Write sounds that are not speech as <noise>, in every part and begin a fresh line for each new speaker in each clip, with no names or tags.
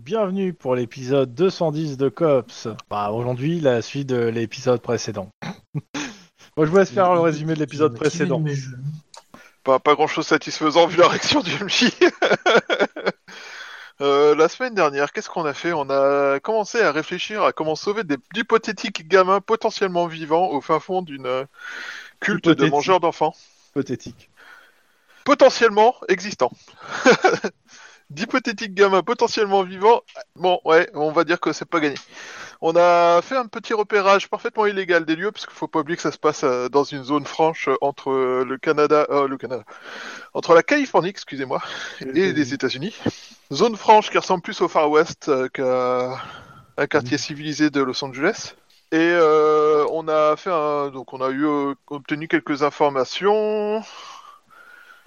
bienvenue pour l'épisode 210 de Cops. Bah, aujourd'hui, la suite de l'épisode précédent. <laughs> Moi, je vous laisse faire le résumé de l'épisode précédent.
Pas, pas grand chose satisfaisant vu la réaction du MJ. <laughs> Euh, la semaine dernière, qu'est-ce qu'on a fait On a commencé à réfléchir à comment sauver des hypothétiques gamins potentiellement vivants au fin fond d'une euh, culte de
Hypothétique.
mangeurs d'enfants.
Hypothétique.
Potentiellement existants. <laughs> D'hypothétiques gamins potentiellement vivants, bon, ouais, on va dire que c'est pas gagné. On a fait un petit repérage parfaitement illégal des lieux, parce qu'il faut pas oublier que ça se passe euh, dans une zone franche euh, entre euh, le Canada, euh, le Canada, entre la Californie, excusez-moi, et des États-Unis. Zone franche qui ressemble plus au Far West euh, qu'à un quartier civilisé de Los Angeles. Et euh, on a fait un- donc on a eu euh, obtenu quelques informations.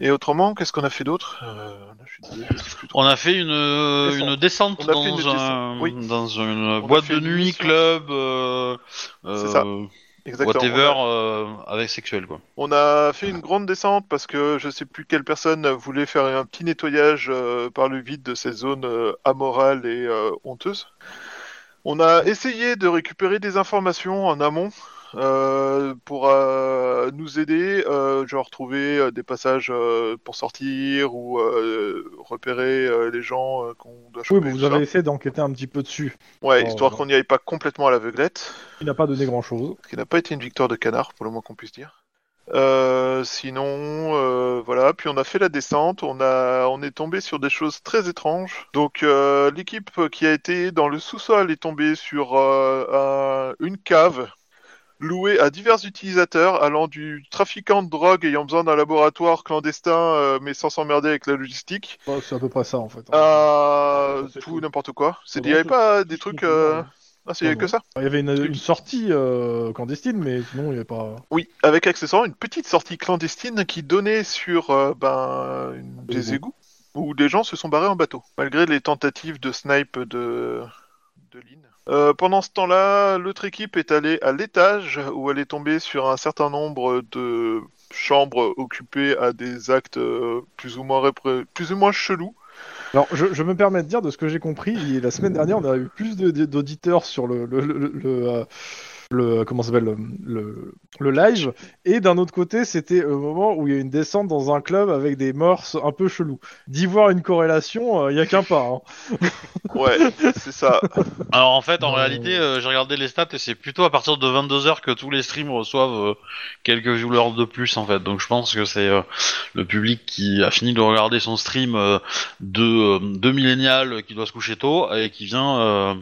Et autrement, qu'est-ce qu'on a fait d'autre Euh, là, je suis désolé, je sais plus trop.
On a fait une, euh,
Descente.
une descente
On a fait
dans,
une
un,
descente, oui.
dans une
a
boîte
fait
de
une
nuit,
mission.
club, euh, euh,
C'est ça, Exactement.
whatever,
On a-
euh, avec sexuel quoi.
On a fait une grande descente parce que je sais plus quelle personne voulait faire un petit nettoyage euh, par le vide de ces zones euh, amorales et euh, honteuses. On a essayé de récupérer des informations en amont euh, pour euh, nous aider, euh, genre trouver euh, des passages euh, pour sortir ou euh, repérer euh, les gens euh, qu'on doit
Oui,
choper.
mais vous
tout ça.
avez essayé d'enquêter un petit peu dessus.
Ouais,
Oh,
histoire
non.
qu'on n'y aille pas complètement à l'aveuglette
Il n'a pas donné grand-chose.
qui n'a pas été une victoire de canard, pour le moins qu'on puisse dire. Euh, sinon, euh, voilà. Puis on a fait la descente. On a, on est tombé sur des choses très étranges. Donc euh, l'équipe qui a été dans le sous-sol est tombée sur euh, un- une cave louée à divers utilisateurs, allant du trafiquant de drogue ayant besoin d'un laboratoire clandestin, euh, mais sans s'emmerder avec la logistique,
Bon, Bah, c'est à peu près ça, en fait. hein.
à
Ça, c'est
tout
tout.
n'importe quoi. Ah, C'est, Ah
Faudrait
il n'y avait
que-
pas des trucs. euh, Ah, c'est il y avait que ça.
Il y avait une, une sortie euh, clandestine, mais sinon, il n'y avait pas...
Oui, avec accessoirement une petite sortie clandestine qui donnait sur euh, ben, une- des égouts où des gens se sont barrés en bateau, malgré les tentatives de snipe de, de Lynn. Euh, pendant ce temps-là, l'autre équipe est allée à l'étage où elle est tombée sur un certain nombre de chambres occupées à des actes euh, plus ou moins, répré- plus ou moins chelous.
Alors, je, je me permets de dire, de ce que j'ai compris, il- la semaine dernière, on a eu plus de- de- d'auditeurs sur le, le, le, le, euh, le- comment ça s'appelle le, le, le live, et d'un autre côté, c'était au moment où il y a eu une descente dans un club avec des morses un peu chelous. D'y voir une corrélation, euh, il y a qu'un pas. hein.
<laughs> Ouais, c'est ça.
Alors en fait, en
Non.
réalité, euh, j'ai regardé les stats et c'est plutôt à partir de 22h que tous les streams reçoivent euh, quelques viewers de plus en fait. Donc je pense que c'est euh, le public qui a fini de regarder son stream euh, de, euh, de millénial euh, qui doit se coucher tôt et qui vient, euh,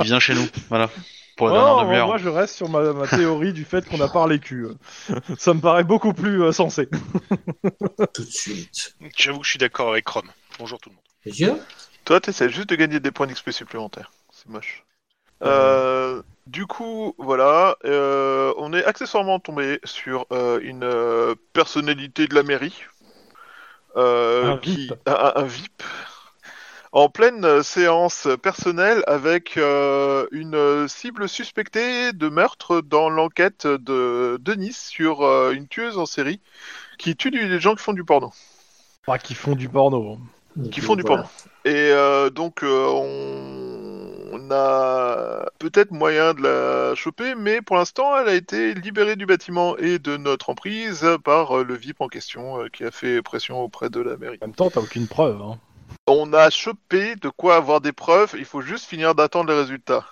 qui vient chez nous. Voilà.
Oh,
Pour la
Ouais,
dernière
non,
demi-heure.
Oh, moi, je reste sur ma, ma théorie du fait qu'on a parlé cul. euh. Ça me paraît beaucoup plus euh, sensé.
Tout de suite.
J'avoue que je suis d'accord avec Rome. Bonjour tout le monde.
Monsieur
Toi, t'essaies juste de gagner des points d'XP supplémentaires. C'est moche. Euh, du coup, voilà, euh, on est accessoirement tombé sur euh, une euh, personnalité de la mairie. euh,
Un
qui, Ah,
VIP.
un, un VIP. En pleine euh, séance personnelle avec euh, une euh, cible suspectée de meurtre dans l'enquête de de Nice sur euh, une tueuse en série qui tue du- des gens qui font du porno.
Pas qui font du porno. hein.
Qui font du porno. Et euh, donc, euh, on... on a peut-être moyen de la choper, mais pour l'instant, elle a été libérée du bâtiment et de notre emprise par euh, le VIP en question euh, qui a fait pression auprès de la mairie.
En même temps, t'as aucune preuve. hein.
On a chopé de quoi avoir des preuves, il faut juste finir d'attendre les résultats.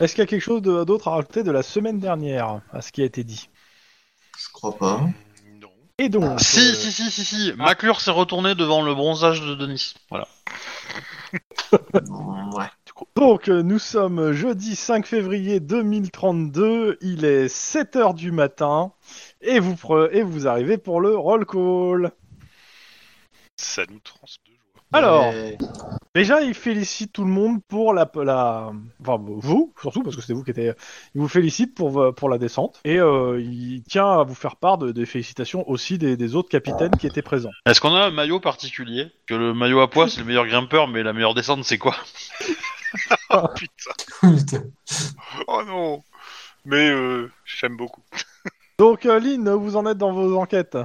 Est-ce qu'il y a quelque chose de- d'autre à rajouter de la semaine dernière à ce qui a été dit
Je crois pas.
Non.
Et donc.
Si,
euh,
si, si, si, si. McClure s'est retourné devant le bronzage de Denis. Voilà.
ouais.
Donc, euh, nous sommes jeudi 5 février 2032, il est 7h du matin, et vous, pre- et vous arrivez pour le roll call.
Ça nous transe de joie.
Alors,
Mais-
déjà, il félicite tout le monde pour la... la... Enfin, vous, surtout, parce que c'était vous qui étiez... Il vous félicite pour, vo- pour la descente, et euh, il tient à vous faire part de- des félicitations aussi des, des autres capitaines qui étaient présents.
Est-ce qu'on a un maillot particulier Que le maillot à poids, c'est le meilleur grimpeur, mais la meilleure descente, c'est quoi
Ah putain.
Putain.
<laughs> Oh non. Mais euh, j'aime beaucoup.
Donc, euh, Lynn, vous en êtes dans vos enquêtes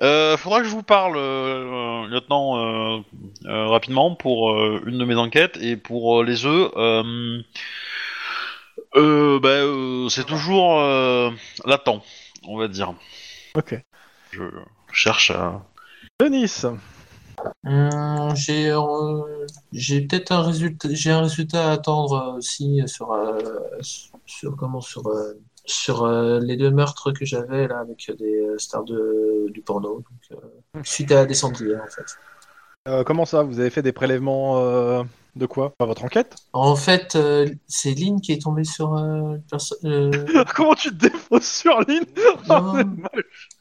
euh, Faudra que je vous parle, euh, euh, lieutenant euh, euh, rapidement pour euh, une de mes enquêtes et pour euh, les œufs. euh, euh, bah, euh, c'est toujours euh, latent, on va dire.
Ok.
Je cherche à.
Denis
<laughs> Hum, j'ai euh, j'ai peut-être un résultat j'ai un résultat à attendre euh, aussi sur euh, sur comment sur euh, sur euh, les deux meurtres que j'avais là avec des euh, stars de du porno donc, euh, suite à la descente d'hier en fait.
Euh, Comment ça Vous avez fait des prélèvements euh, de quoi Pas votre enquête
En fait, euh, c'est Lynn qui est tombée sur euh, le perso- euh,
<laughs> Comment tu te déposes sur l'île
non,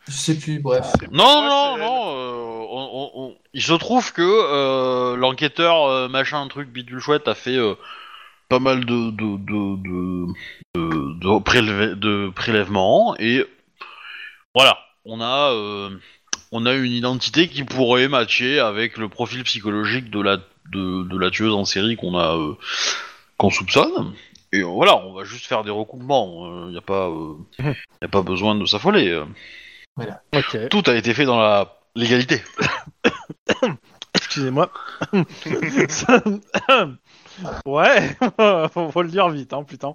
je sais plus, bref.
Non,
Ouais,
non,
c'est
non. euh, on- on- on- Il se trouve que euh, l'enquêteur euh, machin truc bidule chouette a fait euh, pas mal de de de de, de- de prélève- de prélèvements et voilà, on a euh, on a une identité qui pourrait matcher avec le profil psychologique de la de, de la tueuse en série qu'on a euh, qu'on soupçonne. Et euh, voilà, on va juste faire des recoupements. Il n'y a pas euh, y a pas besoin de s'affoler. euh.
Ok,
Tout a été fait dans la légalité.
excusez-moi. <laughs> Ça- <coughs> ouais, <laughs> faut, faut le dire vite, hein, putain.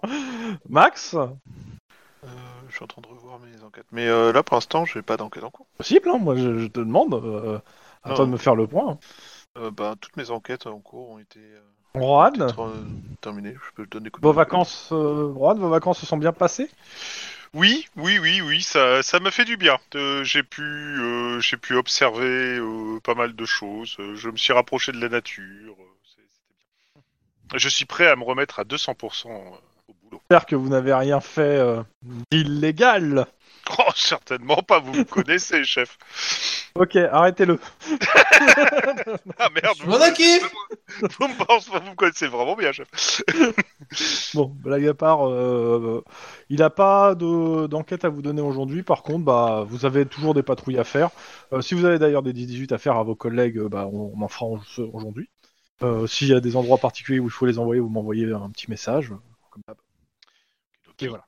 Max
Euh, je suis en train de revoir mes enquêtes. Mais euh, là, pour l'instant, j'ai pas d'enquête en cours.
Possible, hein, moi je, je te demande. euh, à
Ah.
toi de me faire le point.
Euh, bah, toutes mes enquêtes en cours ont été euh,
Rohan
peut-être, euh, terminées. Je peux te donner des coups de
Vos
main.
vacances, euh, Rohan, vos vacances se sont bien passées
Oui, oui, oui, oui, ça, ça m'a fait du bien. Euh, j'ai pu, euh, j'ai pu observer euh, pas mal de choses. Euh, Je me suis rapproché de la nature. Euh, c'est- c'était bien. Je suis prêt à me remettre à 200% euh, au boulot. <laughs>
J'espère que vous n'avez rien fait euh, d'illégal.
Oh, certainement pas. Vous
<laughs>
me connaissez, chef.
Ok, arrêtez-le.
Ah merde.
Je
Vous,
m'en occupe
vous me pensez- vous me connaissez vraiment bien, chef.
Bon, blague à part, euh, il n'a pas de- d'enquête à vous donner aujourd'hui. Par contre, bah, vous avez toujours des patrouilles à faire. Euh, si vous avez d'ailleurs des 18 à faire à vos collègues, euh, bah, on, on en fera en- ce- aujourd'hui. Euh, S'il y a des endroits particuliers où il faut les envoyer, vous m'envoyez un petit message. euh, Comme d'hab. Et voilà.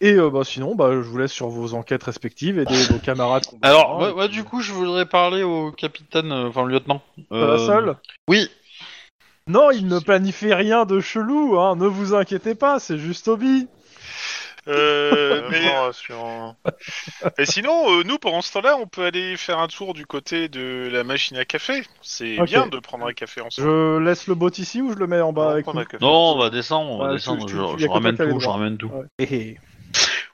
Et euh, bah, sinon, bah, je vous laisse sur vos enquêtes respectives et des, vos camarades. qu'on va
Alors,
voir,
moi,
et
moi,
puis,
du coup, je voudrais parler au capitaine, euh, enfin, le lieutenant.
ça va
Euh,
seul
Oui.
Non, il ne planifie rien de chelou, hein, ne vous inquiétez pas, c'est juste Obi.
Euh,
Euh,
mais-
bon, sur un-
Et sinon, euh, nous, pendant ce temps-là, on peut aller faire un tour du côté de la machine à café. C'est
Ok.
bien de prendre un café ensemble.
Je laisse le bot ici ou je le mets en bas
on
avec
prend
nous
un café.
Non, on va descendre, on va
Ouais,
descendre.
tu-
Je,
tu- tu-
je
y a que
ramène
toi qui as
tout,
les
je
droits.
ramène tout.
Ouais. Hé, hé.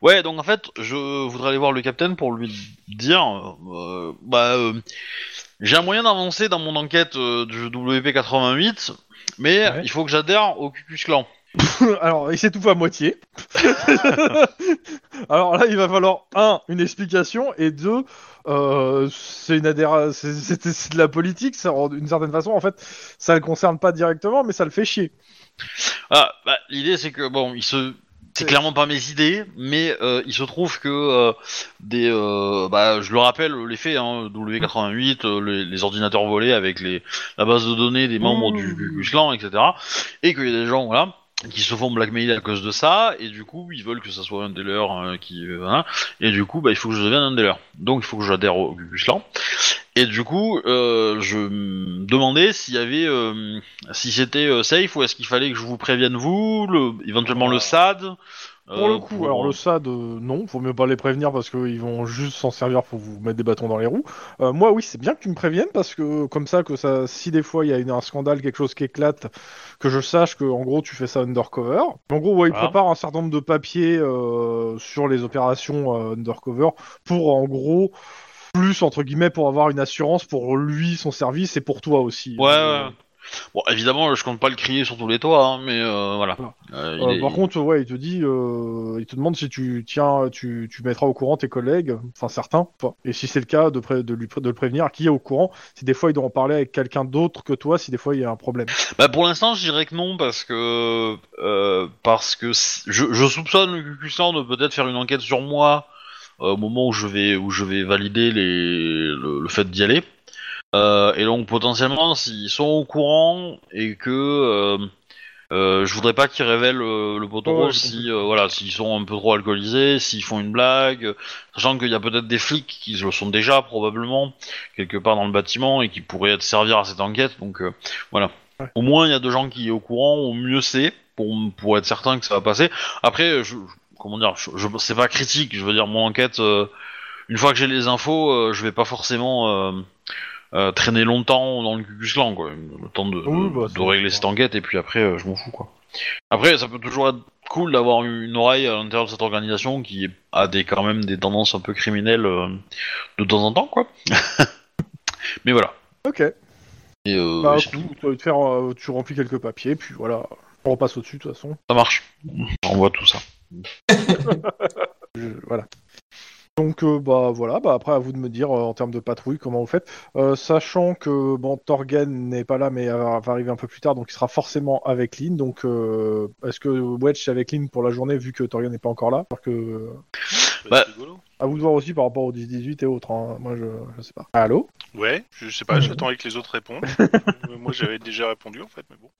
Ouais, donc en fait, je voudrais aller voir le capitaine pour lui dire, euh, bah, euh, j'ai un moyen d'avancer dans mon enquête euh, du WP 88, mais
Ouais.
il faut que j'adhère au Cucus Clan.
<laughs> Alors, il s'étouffe à moitié. <laughs> Alors là, il va falloir, un, une explication, et deux, euh, c'est une adhéra- c'est c'est- c'est de la politique, ça, en- d'une certaine façon, en fait, ça le concerne pas directement, mais ça le fait chier.
Ah, bah, l'idée c'est que bon, il se c'est clairement pas mes idées, mais euh, il se trouve que euh, des, euh, bah, je le rappelle, les faits, hein, W88, euh, les, les ordinateurs volés avec les, la base de données des membres du, du- du clan, etc. Et qu'il y a des gens, voilà, qui se font blackmail à cause de ça, et du coup, ils veulent que ça soit un des leurs euh, qui, euh, hein, et du coup, bah, il faut que je devienne un des leurs. Donc, il faut que j'adhère au du clan. Et du coup, euh, je me demandais s'il y avait, euh, si c'était euh, safe ou est-ce qu'il fallait que je vous prévienne vous, le- éventuellement le SAD.
Pour
euh,
le coup, alors le SAD, euh, non, faut mieux pas les prévenir parce qu'ils vont juste s'en servir pour vous mettre des bâtons dans les roues. Euh, moi, oui, c'est bien que tu me préviennes parce que comme ça, que ça, si des fois il y a une- un scandale, quelque chose qui éclate, que je sache que en gros tu fais ça undercover. En gros, ouais, il
Voilà.
prépare un certain nombre de papiers euh, sur les opérations euh, undercover pour en gros plus entre guillemets pour avoir une assurance pour lui, son service et pour toi aussi.
Ouais,
Euh,
ouais. Bon, évidemment, je compte pas le crier sur tous les toits, hein, mais euh, voilà.
Voilà.
Euh,
Euh,
il est-
Par contre, ouais, il te dit, euh, il te demande si tu tiens, tu, tu mettras au courant tes collègues, enfin certains, enfin, et si c'est le cas, de, pré- de, lui, pré- de le prévenir qui est au courant, si des fois il doit en parler avec quelqu'un d'autre que toi, si des fois il y a un problème.
Bah, pour l'instant, je dirais que non, parce que. euh, parce que si- je, je soupçonne le Cucusan de peut-être faire une enquête sur moi euh, au moment où je vais, où je vais valider les, le, le fait d'y aller. Euh, et donc, potentiellement, s'ils sont au courant et que. euh, Euh, je voudrais pas qu'ils révèlent euh, le poteau
Ouais,
rose
je comprends.
si, euh, voilà, s'ils sont un peu trop alcoolisés, s'ils font une blague, euh, sachant qu'il y a peut-être des flics qui le sont déjà probablement quelque part dans le bâtiment et qui pourraient être servir à cette enquête. Donc euh, voilà. Au moins, il y a deux gens qui est au courant, au mieux c'est pour pour être certain que ça va passer. Après, je, je- comment dire, je, je- c'est pas critique. Je veux dire, mon enquête, euh, une fois que j'ai les infos, euh, je vais pas forcément euh, euh, traîner longtemps dans le Cucus Clan, quoi. Le temps de,
Oui,
de-
bah,
de
c'est-
régler cette enquête et puis après, euh, je m'en fous, quoi. Après, ça peut toujours être cool d'avoir une oreille à l'intérieur de cette organisation qui a des quand même des tendances un peu criminelles euh, de temps en temps, quoi. <laughs> Mais voilà.
Ok.
Et, euh,
Bah,
et c'est
écoute,
tout.
tu vas te faire, euh, tu remplis quelques papiers, puis voilà. On repasse au-dessus de toute façon.
ça marche. On voit tout ça.
Je- voilà. Donc euh, bah voilà, bah après à vous de me dire euh, en termes de patrouille comment vous faites, Euh, sachant que bon Torgen n'est pas là mais euh, va arriver un peu plus tard donc il sera forcément avec Lynn donc euh, est-ce que Wedge est avec Lynn pour la journée vu que Torgen n'est pas encore là Parce que euh,
Bah.
C'est rigolo.
à vous de voir aussi par rapport aux 10-18 et autres, hein. moi je, je sais pas. Allô
Ouais, je sais pas, j'attends avec les autres répondent. Euh, Moi j'avais déjà répondu en fait, mais bon.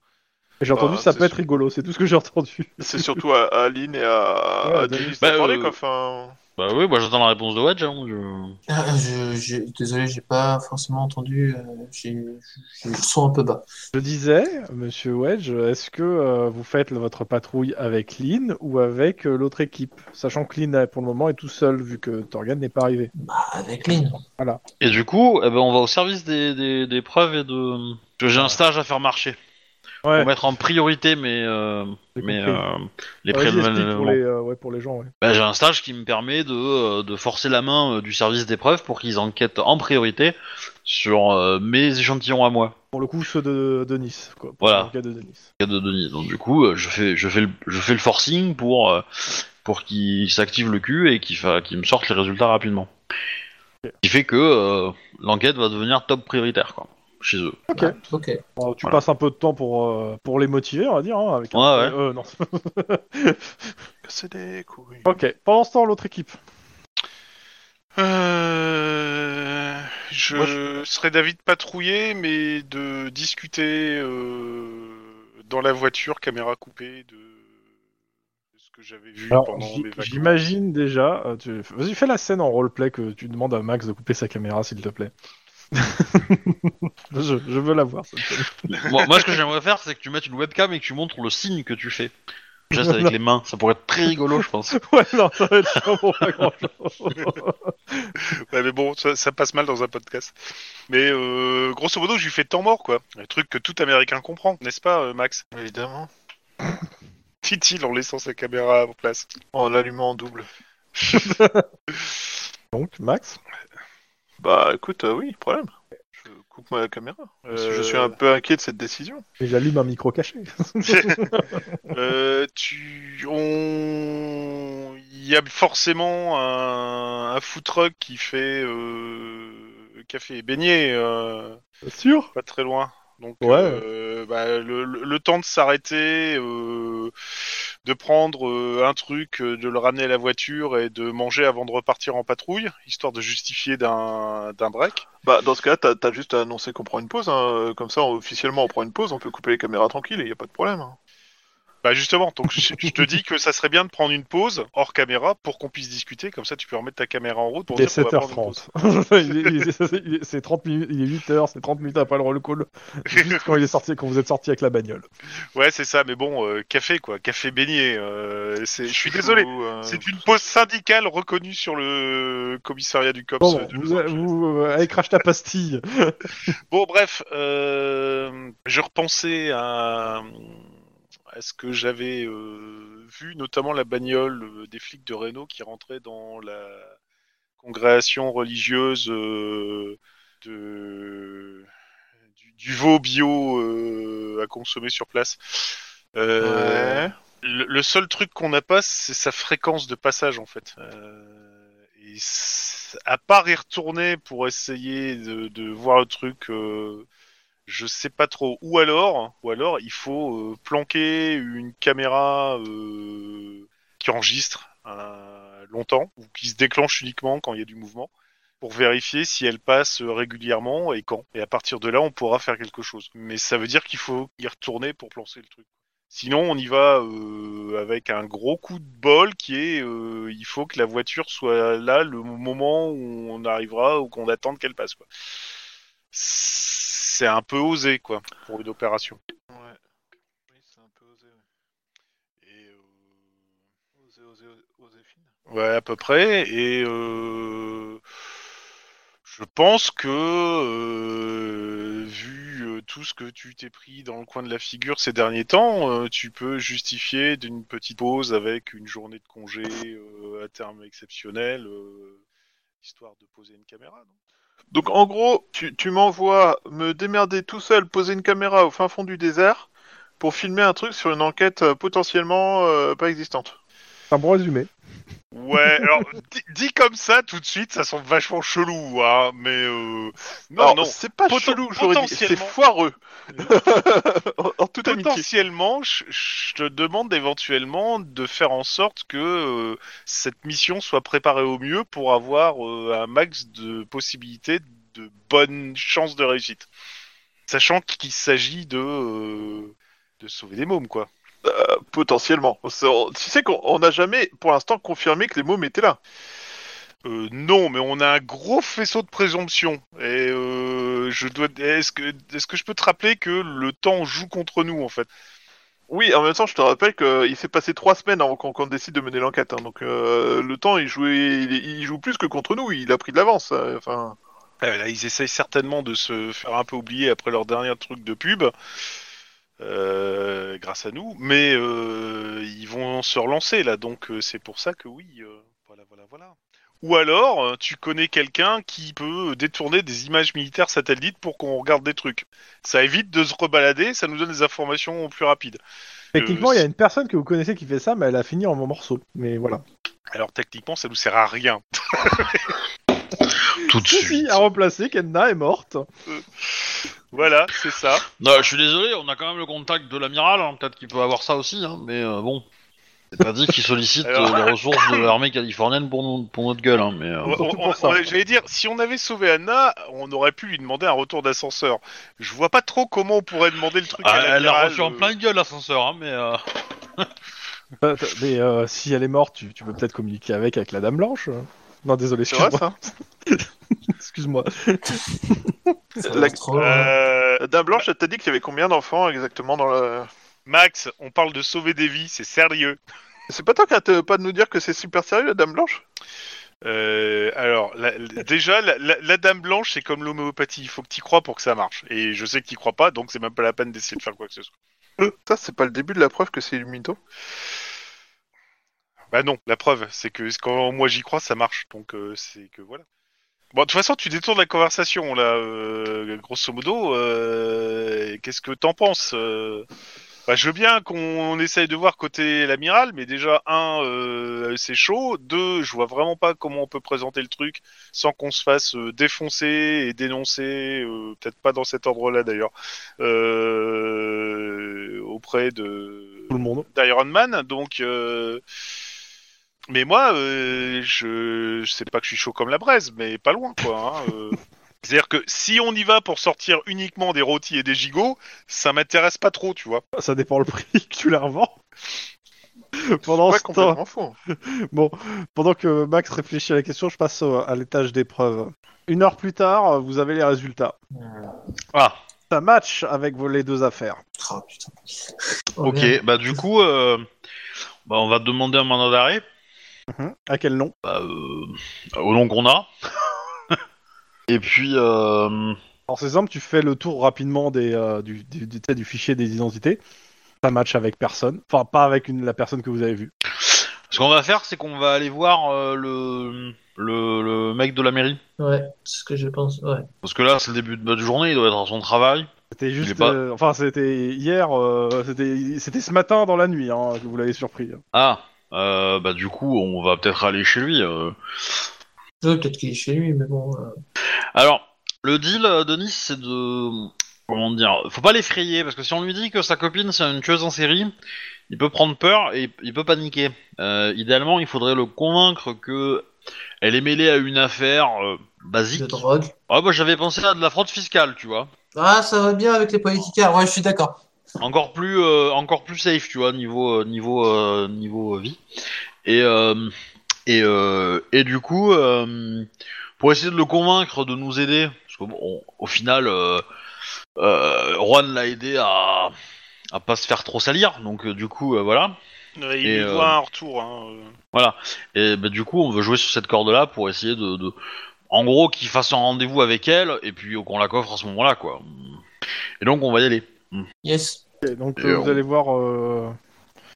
J'ai entendu
Ah,
ça
c'est
peut être
sûr.
rigolo, c'est tout ce que j'ai entendu.
C'est surtout à, à Lynn et à,
Ouais,
à
Denis.
Denis
Bah,
de parler,
euh,
quoi. Enfin,
Bah oui, moi j'attends la réponse de Wedge. hein, je-
Ah, je, je, désolé, j'ai pas forcément entendu. euh, j'ai, je, je sens un peu bas.
Je disais, monsieur Wedge, est-ce que euh, vous faites votre patrouille avec Lynn ou avec euh, l'autre équipe Sachant que Lynn euh, pour le moment est tout seul vu que Torgen n'est pas arrivé.
Bah, avec Lynn.
Et du coup, eh ben, on va au service des, des- des preuves et de. Parce que J'ai un stage à faire marcher.
Ouais.
Pour mettre en priorité mes, euh,
J'ai
mes,
compris.
euh, les
Ah, Vas-y, explique
préliminaires.
pour les, euh, ouais, pour les gens. ouais.
Ben, J'ai un stage qui me permet de, euh, de forcer la main euh, du service des preuves pour qu'ils enquêtent en priorité sur euh, mes échantillons à moi.
Pour le coup, ceux de, de Nice. Quoi, pour
Voilà.
le cas de Denis.
cas de Denis. Donc du coup, euh, je fais, je fais, le, je fais le forcing pour, euh, pour qu'il s'active le cul et qu'il fa- qu'il me sorte les résultats rapidement. Ce qui fait que euh, l'enquête va devenir top prioritaire quoi, chez eux.
Ok.
Ok.
Bon, tu
Voilà.
passes un peu de temps pour, euh, pour les motiver, on va dire. hein, avec un-
Ouais, ouais.
euh, non.
c'est des couilles.
ok. <laughs> Pendant ce temps, l'autre équipe.
Euh, je,
Moi,
serais d'avis de patrouiller, mais de discuter euh, dans la voiture, caméra coupée, de ce que j'avais vu
Alors,
pendant
j-
mes vacances.
j'imagine déjà. euh, tu- Vas-y, fais la scène en roleplay que tu demandes à Max de couper sa caméra, s'il te plaît. <laughs> je, je veux la voir. cette scène.
moi, moi, ce que j'aimerais faire, c'est que tu mettes une webcam et que tu montres le signe que tu fais. Geste avec les mains, ça pourrait être très rigolo, je pense.
ouais, non, ça va être vraiment pas grand-chose.
Ouais, mais bon, ça, ça passe mal dans un podcast. Mais euh, grosso modo, je lui fais temps mort, quoi. Un truc que tout Américain comprend, n'est-ce pas, euh, Max <laughs>
Évidemment.
Dit-il en laissant sa caméra en place.
En Oh, l'allumant en double.
Donc, Max
Bah, écoute, euh, oui, problème. Je coupe ma caméra. Parce que Je suis un peu inquiet de cette décision.
Et j'allume un micro caché.
<laughs> Euh, tu, on, il y a forcément un, un food truck qui fait euh, café et beignet, euh,
Sûr
pas très loin. Donc,
Ouais.
euh, bah, le, le- le temps de s'arrêter, euh, de prendre euh, un truc, euh, de le ramener à la voiture et de manger avant de repartir en patrouille, histoire de justifier d'un d'un break.
Bah, dans ce cas-là, t'as- t'as juste à annoncer qu'on prend une pause. hein. Comme ça, on- officiellement, on prend une pause, on peut couper les caméras tranquille et y a pas de problème. hein.
Bah justement, donc je, je te dis que ça serait bien de prendre une pause hors caméra pour qu'on puisse discuter. Comme ça, tu peux remettre ta caméra en route pour
Il est
dire qu'on va prendre une pause.
7h30. <laughs> Il est- il est- il est- c'est 30 minutes, il est 8h, c'est 30 minutes après le roll call. Juste quand il est sorti, quand vous êtes sorti avec la bagnole.
Ouais, c'est ça, mais bon, euh, café quoi, café beignet. euh, c'est, je suis désolé.
Ou, euh,
C'est une pause syndicale reconnue sur le commissariat du COPS.
Bon,
Bah,
euh, de
vous,
Los Angeles.
vous, euh, allez crache ta pastille.
Bon, bref, euh, je repensais à, à ce que j'avais euh, vu, notamment la bagnole euh, des flics de Reno qui rentrait dans la congrégation religieuse euh, de, du, du veau bio euh, à consommer sur place. Euh,
Ouais.
le, le seul truc qu'on n'a pas, c'est sa fréquence de passage en fait. Euh, et c'est- à part y retourner pour essayer de, de voir le truc, euh, je sais pas trop. Ou alors, ou alors, il faut euh, planquer une caméra euh, qui enregistre euh, longtemps ou qui se déclenche uniquement quand il y a du mouvement pour vérifier si elle passe régulièrement et quand. Et à partir de là, on pourra faire quelque chose. Mais ça veut dire qu'il faut y retourner pour plancer le truc. Sinon, on y va euh, avec un gros coup de bol qui est euh, il faut que la voiture soit là le moment où on arrivera ou qu'on attende qu'elle passe. Quoi. C'est un peu osé quoi pour une opération.
Ouais. Oui, c'est un peu osé. ouais. Et euh, osé, osé, osé, osé fine.
Ouais, à peu près. Et euh, je pense que, euh, vu euh, tout ce que tu t'es pris dans le coin de la figure ces derniers temps, euh, tu peux justifier d'une petite pause avec une journée de congé euh, à terme exceptionnel, euh, histoire de poser une caméra. non
Donc en gros, tu, tu m'envoies me démerder tout seul, poser une caméra au fin fond du désert pour filmer un truc sur une enquête euh, potentiellement euh, pas existante.
C'est un bon résumé.
Ouais, alors dit, dit comme ça tout de suite, ça semble vachement chelou, hein, mais euh, non,
Alors,
non.
c'est pas
Poten-
chelou, j'aurais dit, c'est
potentiellement.
foireux. <laughs> en, en toute amitié.
Potentiellement, je, je te demande éventuellement de faire en sorte que euh, cette mission soit préparée au mieux pour avoir euh, un max de possibilités de bonnes chances de réussite. Sachant qu'il s'agit de, euh, de sauver des mômes, quoi.
Potentiellement. C'est- on- Tu sais qu'on on n'a jamais, pour l'instant, confirmé que les mômes étaient là.
Euh, non, mais on a un gros faisceau de présomption. Et euh, je dois. Est-ce que, est-ce que je peux te rappeler que le temps joue contre nous, en fait
Oui, en même temps, je te rappelle qu'il s'est passé trois semaines avant qu'on qu'on décide de mener l'enquête. hein. donc euh, le temps, il, jouait, il, il joue plus que contre nous, il a pris de l'avance. euh, Enfin.
Euh, là, ils essayent certainement de se faire un peu oublier après leur dernier truc de pub, euh, grâce à nous, mais euh, ils vont se relancer là, donc euh, c'est pour ça que oui, euh, voilà, voilà, voilà. Ou alors, euh, tu connais quelqu'un qui peut détourner des images militaires satellites pour qu'on regarde des trucs. Ça évite de se rebalader, ça nous donne des informations plus rapides.
Techniquement,
Euh,
il y a une personne que vous connaissez qui fait ça, mais elle a fini en morceaux. Mais voilà.
<laughs>
Alors techniquement, ça nous sert à rien.
Tout de
Si,
suite.
si, à remplacer, Kenna est morte.
Voilà, c'est ça.
Non, je suis désolé, on a quand même le contact de l'amiral, hein, peut-être qu'il peut avoir ça aussi, hein, mais euh, bon. C'est pas dit qu'il sollicite euh,
Alors-
les ressources de l'armée californienne pour, nous- pour notre gueule, hein, mais... euh,
On-
surtout
on-
pour
on-
ça.
on- J'allais dire, si on avait sauvé Anna, on aurait pu lui demander un retour d'ascenseur. Je vois pas trop comment on pourrait demander le truc
ah,
à
elle l'a
l'amiral,
reçu en
euh.
plein gueule, l'ascenseur, hein, mais... euh,
Euh, t- Mais euh, si elle est morte, tu, tu peux peut-être communiquer avec, avec la Dame Blanche. euh. Non, désolé,
C'est vrai,
excuse-moi. Excuse-moi.
Ça
La-
reste trop, hein.
Euh,
Euh, Dame Blanche, elle t'a dit qu'il y avait combien d'enfants exactement dans le.
Max, on parle de sauver des vies, c'est sérieux.
C'est pas toi qui a pas de nous dire que c'est super sérieux, la Dame Blanche
Euh, alors, la- la- déjà, la, la- la dame blanche, c'est comme l'homéopathie, il faut que t'y crois pour que ça marche. Et je sais que t'y crois pas, donc c'est même pas la peine d'essayer de faire quoi que ce soit.
Euh.
Ça, c'est pas le début de la preuve que c'est du mytho.
Bah non, la preuve, c'est que quand moi j'y crois, ça marche. Donc euh, c'est que voilà. Bon, de toute façon, tu détournes la conversation là, euh, grosso modo. euh, Qu'est-ce que t'en penses euh bah, Je veux bien qu'on essaye de voir côté l'amiral, mais déjà un, euh, c'est chaud. Deux, je vois vraiment pas comment on peut présenter le truc sans qu'on se fasse euh, défoncer et dénoncer. euh, Peut-être pas dans cet ordre-là d'ailleurs. euh, auprès de
Tout le monde.
d'Iron Man, donc. euh, Mais moi, euh, je... je sais pas que je suis chaud comme la braise, mais pas loin, quoi. hein,
<laughs>
euh. C'est-à-dire que si on y va pour sortir uniquement des rôtis et des gigots, ça m'intéresse pas trop, tu vois.
Ça dépend le prix que tu la revends. Pendant,
Pas
ce temps,
complètement faux.
pendant que Max réfléchit à la question, je passe au- à l'étage d'épreuve. Une heure plus tard, vous avez les résultats.
Ah,
Ça match avec vos, les deux affaires.
Ah, putain. Oh,
ok,
merde.
bah du coup, euh, bah, on va demander un mandat d'arrêt,
À quel nom
bah, euh, au nom qu'on a. <laughs> Et puis, euh,
Alors c'est simple, tu fais le tour rapidement des, euh, du, du, du- du fichier des identités. Ça match avec personne. Enfin, pas avec une- la personne que vous avez vue.
ce qu'on va faire, c'est qu'on va aller voir euh, le, le, le mec de la mairie.
Ouais, c'est ce que je pense. Ouais.
Parce que là, c'est le début de notre journée, il doit être à son travail.
C'était
Il est
juste...
pas-
euh, enfin, c'était hier... euh, c'était c'était ce matin dans la nuit hein, que vous l'avez surpris.
Ah, euh, bah du coup, on va peut-être aller chez lui. euh.
Ouais, peut-être qu'il est chez lui, mais bon. euh,
Alors, le deal, euh, Denis, c'est de... Comment dire Faut pas l'effrayer, parce que si on lui dit que sa copine, c'est une tueuse en série, il peut prendre peur et il peut paniquer. Euh, idéalement, il faudrait le convaincre que elle est mêlée à une affaire euh,
de
basique.
drogue.
Ah bah j'avais pensé à de la fraude fiscale, tu vois.
Ah, ça va bien avec les politicards. Ouais, je suis d'accord.
encore plus euh, encore plus safe tu vois niveau euh, niveau euh, niveau euh, vie et euh, et euh, et du coup euh, pour essayer de le convaincre de nous aider parce que bon, on- au final euh, euh, Juan l'a aidé à à pas se faire trop salir donc euh, du coup euh, voilà
Ouais, il
Et,
lui
euh,
doit un retour. hein, euh.
et bah, du coup on veut jouer sur cette corde là pour essayer de, de- en gros qu'il fasse un rendez-vous avec elle et puis euh, qu'on la coffre à ce moment là quoi et donc on va y aller
Yes.
Ok, donc
Et
euh,
on-
vous allez voir euh,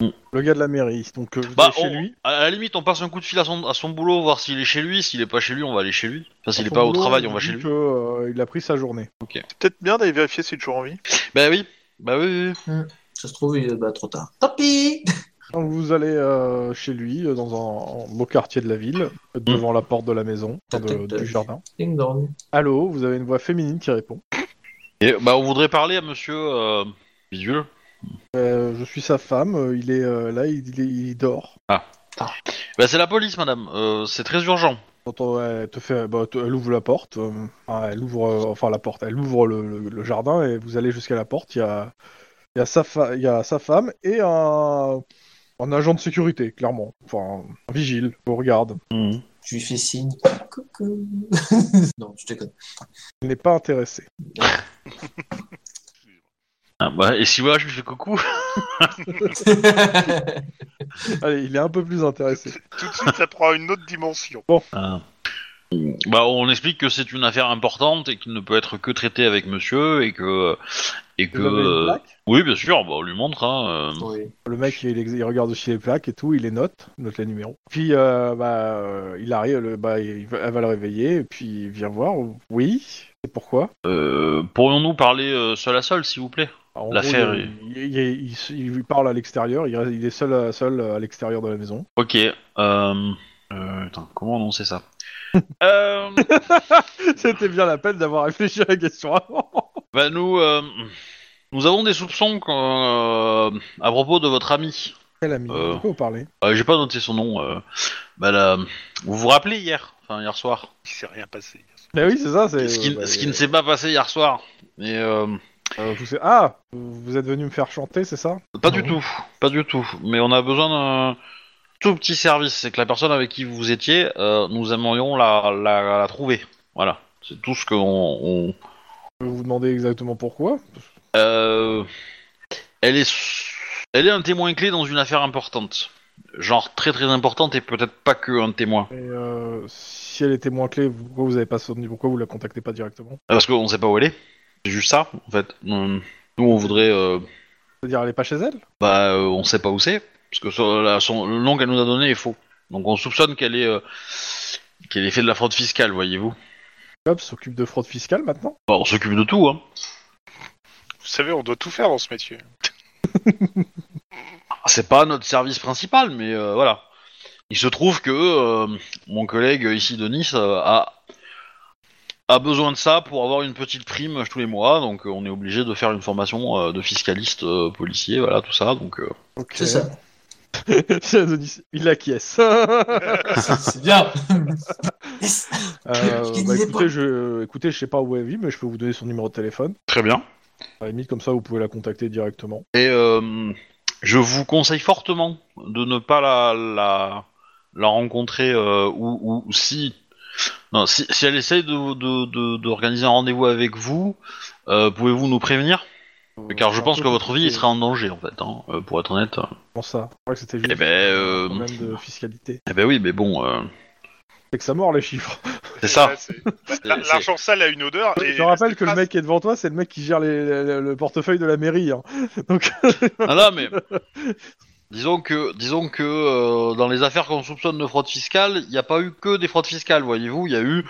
Mm.
le gars de la mairie. Donc euh, vous
Bah,
allez chez
on-
lui.
À la limite, on passe un coup de fil à son, à son boulot, voir s'il est chez lui. S'il est pas chez lui, on va aller chez lui. Enfin, s'il est
Son
pas au
boulot,
travail,
il
on va
dit
chez lui.
que, euh, il a pris sa journée.
C'est peut-être bien d'aller vérifier si toujours en vie.
Bah oui, bah oui. oui.
Ça se trouve, il est bah, trop tard. Tant pis <laughs>
Donc vous allez euh, chez lui, euh, dans un, un beau quartier de la ville,
Mm.
devant la porte de la maison,
Tac,
de-
tac, tac.
du jardin.
Ding dong.
Allô, vous avez une voix féminine qui répond.
Et bah, on voudrait parler à monsieur. Euh... Bidule.
Euh, je suis sa femme, euh, il est euh, là, il, il est- il dort.
Bah, c'est la police, madame. Euh, c'est très urgent.
Quand on- elle te fait, bah, te- elle ouvre la porte, euh, enfin, elle ouvre, euh, enfin la porte, elle ouvre le, le- le jardin et vous allez jusqu'à la porte. Il y a, il y a sa fa- il y a sa femme et un, un agent de sécurité, clairement, enfin un vigile, vous regarde.
Je lui fais signe. Coucou. <laughs> non, je déconne. <laughs>
Il n'est pas intéressé.
Ah, bah, et si voilà, je lui fais coucou.
Allez, il est un peu plus intéressé.
Tout de suite, ça prend une autre dimension.
Ah.
Bah, on explique que c'est une affaire importante et qu'il ne peut être que traité avec monsieur et que. Et que.
Vous avez une
euh,
plaque
Oui, bien sûr, bah, on lui montre. Hein, euh.
oui.
Le mec, il, ex- il regarde aussi les plaques et tout, il les note, note les numéros. Puis, euh, bah, euh, il arrive, le- bah, il va- elle va le réveiller, et puis il vient voir. Oui, et pourquoi
Euh, Pourrions-nous parler euh, seul à seul, s'il vous plaît
Alors, Bah, en
L'affaire
gros, Il, il- il- il se- il lui parle à l'extérieur, il, reste- il est seul, à- seul à l'extérieur de la maison.
Ok. Euh... euh, attends, comment annoncer ça euh,
<laughs>
<laughs>
C'était bien la peine d'avoir réfléchi à la question avant.
bah, nous, euh, nous avons des soupçons qu'en- euh, à propos de votre ami.
Quel ami
Euh.
De quoi vous parlez
Euh, J'ai pas noté son nom. euh, bah, la- Vous vous rappelez hier, enfin hier soir,
Il s'est rien passé.
Bah oui, c'est ça. c'est...
ce qui,
euh, bah,
ce qui ne s'est pas passé hier soir. Et, euh,
euh, vous- c'est- Ah, vous êtes venu me faire chanter, c'est ça
pas du tout, pas du tout. Mais on a besoin d'un tout petit service. C'est que la personne avec qui vous étiez, euh, nous aimerions la, la, la trouver. Voilà, c'est tout ce qu'on on,
Je peux vous demander exactement pourquoi.
Euh, elle est, elle est un témoin clé dans une affaire importante, genre très très importante et peut-être pas que un témoin,
Et, euh, si elle était moins clé, pourquoi vous avez pas soutenu Pourquoi vous la contactez pas directement
Ah, parce qu'on sait pas où elle est. C'est juste ça, en fait. Hum, Nous, on voudrait, euh,
C'est-à-dire, elle est pas chez elle
bah, euh, on sait pas où c'est, parce que son- la- son- le nom qu'elle nous a donné est faux. Donc on soupçonne qu'elle est, euh, qu'elle ait fait de la fraude fiscale, voyez-vous.
Hop, s'occupe de fraude fiscale maintenant
Bah, on s'occupe de tout, hein.
Vous savez, on doit tout faire dans ce métier.
Ah, C'est pas notre service principal, mais euh, voilà. Il se trouve que euh, mon collègue ici de Nice euh, a, a besoin de ça pour avoir une petite prime tous les mois, donc euh, on est obligé de faire une formation euh, de fiscaliste euh, policier, voilà tout ça. Donc euh,
Ok.
C'est ça.
<laughs> C'est Adonis. Il <laughs> Euh, acquiesce.
C'est <laughs> bien. yes.
Euh,
Je
bah,
disais pas.
écoutez, je, écoutez, je sais pas où elle vit, mais je peux vous donner son numéro de téléphone.
très bien.
À la limite, comme ça, vous pouvez la contacter directement.
Et euh, je vous conseille fortement de ne pas la la, la rencontrer euh, ou, ou- ou si non si, si elle essaye de de- de- d'organiser un rendez-vous avec vous, euh, pouvez-vous nous prévenir?
Euh,
Car je
c'est un
pense
peu
que votre vie
compliqué.
il serait en danger en fait, hein, euh, pour être honnête.
Comment ça Je crois que c'était juste
Eh ben, euh,
un problème de fiscalité.
Eh ben oui, mais bon, euh,
C'est que ça mord
<laughs>
les chiffres.
c'est ça.
Ouais, c'est- La- L'argent sale a une odeur.
Je
et
te rappelle que le
trace-
mec qui est devant toi, c'est le mec qui gère les- le- le portefeuille de la mairie. hein. Donc,
Ah là, mais disons que, disons que euh, dans les affaires qu'on soupçonne de fraude fiscale, il n'y a pas eu que des fraudes fiscales, voyez-vous. Il y a eu,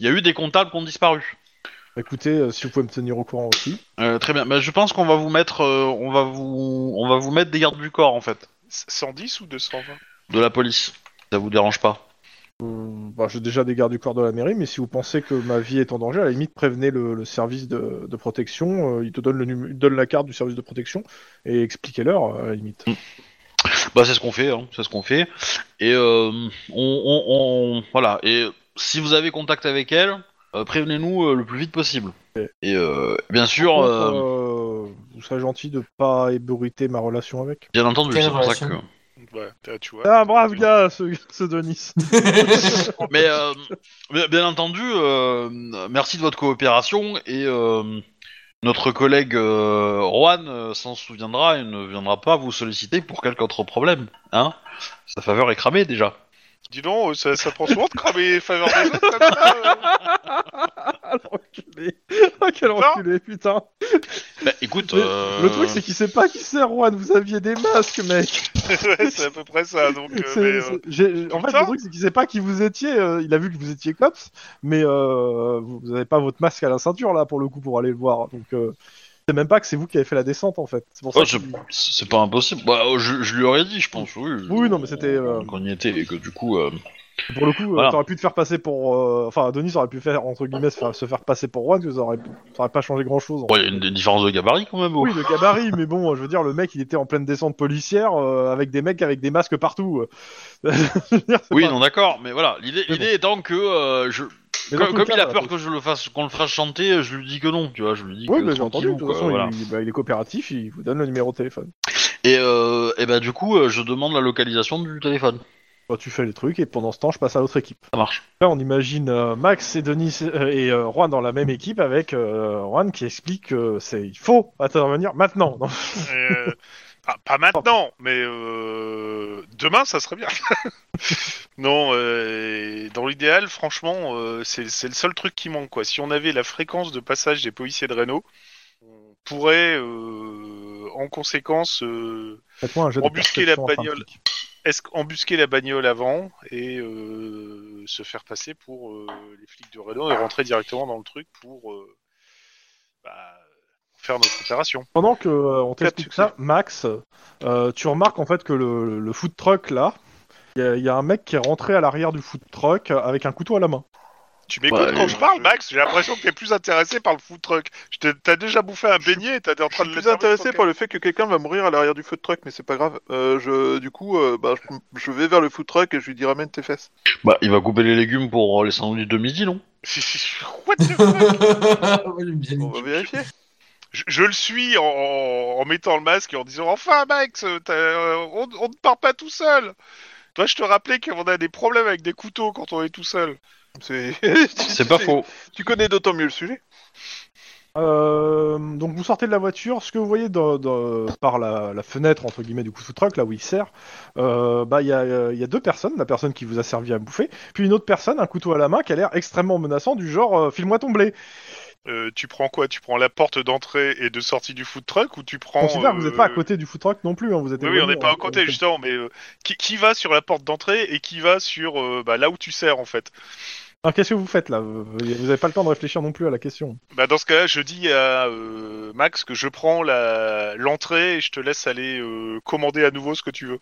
il y a eu des comptables qui ont disparu.
écoutez, euh, si vous pouvez me tenir au courant aussi.
Euh, très bien. Mais je pense qu'on va vous mettre, euh, on va vous, on va vous mettre des gardes du corps en fait,
110 ou 220
de la police. Ça vous dérange pas
Euh, bah, j'ai déjà des gardes du corps de la mairie, mais si vous pensez que ma vie est en danger, à la limite prévenez le, le service de, de protection. euh, il te donne le num- il te donne la carte du service de protection et expliquez-leur à la limite.
Bah c'est ce qu'on fait, hein, c'est ce qu'on fait. Et euh, on, on- on- voilà. Et si vous avez contact avec elle, euh, prévenez-nous euh, le plus vite possible.
Ok.
Et euh, bien sûr.
Par contre,
euh,
euh, euh, vous serez gentil de pas ébruiter ma relation avec.
Bien entendu,
Quelle
c'est pour ça
relation
que.
Ouais, t'as- tu vois.
Ah, brave gars, ce, ce Denis. <laughs>
Mais euh, bien- bien entendu, euh, merci de votre coopération et euh, notre collègue euh, Juan euh, s'en souviendra et ne viendra pas vous solliciter pour quelque autre problème. Hein Sa faveur est cramée déjà.
Dis donc, euh, ça, ça prend souvent de cramer les faveurs des autres comme ça. euh.
Ah, l'enculé. Ah, quel
Non.
enculé, putain.
Bah, écoute,
Mais
euh,
Le truc, c'est qu'il sait pas qui c'est, Juan. Vous aviez des masques, mec.
<laughs> Ouais, c'est à peu près ça. Donc, euh,
C'est-
mais, euh,
c'est- j'ai- En fait,
putain.
le truc, c'est qu'il sait pas qui vous étiez. euh, Il a vu que vous étiez cops, mais euh, vous vous avez pas votre masque à la ceinture, là, pour le coup, pour aller le voir. Donc, euh, il sait même pas que c'est vous qui avez fait la descente, en fait. C'est pour ça
ouais,
que-
c'est c'est pas impossible. Bah, euh, je, je lui aurais dit, je pense, oui.
Oui, non, mais c'était, euh,
Qu'on y était et que du coup. euh,
Pour le coup, euh,
Voilà.
t'aurais pu te faire passer pour. euh, Enfin, Denis aurait pu faire, entre guillemets, se faire, se faire passer pour Juan, que ça aurait, ça aurait pas changé grand chose.
bon, il y a une, une différence de gabarit quand même. oh.
Oui, le gabarit, mais bon, je veux dire, le mec, il était en pleine descente policière euh, avec des mecs avec des masques partout. <laughs> Je veux dire, c'est
Oui,
pas-
non, d'accord, mais voilà, l'idée
Mais
l'idée étant que euh, je,
mais dans
comme,
tout le
comme il a
cas,
peur que je le fasse, qu'on le fasse chanter, je lui dis que non, tu vois, je lui dis
Oui,
que
mais j'ai entendu. De
tranquillou,
toute
quoi,
façon,
euh, voilà.
il, bah, il est coopératif, il vous donne le numéro de téléphone.
Et, euh, et bah, du coup, euh, je demande la localisation du téléphone.
Bah, tu fais les trucs et pendant ce temps, je passe à l'autre équipe.
Ça marche.
Là, on imagine euh, Max et Denis euh, et euh, Juan dans la même équipe avec euh, Juan qui explique que c'est il faut intervenir maintenant. Non,
euh, pas, pas maintenant, mais euh, demain, ça serait bien. <laughs> non, euh, dans l'idéal, franchement, euh, c'est c'est le seul truc qui manque. Quoi. Si on avait la fréquence de passage des policiers de Renault, on pourrait, euh, en conséquence, euh,
Faites-moi un jeu de
Embusquer la
perception infantile.
bagnole. est-ce embusquer la bagnole avant et euh, se faire passer pour euh, les flics de Renault et rentrer directement dans le truc pour euh, bah, faire notre opération.
Pendant que euh, on
Quatre
t'explique
succès.
ça, Max, euh, tu remarques en fait que le, le food truck là, il y, a- il y a un mec qui est rentré à l'arrière du food truck euh, avec un couteau à la main.
Tu m'écoutes
Ouais,
quand
et-
je parle, Max J'ai l'impression que t'es plus intéressé par le food truck. Je t'ai- T'as déjà bouffé un beignet et t'es en
Je
train de le
suis
hein.
plus
<laughs>
intéressé par le fait que quelqu'un va mourir à l'arrière du food truck, mais c'est pas grave. Euh, je, du coup, euh, bah, je, je vais vers le food truck et je lui dis ramène tes fesses.
Bah, il va couper les légumes pour euh, les sandwichs de midi, non
What the fuck
Ouais, j'aime bien.
On
bah.
va vérifier.
je, je le suis en, en mettant le masque et en disant Enfin, Max, t'as- euh, on, on ne part pas tout seul Toi, je te rappelais qu'on a des problèmes avec des couteaux quand on est tout seul.
C'est <laughs>
C'est pas faux.
Tu connais d'autant mieux le sujet.
Euh, donc vous sortez de la voiture, ce que vous voyez dans- dans- par la, la fenêtre entre guillemets du food truck là où il sert, euh, bah il y, a, euh, il y a deux personnes, la personne qui vous a servi à bouffer, puis une autre personne, un couteau à la main qui a l'air extrêmement menaçant du genre euh, file-moi ton blé.
Euh, tu prends quoi Tu prends la porte d'entrée et de sortie du food truck ou tu prends.
Considère que vous n'êtes pas à
euh,
côté du food truck non plus, hein, vous êtes
Oui, oui, on n'est
éloigné,
pas
hein,
à côté,
donc,
justement, mais euh, qui, qui va sur la porte d'entrée et qui va sur euh, bah, là où tu sers, en fait
Alors qu'est-ce que vous faites là Vous n'avez pas le temps de réfléchir non plus à la question.
bah, Dans ce cas-là, je dis à euh, Max que je prends la- l'entrée et je te laisse aller euh, commander à nouveau ce que tu veux.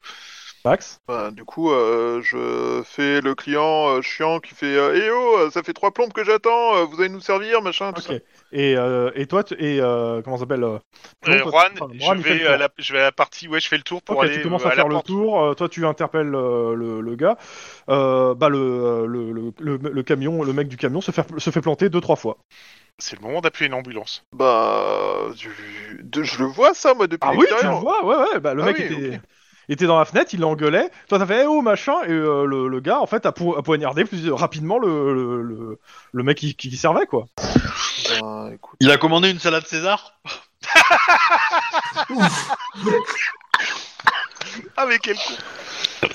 Max
Bah, du coup, euh, je fais le client euh, chiant qui fait euh, Eh oh, ça fait trois plombes que j'attends, euh, vous allez nous servir, machin, tout
Ok. Et, euh, et toi, tu- et euh, comment ça s'appelle euh, Plon,
Euh,
toi,
Juan,
tu- enfin,
je,
Juan, il fait
vais
le
à
tour.
la, je vais à la partie, ouais, je fais le tour pour
Ok,
aller
tu commences à,
euh, à,
faire
la
le
porte.
tour, euh, toi tu interpelles euh, le, le gars, Euh, bah le, euh, le, le, le- le camion, le mec du camion se fait, se fait planter deux trois fois.
C'est le moment d'appeler une ambulance.
Bah, du- de- je le vois ça, moi, depuis
Ah oui, tu le
l'extérieur.
vois, ouais, ouais, bah le
Ah
mec
oui,
était, était dans la fenêtre, il l'engueulait, toi t'as fait Eh oh machin, et euh, le, le gars en fait a, po- a poignardé plus euh, rapidement le, le, le, le mec qui, qui qui servait quoi.
Bah, écoute,
Il a commandé une salade César
Ah, mais quel con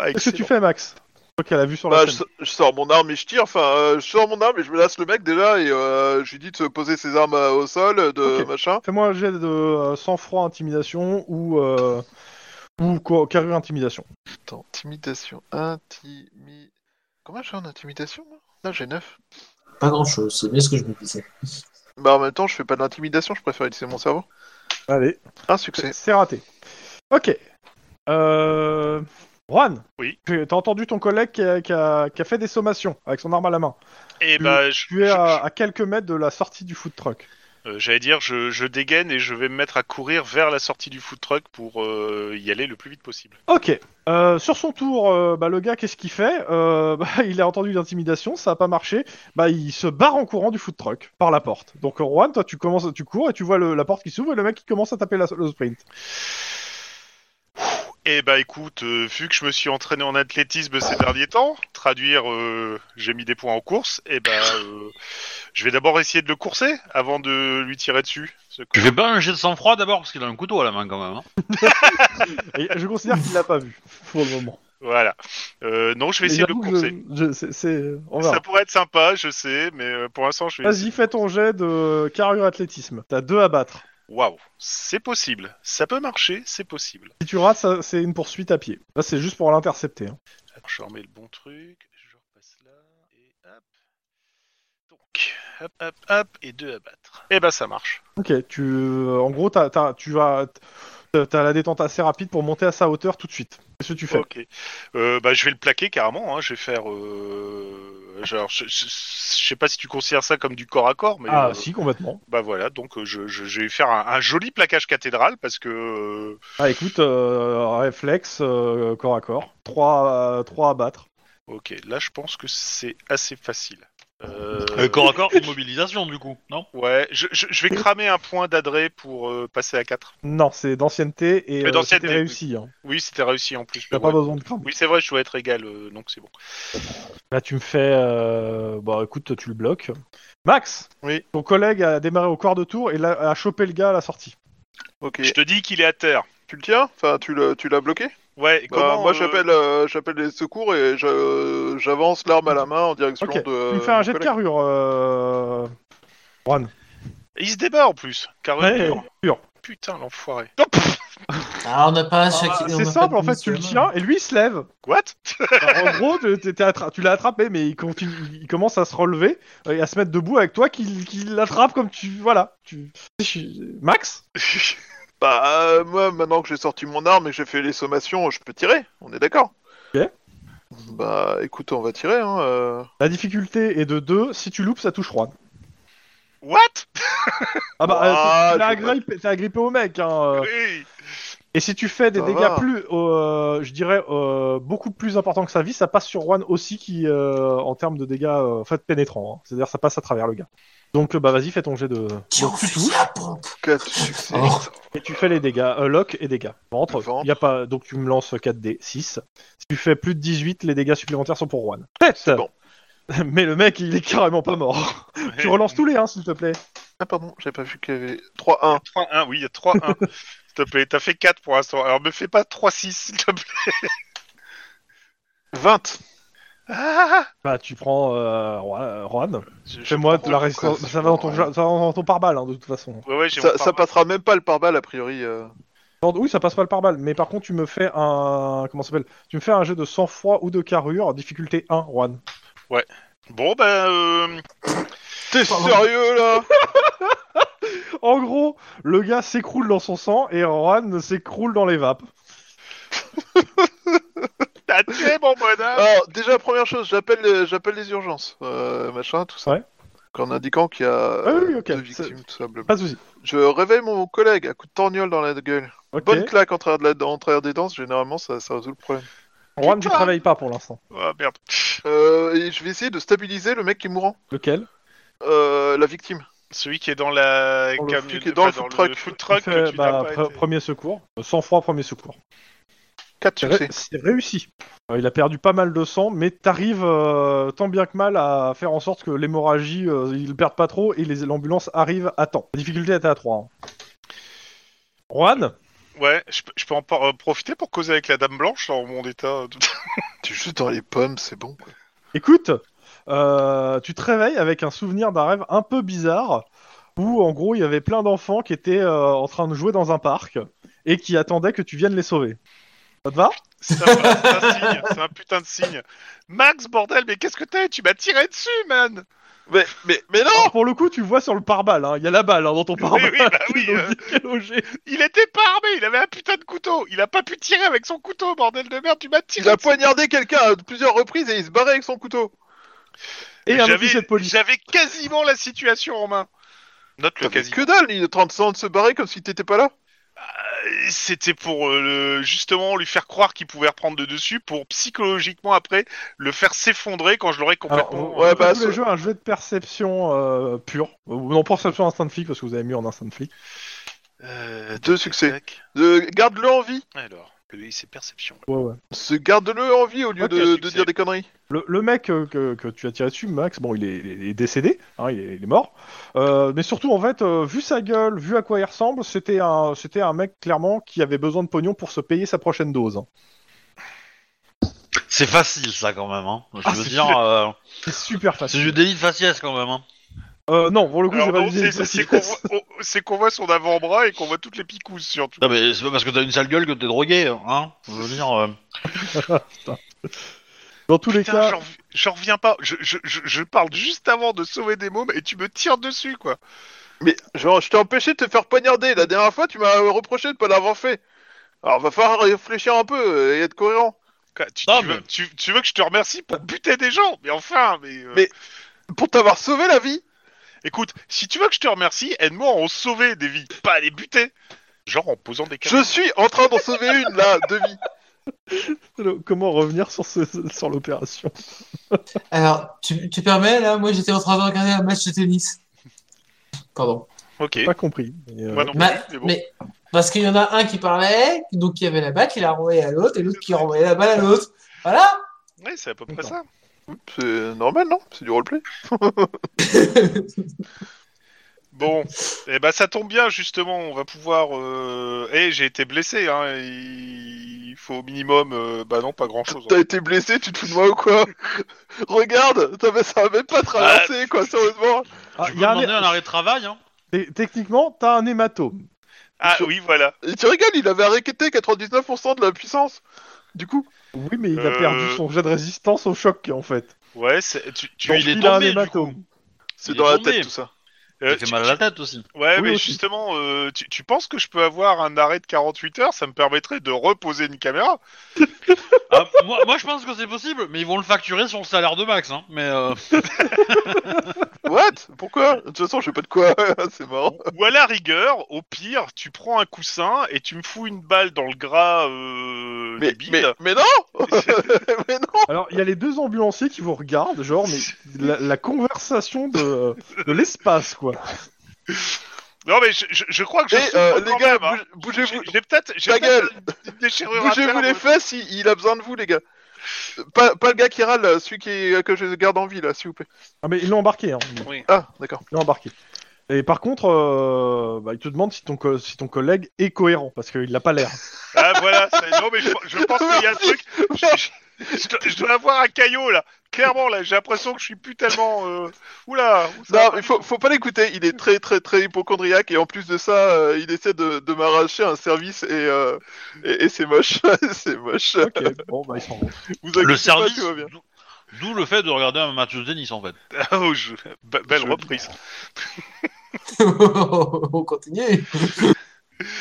Ah,
Qu'est-ce que tu
excellent.
fais Max Toi qui as la vue sur la
bah,
scène.
je, je sors mon arme et je tire, enfin, euh, je sors mon arme et je me lasse le mec déjà, et euh, je lui dis de se poser ses armes euh, au sol, euh, de
Ok.
machin.
Fais-moi un jet de euh, sang-froid, intimidation ou, euh, ou co- carrure intimidation.
Attends, intimidation, intimi... Comment j'ai en intimidation, moi Là, j'ai 9.
Pas grand chose, c'est bien ce que je me disais.
Bah en même temps, je fais pas de l'intimidation, je préfère utiliser mon cerveau.
Allez,
Un succès.
c'est raté. Ok. Euh... Juan
Oui.
tu- T'as entendu ton collègue qui a, qui a- qui a fait des sommations avec son arme à la main.
Eh bah, je,
Tu es
je-
à, à quelques mètres de la sortie du food truck.
Euh, J'allais dire, je, je dégaine et je vais me mettre à courir vers la sortie du food truck pour euh, y aller le plus vite possible.
Ok. Euh, sur son tour, euh, bah, le gars, qu'est-ce qu'il fait Euh, <laughs> bah, Il a entendu l'intimidation, ça a pas marché. Bah, il se barre en courant du food truck par la porte. Donc, euh, Juan, toi, tu commences, tu cours et tu vois le- la porte qui s'ouvre et le mec qui commence à taper la- le sprint.
Eh bah écoute, euh, vu que je me suis entraîné en athlétisme ces derniers temps, traduire, euh, j'ai mis des points en course, et bah euh, je vais d'abord essayer de le courser avant de lui tirer dessus. Ce
Tu fais pas un jet de sang-froid d'abord parce qu'il a un couteau à la main quand même. hein.
Et je considère qu'il l'a pas vu pour le moment.
Voilà. Euh, non, je vais
Mais
essayer de
j'avoue
le
que
courser.
je- je- c'est- c'est- on verra.
Ça pourrait être sympa, je sais, mais euh, pour l'instant, je vais.
Vas-y, fais ton jet de carrure athlétisme. T'as deux à battre.
Waouh, c'est possible. Ça peut marcher, c'est possible.
Si tu rates, ça- c'est une poursuite à pied. Là, c'est juste pour l'intercepter. hein.
Alors, je remets le bon truc, je repasse là, et hop. Donc, hop, hop, hop, et deux à battre. Et bah, ça marche.
Ok, tu, euh, en gros, t'as, t'as- tu vas, t'as- t'as la détente assez rapide pour monter à sa hauteur tout de suite. Qu'est-ce que tu fais
Ok. Euh, bah, je vais le plaquer carrément, hein. je vais faire. euh, Genre, je, je- je sais pas si tu considères ça comme du corps à corps, mais.
Ah,
euh,
si, complètement.
Bah voilà, donc euh, je, je- je vais faire un, un joli plaquage cathédrale parce que. euh,
Ah, écoute, euh, réflexe, euh, corps à corps. 3, à battre.
Ok, là, je pense que c'est assez facile. Euh,
Euh, corps à corps, immobilisation du coup, non
Ouais, je, je- je vais cramer un point d'adré pour euh, passer à 4.
Non, c'est d'ancienneté et
Mais
euh,
d'ancienneté,
c'était réussi. hein.
Oui, c'était réussi en plus.
T'as
mais
pas
ouais.
besoin de cramer.
Oui, c'est vrai, je dois être égal, euh, donc c'est bon.
Là, tu me fais. euh, Bah, écoute, tu le bloques. Max
Oui.
Ton collègue a démarré au quart de tour et l'a- a chopé le gars à la sortie.
Ok.
Je te dis qu'il est à terre.
Tu le tiens Enfin, tu l'as, tu l'as bloqué
Ouais,
Bah,
comment
Moi,
euh,
j'appelle, euh, j'appelle les secours et je- euh, j'avance l'arme à la main en direction
Ok,
de. euh,
tu me fais un
mon
jet de
collègue.
carrure, euh, Juan.
euh, Il se débat en plus, carrément.
Ouais, Oh, pur.
Putain, l'enfoiré.
Ah, on n'a pas chaque.
Ah, c'est simple, en fait, tu le tiens et lui il se lève.
What
Alors, en gros, tu- t'es- t'es attra- tu l'as attrapé, mais il, continue, il commence à se relever euh, et à se mettre debout avec toi, qu'il qu'il l'attrape comme tu. Voilà. Tu... Max
<laughs> Bah, euh, moi, maintenant que j'ai sorti mon arme et que j'ai fait les sommations, je peux tirer, on est d'accord
Ok.
Bah, écoute, on va tirer, hein. euh.
La difficulté est de 2. Si tu loupes, ça touche Juan.
What
Ah bah,
Ouah,
euh, t'es- t'es
je-
agrippé- t'es agrippé au mec. Hein, euh.
Oui.
Et si tu fais des
Ça
dégâts
va.
plus, euh, je dirais, euh, beaucoup plus importants que sa vie, ça passe sur Juan aussi, qui, euh, en termes de dégâts, euh, en fait, pénétrants. hein. C'est-à-dire, ça passe à travers le gars. Donc, euh, bah, vas-y, fais ton jet de.
Tiens,
tu touches.
fusil à pompe.
Quatre succès.
Oh.
Et tu fais les dégâts, euh, lock et dégâts. Ventre,
Ventre.
y a pas, donc tu me lances 4D, 6. Si tu fais plus de 18, les dégâts supplémentaires sont pour Juan. Tête
bon.
<laughs> Mais le mec, il est carrément pas mort. <laughs> tu relances tous les 1, s'il te plaît.
Ah, pardon, j'avais pas vu qu'il y avait 3-1.
3-1, oui, il y a
<laughs>
3-1. s'il te plaît, t'as fait 4 pour l'instant. Alors me fais pas 3-6, s'il te plaît.
20
Ah
Bah, tu prends euh, Juan- Juan.
Je- je
Fais-moi de
prends-
la
le
résistance.
coup,
Ça va dans ton,
ouais.
ja- ça va dans ton pare-balles, hein, de toute façon.
Ouais, ouais, j'ai
ça,
mon
ça
parma-
passera même pas le pare-balles, a priori. euh.
Non, oui, ça passe pas le pare-balles, mais par contre, tu me fais un. Comment ça s'appelle Tu me fais un jeu de sang-froid ou de carrure, difficulté 1, Juan.
Bon, bah... Euh...
T'es
Pardon.
sérieux, là
En gros, le gars s'écroule dans son sang et Juan s'écroule dans les vapes.
T'as tué mon
Ah.
bonhomme
<laughs> Alors, déjà, première chose, j'appelle euh, j'appelle les urgences, euh, machin, tout ça.
Ouais.
En indiquant qu'il y a
Ah oui,
euh,
ok,
deux
c'est-
victimes, tout ça, blablabla.
Pas de soucis.
Je réveille mon collègue à coup de torgnole dans la gueule.
Ok.
Bonne claque en travers, de la, en travers des dents, généralement, ça, ça résout le problème.
Juan, tu travailles pas pour l'instant.
Oh, merde.
Euh, et je vais essayer de stabiliser le mec qui est mourant.
Lequel
Euh, la victime.
Celui qui est dans la
Dans le
cam-
food- qui est dans le
enfin,
food
le
truck.
food truck
Fais,
que tu
bah,
n'as pas
pre-
été.
Premier secours. Euh, Sans froid, premier secours.
4
C'est ré-
succès.
c'est réussi. Euh, Il a perdu pas mal de sang, mais t'arrives euh, tant bien que mal à faire en sorte que l'hémorragie, euh, il perde pas trop et les- l'ambulance arrive à temps. La difficulté était à 3. hein. Juan
Ouais, je, peux- je peux en par- euh, profiter pour causer avec la dame blanche dans mon état.
T'es juste dans les pommes, c'est bon. quoi.
Écoute, euh, tu te réveilles avec un souvenir d'un rêve un peu bizarre où en gros il y avait plein d'enfants qui étaient euh, en train de jouer dans un parc et qui attendaient que tu viennes les sauver. Ça te va
C'est un, c'est un signe, c'est un putain de signe. Max, bordel, mais qu'est-ce que t'es Tu m'as tiré dessus, man
Mais, mais, mais non
Alors, Pour le coup, tu vois sur le pare-balles, hein, il y a la balle hein, dans ton
Oui,
pare-balles.
oui, bah oui.
Donc,
euh,
<laughs> il est logé.
il était pas armé, il avait un putain de couteau. Il a pas pu tirer avec son couteau, bordel de merde, tu m'as tiré
Il a
dessus.
poignardé quelqu'un à plusieurs reprises et il se barrait avec son couteau.
Et un
J'avais-
officier de police.
J'avais quasiment la situation en main. Note le
T'as fait
quasi.
que dalle, il a 30 ans de se barrer comme si t'étais pas là.
Euh, C'était pour euh, le- justement lui faire croire qu'il pouvait reprendre le dessus pour psychologiquement après le faire s'effondrer quand je l'aurais
Alors,
complètement. euh,
ouais,
ouais,
bah,
bah,
tous les
so-
jeux, un jeu de perception euh, pure. Ou non, perception instant de flic, parce que vous avez mis en instant de flic.
Euh,
Deux succès.
tac.
Euh, garde-le en vie.
Alors, lui, c'est perception.
Ouais, ouais.
Se garde-le en vie au lieu
Ok,
de, de
succès.
dire des conneries.
Le, le mec euh, que, que tu as tiré dessus, Max, bon, il est, il est décédé, hein, il, est, il est mort. Euh, mais surtout, en fait, euh, vu sa gueule, vu à quoi il ressemble, c'était un, c'était un mec clairement qui avait besoin de pognon pour se payer sa prochaine dose. hein.
C'est facile ça quand même. Hein. Je
Ah,
veux
c'est
dire,
sûr.
euh,
C'est super
c'est du
facile.
délit de faciès quand même. Hein.
Euh, non, pour le coup,
Alors
j'ai pas
non,
visé les
c'est c'est qu'on
faciès.
voit- on- c'est qu'on voit son avant-bras et qu'on voit toutes les picousses surtout.
Non, mais c'est pas parce que t'as une sale gueule que t'es drogué. Hein. Je veux dire, euh,
Dans tous les
Putain,
cas,
j'en- j'en reviens pas. Je, je- je- je parle juste avant de sauver des mômes et tu me tires dessus, quoi.
Mais genre, je t'ai empêché de te faire poignarder. La dernière fois, tu m'as reproché de pas l'avoir fait. Alors, va falloir réfléchir un peu euh, et être cohérent.
Quoi, tu,
Non,
tu
mais-
veux, tu- tu veux que je te remercie pour buter des gens Mais enfin, mais, euh,
Mais- Pour t'avoir sauvé la vie.
écoute, si tu veux que je te remercie, aide-moi à en sauver des vies, pas à les buter. Genre en posant des questions.
Je suis en train d'en sauver une, là, de vie.
le- comment revenir sur, ce, sur l'opération
Alors, tu, tu permets, là, moi j'étais en train de regarder un match de tennis. Pardon.
Ok.
Pas compris. mais, euh,
Moi non plus,
Ma-
mais bon.
Mais parce qu'il y en a un qui parlait, donc qui avait la balle, qui l'a renvoyée à l'autre, et l'autre qui renvoyait la balle à l'autre. Voilà. <laughs>
Ouais, c'est à peu près ça.
C'est normal, non C'est du roleplay.
Bon, eh ben ça tombe bien justement, on va pouvoir. euh, Eh, j'ai été blessé, hein. Il faut au minimum, euh, bah non, pas grand chose.
T'as été blessé, tu te fous de moi ou quoi Regarde, t'avais- ça avait même pas traversé, quoi, sérieusement.
ah,
tu peux
y a un-
demander un arrêt de travail. Hein.
Té- Techniquement, t'as un hématome.
Ah oui, voilà.
Et tu rigoles, il avait arrêté 99% de la puissance. Du coup,
Oui, mais il a
Euh.
perdu son jet de résistance au choc, en fait.
Ouais, c'est- tu, tu-
Donc,
il est-
est
a un
tombé, du
hématome.
c'est
Il
dans
est
la
tombé.
tête tout ça.
euh,
Ça fait
tu-
mal à la tête aussi.
Ouais,
Oui,
mais
aussi.
justement, euh, tu, tu penses que je peux avoir un arrêt de 48 heures Ça me permettrait de reposer une
<laughs>
caméra
Ah, moi, moi, je pense que c'est possible, mais ils vont le facturer sur le salaire de Max. Hein. Mais <laughs> euh,
What Pourquoi De toute façon, je sais pas de quoi, <laughs> c'est marrant.
Ou à la rigueur, au pire, tu prends un coussin et tu me fous une balle dans le gras euh,
Mais,
du bide.
mais, mais non Mais non
Alors, il y a les deux ambulanciers qui vous regardent, genre,
<laughs>
mais la, la conversation de, de l'espace, quoi.
Non, mais je, je- je crois que je
Et
souffre
euh, les
quand
gars,
même, hein.
bouge- bougez-vous.
J'ai j'ai peut-être j'ai
Ta
peut-être
gueule.
une petite déchirure à
Bougez-vous
faire,
les
moi.
fesses, il, il a besoin de vous, les gars. Pas, pas le gars qui râle, celui qui est- que je garde en vie, là, s'il vous plaît.
Ah, mais ils l'ont embarqué, hein.
Ah, d'accord.
Ils l'ont embarqué. Et par contre, euh, bah, il te demande si ton, co- si ton collègue est cohérent, parce qu'il n'a pas l'air.
Ah voilà, c'est- non mais je, je pense qu'il y a un truc. Je, je- je dois- je dois avoir un caillot là. Clairement là, j'ai l'impression que je suis plus tellement. euh, Oula. ça va
Non,
pas
il faut, faut pas l'écouter, il est très très très hypochondriaque et en plus de ça, euh, il essaie de, de m'arracher un service et, euh, et, et c'est moche. <laughs> c'est moche.
Ok,
<laughs>
bon, bah, ils sont
Vous
le
inquiétez pas,
service.
tout va bien.
d'où- D'où le fait de regarder un match de tennis en fait.
Ah, <laughs> oh, je- be- belle
Je-
reprise.
On continue.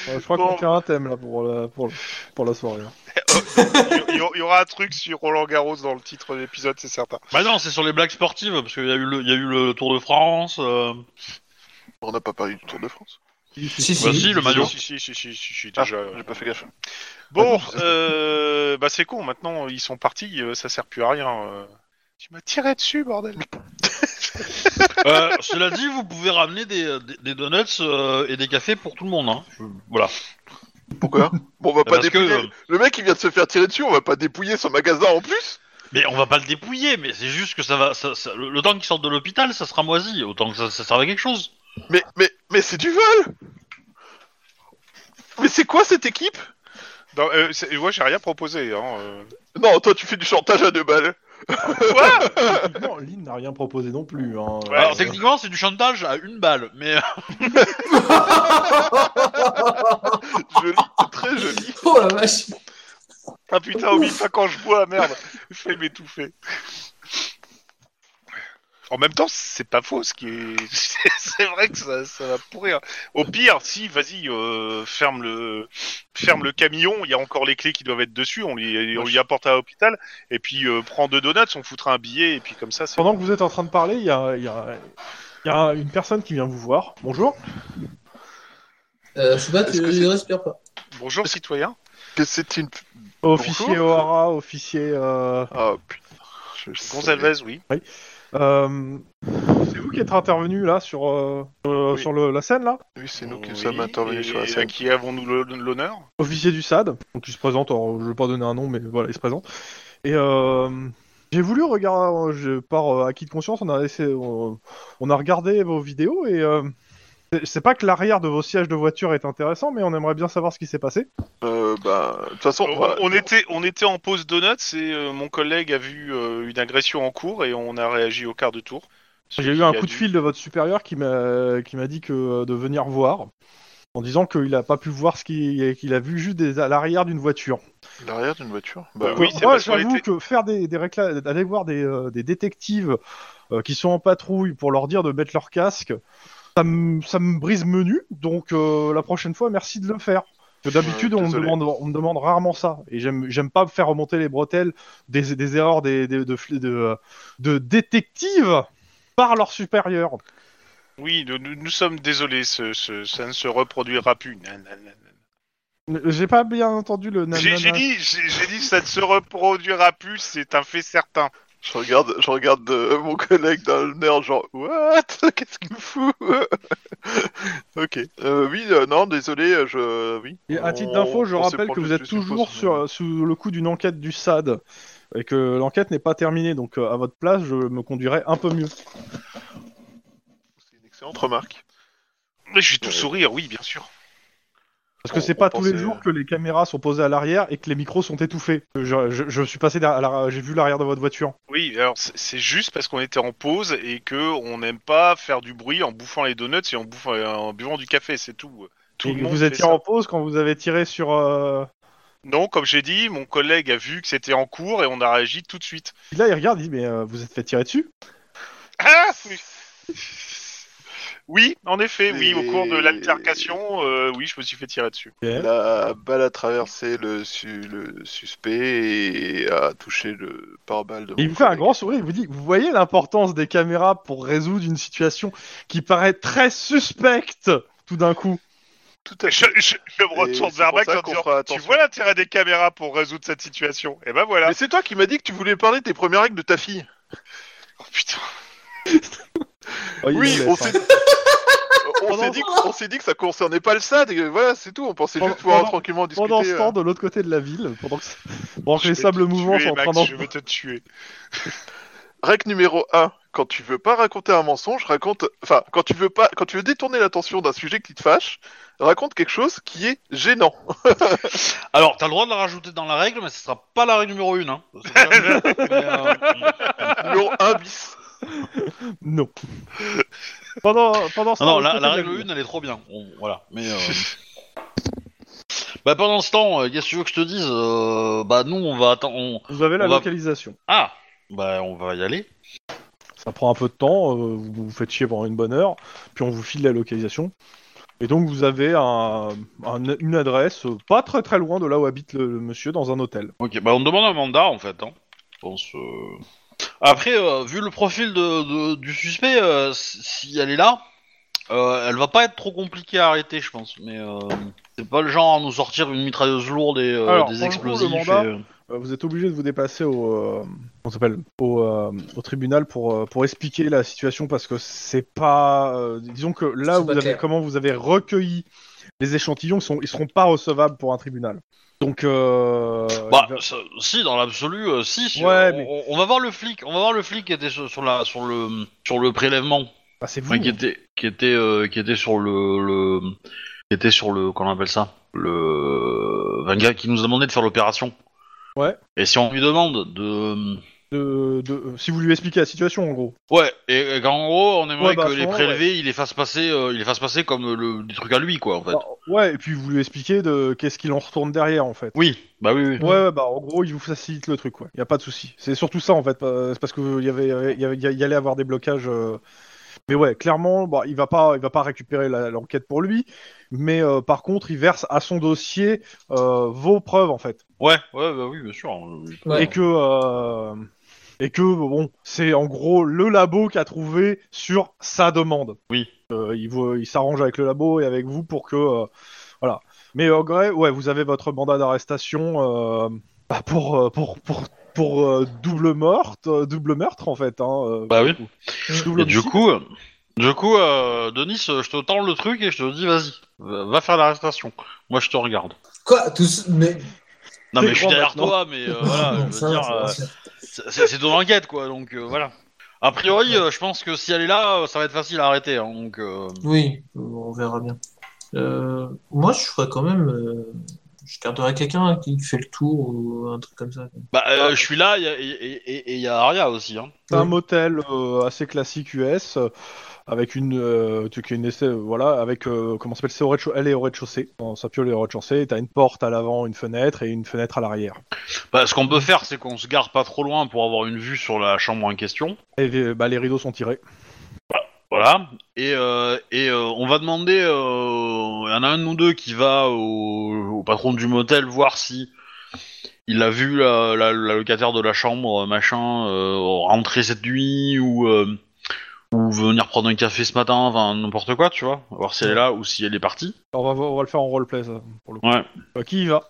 Je crois
Bon.
qu'on tient un thème, là, pour la, pour, le- pour la soirée. hein.
Il y, il y aura un truc sur Roland Garros dans le titre de l'épisode, c'est certain.
Bah non, c'est sur les blagues sportives parce qu'il y a eu le, il y a eu le Tour de France. <laughs> euh,
On n'a pas parlé du Tour de France.
Si,
Bah
si.
si, le maillot.
Si, si, si, si, si, si,
Ah,
déjà.
j'ai pas fait gaffe.
Bon, euh, bah c'est con. Maintenant, ils sont partis. euh, Ça sert plus à rien. euh. Tu m'as tiré dessus, bordel.
Euh, cela dit, vous pouvez ramener des, des, des donuts euh, et des cafés pour tout le monde. Hein. Je- Voilà.
Pourquoi Bon, on va pas
Parce que,
dépouiller.
euh,
Le mec, il vient de se faire tirer dessus, on va pas dépouiller son magasin en plus
mais on va pas le dépouiller, mais c'est juste que ça va. ça- ça- le, le temps qu'il sorte de l'hôpital, ça sera moisi. Autant que ça, ça serve à quelque chose.
Mais, mais, mais c'est du vol Mais c'est quoi cette équipe
Non, euh, c'est- moi, j'ai rien proposé. Hein. euh.
Non, toi, tu fais du chantage à deux balles.
Non, Lynn n'a rien proposé non plus. Hein.
Ouais,
Alors
Euh,
techniquement, c'est du chantage à une balle, mais euh,
Joli, très joli.
Oh la vache.
Ah putain, oublie pas quand je bois, merde. Je vais m'étouffer. En même temps, c'est pas faux, ce qui est. <laughs> c'est- C'est vrai que ça, ça va pourrir. Au pire, si, vas-y, euh, ferme le, ferme le camion. Il y a encore les clés qui doivent être dessus. On lui, on lui apporte à l'hôpital. Et puis, euh, prends deux donuts, on foutra un billet. Et puis comme ça, c'est.
Pendant que vous êtes en train de parler, il y a, il y a- Il y a une personne qui vient vous voir. Bonjour.
Euh, je sais pas,
Est-ce
tu
que c'est-
ne respires pas.
Bonjour, citoyen.
Que c'est une.
Officier O'Hara, officier. euh,
Ah putain. Je sais.
Gonzalez, oui.
euh, C'est vous qui êtes intervenu là sur, euh, euh,
Oui.
sur le- la scène là
Oui, c'est nous qui
Oui,
sommes intervenus sur la
et
scène.
À qui avons-nous le- l'honneur
Officier du SAD. Donc il se présente, alors, je vais pas donner un nom, mais voilà, il se présente. Et euh, j'ai voulu regarder, euh, je- par euh, acquis de conscience, on a, laissé, on, on a regardé vos vidéos et. euh, c'est- c'est pas que l'arrière de vos sièges de voiture est intéressant, mais on aimerait bien savoir ce qui s'est passé.
Euh, bah, de toute façon,
On,
voilà.
on était, on était en pause donuts et euh, mon collègue a vu euh, une agression en cours et on a réagi au quart de tour.
J'ai eu un
Il a
coup de
dû-
fil de votre supérieur qui m'a qui m'a dit que euh, de venir voir en disant qu'il a pas pu voir ce qu'il qu'il a vu juste des, à l'arrière d'une voiture.
L'arrière d'une voiture Bah,
oh. Euh, Oui, c'est
Moi,
parce qu'on
j'avoue
était-
que faire des, des récla- aller voir des, euh, des détectives euh, qui sont en patrouille pour leur dire de mettre leur casque, ça me ça me brise menu. Donc euh, la prochaine fois, merci de le faire. Parce que D'habitude,
Ouais,
on, me
désolé.
demande- on me demande rarement ça. Et j'aime j'aime pas faire remonter les bretelles des, des erreurs des, des- de, fl- de, euh, de détectives par leur supérieur.
Oui, nous, nous- nous sommes désolés, ce, ce- ça ne se reproduira plus. Nanana.
J'ai pas bien entendu le nanana.
J'ai j'ai dit, j'ai j'ai dit, ça ne se reproduira plus, c'est un fait certain.
Je regarde, je regarde euh, mon collègue dans le nerf, genre, What <laughs> Qu'est-ce qu'il me fout Ok. Euh, oui, euh, non, désolé, euh, je. Oui.
Et à titre
On-
d'info, je
Oh,
on s'est
rappelle que
penché
vous êtes
dessus,
toujours
je
sur,
suppose,
sous le coup d'une enquête du SAD et que l'enquête n'est pas terminée, donc euh, à votre place, je me conduirais un peu mieux.
mais- C'est une excellente remarque.
Mais je vais tout
Ouais.
sourire, oui, bien sûr.
Parce que
On-
c'est
on
pas tous les
pensait-
euh.
jours que les caméras sont posées à l'arrière et que les micros sont étouffés. Je, je- je suis passé derrière- à l'arrière- j'ai vu l'arrière de votre voiture.
Oui, alors c'est- c'est juste parce qu'on était en pause et que on n'aime pas faire du bruit en bouffant les donuts et en, bouffant, euh, en buvant du café, c'est tout. Tout
Et
le
que
monde
vous
fait
étiez
ça.
en pause quand vous avez tiré sur. euh,
Non, comme j'ai dit, mon collègue a vu que c'était en cours et on a réagi tout de suite.
Là, il regarde, il dit mais euh, vous êtes fait tirer dessus.
Ah oui. Oui, en effet, oui, au cours de
Et-
l'altercation, euh, oui, je me suis fait tirer dessus.
La balle a traversé le, su- le suspect et a touché le pare-balles de
Et il
mon
vous fait un
collègue.
grand sourire, il vous dit Vous voyez l'importance des caméras pour résoudre une situation qui paraît très suspecte tout d'un coup
Tout à
Je,
fait.
je- je me
Et
retourne
c'est
vers
pour
Max
ça
en
qu'on
disant
fera
Tu
attention.
vois l'intérêt des caméras pour résoudre cette situation Et ben voilà
Mais c'est toi qui m'as dit que tu voulais parler de tes premiers règles de ta fille.
Oh, putain
Oh, il
Oui,
vous laisse,
on
hein.
s'est
<laughs>
on s'est dit, que- on s'est dit que ça concernait pas le SAD, et voilà, c'est tout. On pensait
Pendant-
juste pouvoir
pendant-
tranquillement discuter.
Pendant ce
euh.
temps, de l'autre côté de la ville, pendant que, <laughs> pendant que
Je
les
vais
sables
te
mouvants
tuer,
sont en train
Max,
d'en-
Je vais te tuer.
Règle numéro 1. Quand tu veux pas raconter un mensonge, raconte. Enfin, quand tu veux pas, quand tu veux détourner l'attention d'un sujet qui te fâche, raconte quelque chose qui est gênant.
Alors, t'as le droit de la rajouter dans la règle, mais ce sera pas la règle numéro 1. Hein. C'est quand même- mais, euh,
numéro 1 bis.
<laughs> Non. pendant, pendant ce
Ah Non,
temps,
non,
de l'autre
la, la
côté de
règle
ville.
1, elle est trop bien. On- voilà. Mais, <laughs> euh, bah, pendant ce temps, euh, qu'est-ce que tu veux que je te dise Euh, Bah, nous, on va attendre. on-
Vous avez la
on va-
localisation.
Ah Bah, on va y aller.
Ça prend un peu de temps, euh, vous vous faites chier pendant une bonne heure, puis on vous file la localisation. Et donc vous avez un- un- une adresse euh, pas très très loin de là où habite le, le monsieur dans un hôtel.
Ok, bah, on demande un mandat, en fait. Hein. Je pense. euh. Après, euh, vu le profil de, de- du suspect, euh, si si elle est là, euh, elle va pas être trop compliquée à arrêter, je pense. Mais euh, c'est pas le genre à nous sortir une mitrailleuse lourde et euh,
Alors,
des
pour le coup, le
explosifs.
mandat,
et, euh,
Euh, vous êtes obligé de vous déplacer au, euh, on s'appelle, au, euh, au tribunal pour, euh, pour expliquer la situation parce que c'est pas, euh, disons que là
C'est
où vous
pas
avez
clair.
comment vous avez recueilli les échantillons, ils sont ils seront pas recevables pour un tribunal. Donc euh,
Bah,
il va-
ça- si, dans l'absolu, euh, si. si,
Ouais,
on,
mais-
on- on va voir le flic. On va voir le flic qui était sur, sur la, sur le, sur le prélèvement,
bah, c'est vous.
Enfin, qui était, qui était, euh, qui était sur le, le- qui était sur le, qu'on appelle ça, le, un gars qui nous a demandé de faire l'opération.
Ouais.
Et si on lui demande de,
de- de- euh, si vous lui expliquez la situation en gros.
ouais, et, et qu'en gros, on aimerait
Ouais, bah, à
que
ce
les
moment,
prélevés, il les fasse passer, euh, il les fasse passer comme le, des trucs à lui, quoi, en fait.
Bah, ouais, et puis vous lui expliquez de qu'est-ce qu'il en retourne derrière en fait.
Oui, bah oui, oui.
Ouais, ouais, bah en gros, il vous facilite le truc, quoi. Il y a pas de souci. C'est surtout ça en fait, euh, c'est parce que il y avait, il y, avait- il y allait avoir des blocages. euh. Mais ouais, clairement, bah, il va pas, il va pas récupérer la- l'enquête pour lui. Mais euh, par contre, il verse à son dossier euh, vos preuves en fait,
Ouais, ouais, bah oui, bien sûr. Euh,
Ouais.
et que euh, et que bon, c'est en gros le labo qui a trouvé sur sa demande.
Oui.
Euh, il vous- il s'arrange avec le labo et avec vous pour que euh, voilà. Mais en vrai, ouais, vous avez votre mandat d'arrestation euh, bah, pour euh, pour pour pour euh, double morte, euh, double meurtre en fait. Hein, euh,
Bah oui.
double
Et du
homicide.
coup, euh, du coup, euh, Denis, euh, je te tends le truc et je te dis, vas-y, va va faire l'arrestation. Moi, je te regarde.
Quoi Tous Mais.
Non,
T'es
mais je suis
grand
derrière
maintenant.
toi, mais euh,
<laughs>
voilà,
Non,
je
ça
veux
va,
dire,
ça va,
euh,
ça va.
c'est c'est ton enquête, quoi, donc euh, voilà. A priori, euh, je pense que si elle est là, euh, ça va être facile à arrêter, hein, donc... euh,
Oui, on verra bien. Euh, moi, je ferais quand même. euh, je garderais quelqu'un qui fait le tour ou un truc comme ça.
Bah, euh, je suis là, y a- et il et, et y a Aria aussi, hein.
C'est un motel euh, assez classique US euh, avec une euh, tu- qui est une essai- euh, voilà avec euh, comment ça s'appelle c'est au rez-de-chaussée elle est au rez-de-chaussée Bon, sa piole est au rez-de-chaussée et t'as une porte à l'avant une fenêtre et une fenêtre à l'arrière
Bah, ce qu'on peut faire, c'est qu'on se garde pas trop loin pour avoir une vue sur la chambre en question,
et les, bah, les rideaux sont tirés
voilà, et, euh, et euh, on va demander, euh, il y en a un de nous deux qui va au, au patron du motel voir si il a vu la, la- la locataire de la chambre, euh, machin, euh, rentrer cette nuit, ou... euh, ou venir prendre un café ce matin, enfin n'importe quoi, tu vois, voir si elle est là ou si elle est partie.
Alors, on va voir- on va le faire en roleplay ça, pour le coup
Ouais.
Euh, qui y va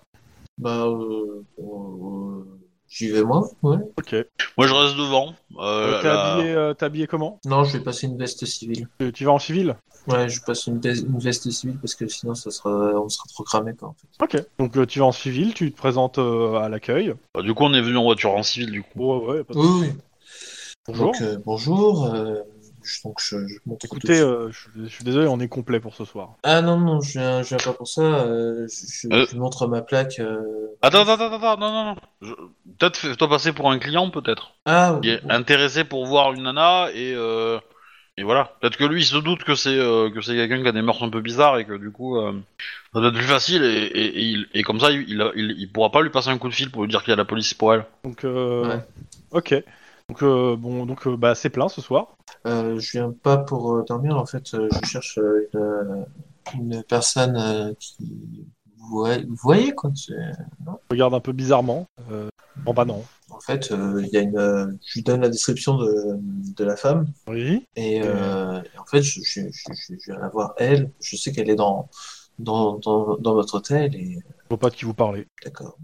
Bah, euh, euh, j'y vais moi, ouais.
ok Euh,
Moi je reste devant. euh,
t'es
la-
habillé euh, t'es habillé comment
Non, je vais passer une veste civile.
tu, tu vas en civil
Ouais, je passe une, veste- une veste civile parce que sinon, ça sera, on sera trop cramé, quoi, en fait.
ok donc euh, tu vas en civil tu te présentes euh, à l'accueil
Bah, du coup, on est venu en voiture en civil, du coup.
ouais ouais pas de-
Oui, oui.
bonjour
Donc, euh, bonjour. euh, je- donc, je, je montre tout de
écoutez
suite.
euh, je je suis désolé on est complet pour ce soir
Ah non, non, je viens, je viens pas pour ça. euh, je, je-
Euh.
je lui montre ma plaque. euh,
Attends, attends, attends, attends, non, non, non. Je- Peut-être fais-toi passer pour un client, peut-être.
Ah,
Il est intéressé pour voir une nana et euh, et voilà. Peut-être que lui, il se doute que c'est euh, que c'est quelqu'un qui a des mœurs un peu bizarres et que du coup, euh, ça doit être plus facile et, et, et il- et comme ça, il, il, a- il, il pourra pas lui passer un coup de fil pour lui dire qu'il y a la police pour elle.
donc euh,
Ouais.
ok donc euh, bon donc euh, bah c'est plein ce soir
Euh, je viens pas pour euh, dormir, en fait, euh, je cherche euh, une, euh, une personne euh, qui. Vous voyez, vous voyez, quoi. c'est-
regarde un peu bizarrement. Euh, bon bah non.
En fait, euh, il y a une, euh, je lui donne la description de, de la femme,
Oui.
et euh, et en fait, je, je, je, je- je viens la voir elle. Je sais qu'elle est dans, dans, dans, dans votre hôtel, et
Je vois pas de qui vous parlez.
d'accord.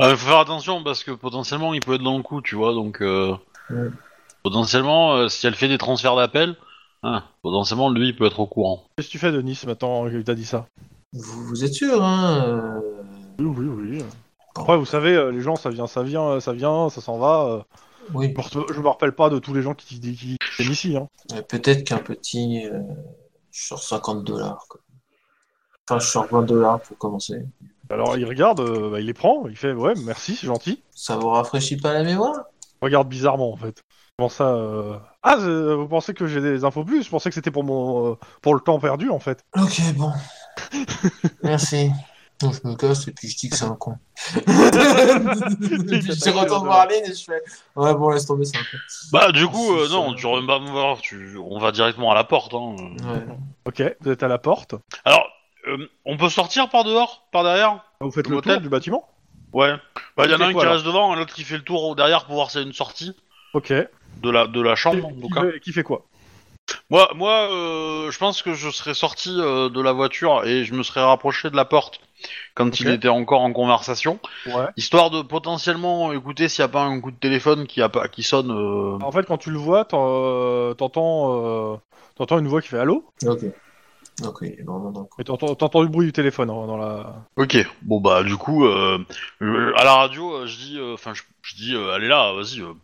Euh, faut faire attention parce que potentiellement, il peut être dans le coup, tu vois. Donc euh,
Ouais.
potentiellement, euh, si elle fait des transferts d'appel, hein, potentiellement, lui, il peut être au courant.
Qu'est-ce que tu fais, Denis, maintenant qu'il t'a dit ça
Vous, vous êtes sûr, hein euh,
Oui, oui, oui. Après, vous savez, euh, les gens, ça vient, ça vient, euh, ça vient, ça s'en va. euh.
Oui.
Je me re- je me rappelle pas de tous les gens qui, qui, qui qui viennent ici. Hein.
Euh, Peut-être qu'un petit euh, sur 50 dollars. quoi. Enfin, sur 20 dollars pour commencer.
Alors, il regarde, euh, bah, il les prend, il fait ouais, merci, c'est gentil.
Ça vous rafraîchit pas la mémoire
Il Regarde bizarrement en fait. Comment ça euh, Ah, euh, vous pensez que j'ai des infos plus Je pensais que c'était pour mon, euh, pour le temps perdu en fait.
Ok, bon. Merci. Donc je me casse et puis je dis que c'est
<laughs>
un con. et puis je retourne voir Aline et je fais Ouais, bon, laisse tomber, c'est un con.
Bah du coup euh,
C'est
non,
ça.
tu vas pas me voir, tu... on va directement à la porte. hein.
Ouais.
Ok, vous êtes à la porte.
Alors, euh, on peut sortir par dehors, par derrière
Vous faites
Le
le,
motel
tour du bâtiment.
Ouais. Bah il y en a
Ok,
un qui
quoi, alors
reste devant, l'autre qui fait le tour au derrière pour voir s'il y a une sortie
Ok.
de la de la chambre. en
Qui-
tout
qui
cas.
fait- qui fait quoi
Moi moi euh, je pense que je serais sorti euh, de la voiture et je me serais rapproché de la porte quand il
Ok.
était encore en conversation,
Ouais.
histoire de potentiellement écouter s'il y a pas un coup de téléphone qui a pas qui sonne. euh.
En fait, quand tu le vois, t'en- euh, t'entends euh, t'entends une voix qui fait allô,
Ok. Donc oui, il est vraiment dans le
mais t'entends t'entends le bruit du téléphone hein, dans la.
Ok, bon bah du coup, euh, euh, à la radio, euh, je dis, euh, enfin je, je dis, euh, allez là, vas-y, euh,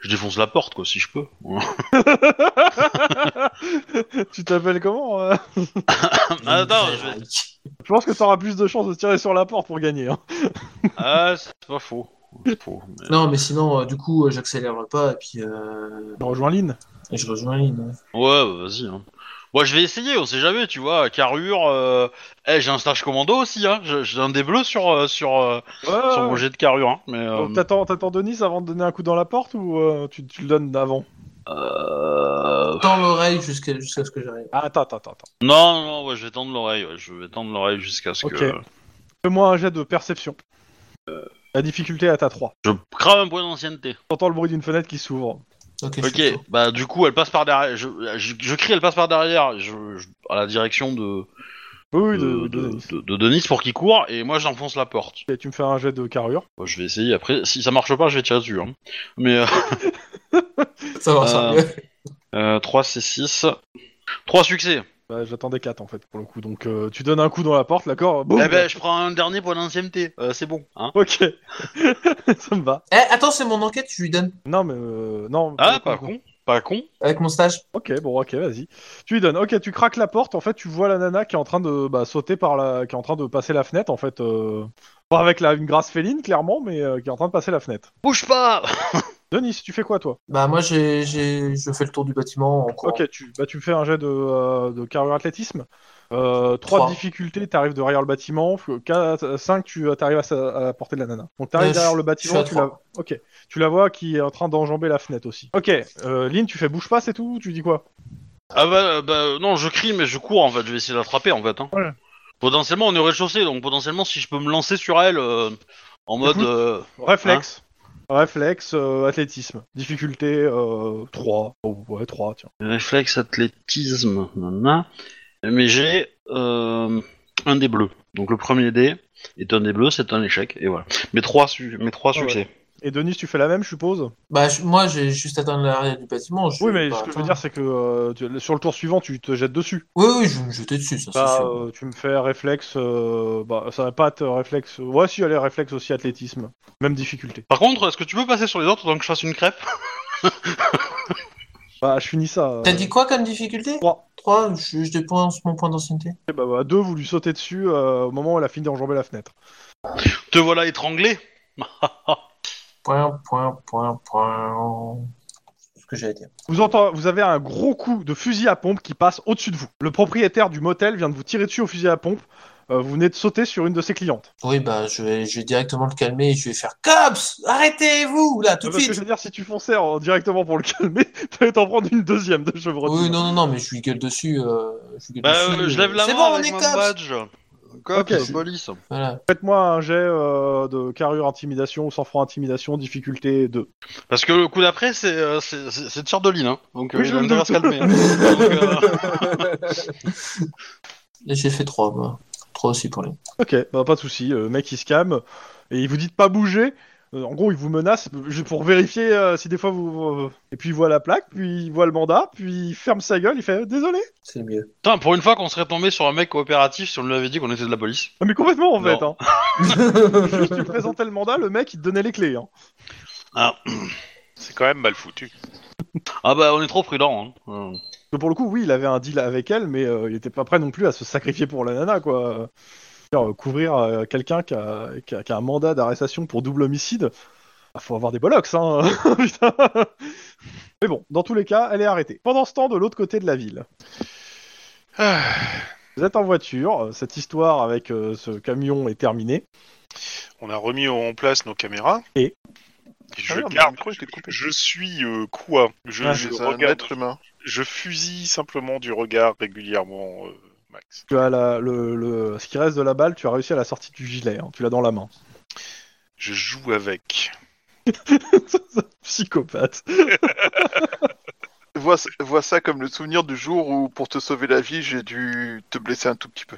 je défonce la porte quoi si je peux.
<laughs>
<laughs>
tu t'appelles comment euh
Ah, attends, je vais-
Mike.
Je pense que t'auras plus de chances de tirer sur la porte pour gagner. hein.
Ah c'est pas faux. C'est faux, mais-
Non, mais sinon, euh, du coup, euh, j'accélère pas et puis euh,
Tu rejoins Lynn.
et je rejoins Aline.
Ouais, bah, vas-y. Hein. Moi je vais essayer, on sait jamais, tu vois. Carrure, euh... eh, j'ai un stage commando aussi, hein. je- J'ai un des bleus sur euh, sur euh,
Ah
sur mon jet de carrure, hein. Mais euh,
Donc, T'attends t'attends Denis avant de donner un coup dans la porte ou euh, tu, tu le donnes avant
euh,
Dans l'oreille jusqu'à jusqu'à ce que j'arrive.
Ah, Attends, attends, attends. attends.
non, non, ouais, je vais tendre l'oreille, ouais, je vais tendre l'oreille jusqu'à ce
Ok.
que.
Fais-moi un jet de perception. Euh, La difficulté est à 3.
Je crame un point d'ancienneté.
T'entends le bruit d'une fenêtre qui s'ouvre.
Ok, je
Ok,
suis chaud.
bah du coup elle passe par derrière. Je, je- je crie, elle passe par derrière, je, je- à la direction de,
Oui,
de,
Euh, de,
de,
de-
de- de Denis pour qu'il court, et moi j'enfonce la porte.
Et Tu me fais un jet de carrure.
Bon, je vais essayer après. Si ça marche pas, je vais tirer dessus. hein. Mais euh,
Ça va, ça va.
euh, 3 c'est 6. 3 succès.
Bah, J'attendais 4 en fait pour le coup. Donc euh, tu donnes un coup dans la porte, d'accord Boum
Eh ben je prends un dernier point d'ancienneté, Euh, c'est bon. Hein
Ok. <laughs> Ça me va.
<laughs> Eh, attends, c'est mon enquête, je lui donne.
Non, mais. euh, non,
ah,
pour
pas
le coup,
con, pas con.
Avec mon stage.
Ok, bon, ok, vas-y. Tu lui donnes. Ok, tu craques la porte. En fait, tu vois la nana qui est en train de bah, sauter par la, qui est en train de passer la fenêtre. En fait, euh, pas avec la, une grâce féline clairement, mais euh, qui est en train de passer la fenêtre.
Bouge pas
Denis, tu fais quoi toi
Bah, moi, j'ai, j'ai, je fais le tour du bâtiment en courant.
Ok, tu, bah, tu me fais un jet de, euh, de carrure athlétisme. Euh, trois,
Trois.
difficultés, t'arrives derrière le bâtiment. 5, tu arrives à, sa- à la portée de la nana. Donc t'arrives
Euh, je-
derrière le
je suis
bâtiment,
à
tu la,
trois.
ok, tu la vois qui est en train d'enjamber la fenêtre aussi. Ok, euh, Lynn, tu fais bouge pas, c'est tout ou Tu dis quoi
Ah bah, euh, bah, euh, non, je crie mais je cours en fait, je vais essayer d'attraper en fait. hein.
Voilà.
Potentiellement on est au rez-de-chaussée, donc potentiellement si je peux me lancer sur elle euh, en mode...
Écoute.
euh,
Réflexe.
Hein
Réflexe, euh, athlétisme. Difficulté euh, 3. Oh, ouais, 3, tiens.
Réflexe, athlétisme, nanana. Mais j'ai euh, un des bleus. Donc le premier dé est un des bleus, c'est un échec, et voilà. Mes trois, su- mes trois
Ah ouais.
succès.
Et Denis, tu fais la même, je suppose
Bah, je- moi, j'ai juste atteint l'arrière du bâtiment. je
Oui,
vais
mais
pas
ce que je veux
atteindre.
dire, c'est que euh, tu- sur le tour suivant, tu te jettes dessus.
Oui, oui, je vais me jeter dessus, ça, c'est
Bah,
sûr.
euh, tu me fais réflexe. euh, bah, ça va pas être réflexe. Ouais, si, allez, réflexe aussi, athlétisme. Même difficulté.
Par contre, est-ce que tu peux passer sur les autres tant que je fasse une crêpe <laughs>
Bah, je finis ça. euh.
T'as dit quoi comme difficulté
Trois.
3, je, je dépense mon point d'ancienneté.
Et Bah, bah, deux, vous lui sautez dessus euh, au moment où elle a fini d'enjamber la fenêtre.
Te voilà étranglé
Point, point, point, point. C'est ce que j'allais dire.
Vous, entend- vous avez un gros coup de fusil à pompe qui passe au-dessus de vous. Le propriétaire du motel vient de vous tirer dessus au fusil à pompe. Euh, vous venez de sauter sur une de ses clientes.
Oui, bah, je vais, je vais directement le calmer et je vais faire Cops Arrêtez-vous Là, tout de
Parce que je
suite
veux dire, si tu fonçais en- directement pour le calmer, <laughs> t'allais t'en prendre une deuxième de chevrotine.
Oui, non, non, non, mais je lui gueule dessus. euh, je lui gueule
Bah,
dessus,
euh, je
euh,
lève la
C'est
main
bon, on
avec
est
mon
cops
badge. Cops,
Ok.
police.
Voilà.
Faites-moi un jet euh, de carrure intimidation ou sans franc intimidation, difficulté 2.
Parce que le coup d'après, c'est euh, c'est- c'est- c'est tir de ligne, hein. donc euh,
Oui,
il
je
a
me
intérêt à se calmer.
<laughs>
hein. Donc, euh,
Et J'ai fait 3, moi. 3 aussi pour lui.
Ok, bah, pas de souci. euh, mec, il se calme et il vous dit de pas bouger. Euh, en gros, il vous menace juste pour vérifier euh, si des fois vous. Et puis il voit la plaque, puis il voit le mandat, puis il ferme sa gueule, il fait désolé.
C'est le mieux.
Putain, pour une fois qu'on serait tombé sur un mec coopératif si on lui avait dit qu'on était de la police.
Ah, mais complètement en
Non.
fait. Hein. Juste, tu présentais le mandat, le mec il te donnait les clés. Hein.
C'est quand même mal foutu.
Ah bah, on est trop prudent. Hein. Euh,
Que pour le coup, oui, il avait un deal avec elle, mais euh, il était pas prêt non plus à se sacrifier pour la nana, quoi. C'est-à-dire, euh, couvrir euh, quelqu'un qui a, qui a- qui a un mandat d'arrestation pour double homicide, bah, faut avoir des bollocks, hein. <laughs> Putain. Mais bon, dans tous les cas, elle est arrêtée. Pendant ce temps, de l'autre côté de la ville,
Ah,
vous êtes en voiture. euh, Cette histoire avec euh, ce camion est terminée.
On a remis en place nos caméras.
Et
je
Ah merde,
garde.
le micro, il était coupé.
Je suis euh, quoi Je,
Ah,
je
C'est un
regarde.
être humain.
Je fusille simplement du regard régulièrement euh, Max.
Tu as la- le, le- ce qui reste de la balle. Tu as réussi à la sortie du gilet. hein, Tu l'as dans la main.
Je joue avec.
Psychopathe.
Vois, vois ça comme le souvenir du jour où, pour te sauver la vie, j'ai dû te blesser un tout petit peu.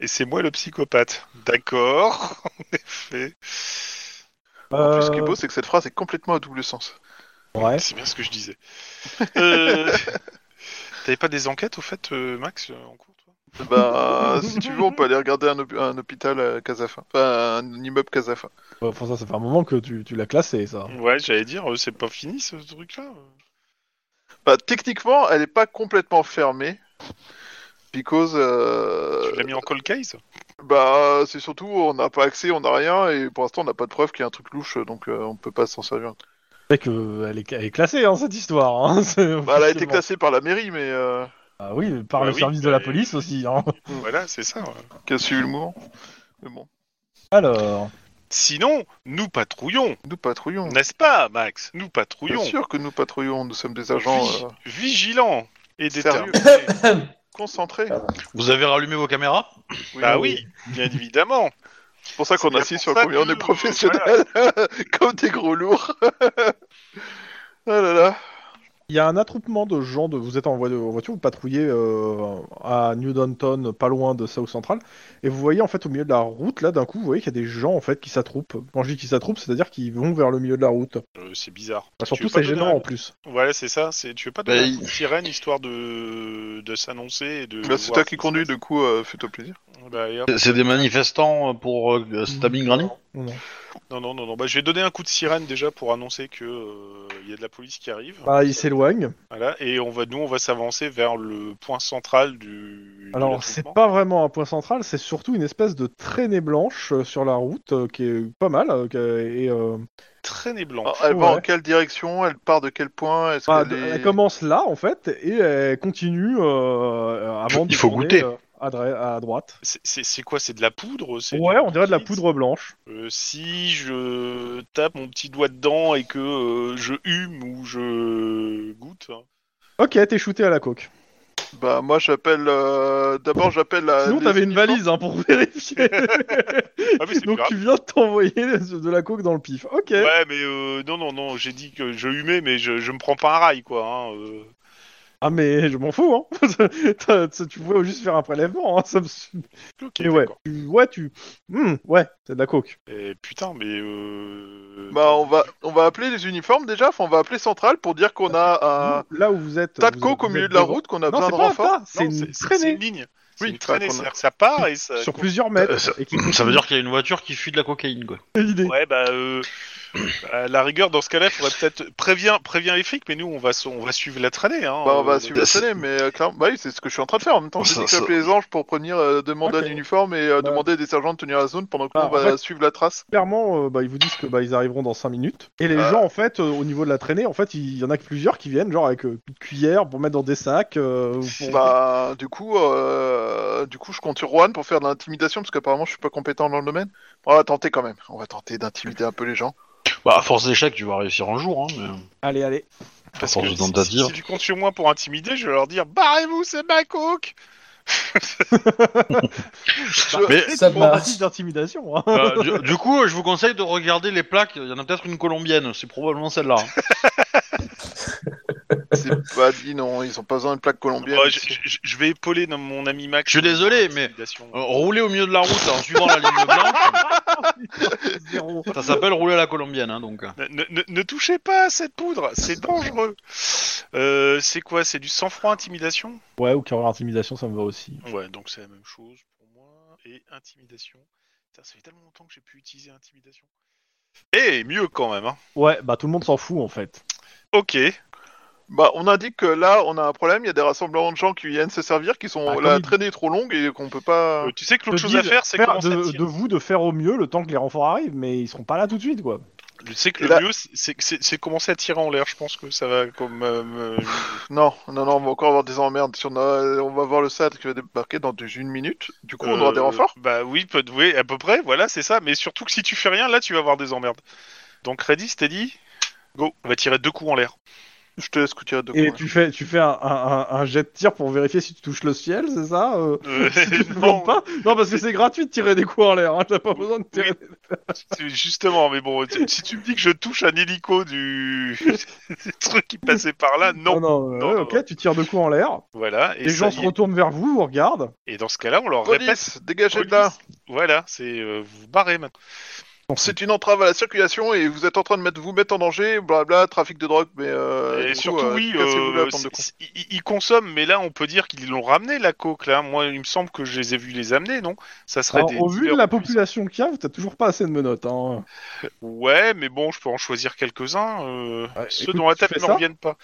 Et c'est moi le psychopathe. D'accord. En effet.
En plus, ce qui est
Euh,
beau, c'est que cette phrase est complètement à double sens.
ouais.
C'est bien ce que je disais.
<laughs>
Euh, T'avais pas des enquêtes au fait, euh, Max, euh, en cours toi
<laughs>
Bah, si tu veux, on peut aller regarder un, hôp- un hôpital à Casafin. Enfin, un immeuble Casafin.
Bah, Enfin, ça, ça fait un moment que tu, tu l'as classé, ça.
Ouais, j'allais dire, euh, c'est pas fini ce truc-là.
Bah, techniquement, elle est pas complètement fermée. Because. euh,
Tu l'as mis en cold case
Bah, c'est surtout, on n'a pas accès, on n'a rien, et pour l'instant, on n'a pas de preuve qu'il y a un truc louche, donc euh, on peut pas s'en servir.
C'est que euh, elle est, elle est classée hein, cette histoire. hein, <laughs> c'est-
Bah, elle a été
officiellement.
classée par la mairie, mais euh,
Ah oui, mais par
Bah
le
oui,
service de la
bah,
police aussi. hein. <laughs>
mm.
Voilà, c'est ça. ouais.
qui a suivi le mouvement. Mais bon,
Alors,
Sinon, nous patrouillons,
nous patrouillons.
n'est-ce pas, Max Nous
Mm. Bien
patrouillons.
sûr que nous patrouillons, nous sommes des agents
Vi-
euh,
Vigilants et
Sérieux.
déterminés.
concentrés.
Vous avez rallumé vos caméras
bah oui, bien évidemment.
C'est pour ça qu'on
bien
insiste sur
Bah pour ça
combien
que,
on
euh,
est professionnel, <laughs> comme des gros lourds. <laughs> ah là là.
Il y a un attroupement de gens, de, vous êtes en, voie- en voiture, vous patrouillez euh, à New Downton, pas loin de South Central, et vous voyez en fait au milieu de la route, là d'un coup, vous voyez qu'il y a des gens en fait qui s'attroupent. Quand je dis qu'ils s'attroupent, c'est-à-dire qu'ils vont vers le milieu de la route.
Euh, c'est bizarre.
Bah,
Tu veux
surtout
pas
c'est
donner
gênant
un-
en plus.
Voilà, c'est ça. C'est tu veux pas
Bah,
donner un
il-
coup de sirène histoire de de s'annoncer et de.
Bah, c'est
voir
toi
ce
qui
se
conduis,
passe.
du coup, euh, fais-toi plaisir.
Bah, et hop.
C'est- C'est des manifestants euh, pour euh, stabbing Granny
Non, non, non, non. Bah, je vais donner un coup de sirène déjà pour annoncer que euh, il y a de la police qui arrive.
Bah, ils s'éloignent.
Voilà. Et on va, nous, on va s'avancer vers le point central du. de
Alors, c'est
l'attroupement.
pas vraiment un point central, c'est surtout une espèce de traînée blanche euh, sur la route euh, qui est pas mal. euh, qui est- et, euh,
traînée
Alors,
blanche.
Oh, elle va
ouais.
en quelle direction Elle part de quel point Est-ce
Ah,
bah,
qu'elle est-
Elle commence là, en fait, et elle continue euh, avant de
Il faut
tourner,
goûter.
euh, à, dra- à droite.
C'est- C'est c'est quoi C'est de la poudre c'est
Ouais,
du
on dirait de la
liquide
poudre blanche.
Euh, si je tape mon petit doigt dedans et que euh, je hume ou je goûte. hein.
Ok, t'es shooté à la coque.
Bah, moi, j'appelle. euh, D'abord, j'appelle. la-
Sinon,
les
t'avais une
uniformes.
valise hein, pour <laughs> vérifier.
Ah oui, c'est
Donc,
plus
tu viens de t'envoyer de la coque dans le pif. Ok.
Ouais, mais euh, non, non, non, j'ai dit que je humais, mais je, je me prends pas un rail, quoi. hein, euh.
Ah, mais je m'en fous. Hein. <laughs> T'as- t'as- tu pouvais juste faire un prélèvement. Hein, ça me... suffit.
Ok,
Mais ouais,
d'accord.
tu... ouais, tu. Hmm, ouais, c'est de la coque.
Et putain, mais. Euh...
Bah, on va, on va appeler les uniformes déjà. Enfin, on va appeler Central pour dire qu'on a un
Nous, là où Mmh. vous êtes.
tas de
vous-
coke au
vous
milieu
êtes
de la
devant-
route, qu'on a
Non,
besoin
c'est
de
pas un
renforts.
tas, c'est
Non,
une
c'est
traînée
une ligne. C'est
Oui,
une traînée,
enfin, qu'on a-
c'est-à-dire que ça part et ça.
sur plusieurs mètres.
Euh, ça-
et qui
Ça veut dire qu'il y a une voiture qui fuit de la cocaïne, quoi.
idée.
Ouais, bah, euh, <coughs> à la rigueur, dans ce cas-là, il faudrait peut-être. Préviens, préviens les flics, mais nous, on va, s- on va suivre la traînée. Hein,
Bah, on
euh,
va suivre
bah,
la
c'est-
télé, mais euh, clairement, bah oui, c'est ce que je suis en train de faire. En même temps, j'ai
Ça-
dit que j'appelais les anges pour prévenir, euh, demander
Ok.
un uniforme et euh,
Bah.
demander à des sergents de tenir la zone pendant que
Bah,
nous, on
en
va
fait-
suivre la trace.
Clairement, euh, bah, ils vous disent que bah, ils arriveront dans 5 minutes. Et les
Euh.
gens, en fait, euh, au niveau de la traînée, en fait, il y en a que plusieurs qui viennent, genre avec euh, une cuillère pour mettre dans des sacs. euh, ou pour-
Bah, du coup, euh, du coup, je compte sur Juan pour faire de l'intimidation parce qu'apparemment, je suis pas compétent dans le domaine. On va tenter quand même. On va tenter d'intimider un peu les gens.
Bah, à force d'échec, tu vas réussir un jour, <laughs> hein, mais...
Allez, allez.
parce
Attends,
que
je
si,
tente à
si-
dire.
si tu comptes sur moi pour intimider, je vais leur dire Barrez-vous, c'est ma coke
Je-
Mais,
Ça
Bon, bah,
marche.
c'est d'intimidation. hein.
euh, du, du coup, je vous conseille de regarder les plaques. Il y en a peut-être une colombienne. C'est probablement celle-là. hein.
<laughs>
C'est pas dit non. Ils ont pas besoin de plaque colombienne.
Bah, je, je- je vais épauler dans mon ami Max.
Je suis désolé, mais-
Intimidation.
Euh, rouler au milieu de la route en suivant la ligne blanche,
<laughs> Zéro.
ça s'appelle rouler à la colombienne, hein, donc.
Ne, ne- ne touchez pas à cette poudre, c'est dangereux. Euh, c'est quoi C'est du sang-froid intimidation
Ouais, ou carrière intimidation, ça me va aussi.
Ouais, donc c'est la même chose pour moi. Et intimidation. Putain, ça fait tellement longtemps que j'ai pu utiliser intimidation. Eh, mieux quand même. Hein.
Ouais, bah tout le monde s'en fout en fait.
Ok. Euh,
Bah, on indique que là, on a un problème. Il y a des rassemblements de gens qui viennent se servir, qui sont
Bah, comme
la
ils-
traînée est trop longue et qu'on peut pas.
Euh, tu sais que l'autre
Je
chose
dis
à
de
faire, c'est
Faire
commencer à
de,
tirer.
de vous de faire au mieux le temps que les renforts arrivent, mais ils seront pas là tout de suite quoi.
Tu sais que
Et
le
là-
mieux, c'est- c'est- c'est c'est commencer à tirer en l'air. Je pense que ça va comme. euh, me-
Non, non, non, on va encore avoir des emmerdes. Si on, a- on va voir le SAD qui va débarquer dans deux- une minute. Du coup, on aura des
Euh,
renforts.
Bah oui, peut oui, à peu près. Voilà, c'est ça. Mais surtout que si tu fais rien, là, tu vas avoir des emmerdes. Donc, ready, steady, go. On va tirer deux coups en l'air.
Je te laisse coutir deux
Et
coups. hein.
tu fais, tu fais un, un- un- un jet de tir pour vérifier si tu touches le ciel, c'est ça euh
Euh, <laughs>
Si tu te
non,
plantes pas Non, parce que c'est gratuit de tirer des coups en l'air, hein, t'as pas besoin de tirer.
c'est- justement, mais bon, tu- si tu me dis que je touche un hélico du, <laughs> du truc qui passait par là, non.
Ah non, euh,
Non, non,
ok,
non.
tu tires deux coups en l'air,
Voilà. Et,
les
ça
gens
y
se
est.
retournent vers vous, vous regardent,
Et dans ce cas-là, on leur répète.
Police, dégagez de
Police.
là.
Voilà, c'est euh, vous barrez maintenant.
C'est une entrave à la circulation et vous êtes en train de mettre, vous mettre en danger, blabla, trafic de drogue, mais euh,
et
du coup,
surtout,
euh,
oui,
cassez-vous la
euh,
bande de
c'est-
cons.
c'est- ils ils consomment, mais là, on peut dire qu'ils l'ont ramené la coke. Là, moi, il me semble que je les ai vus les amener, non Ça serait
Alors,
des
au vu de
dealers
la
en plus.
population qu'il y a, t'as toujours pas assez de menottes. Hein.
Ouais, mais bon, je peux en choisir quelques-uns. euh,
Ouais,
ceux
écoute,
dont la
tu
tête
fais
ne
ça
reviennent pas.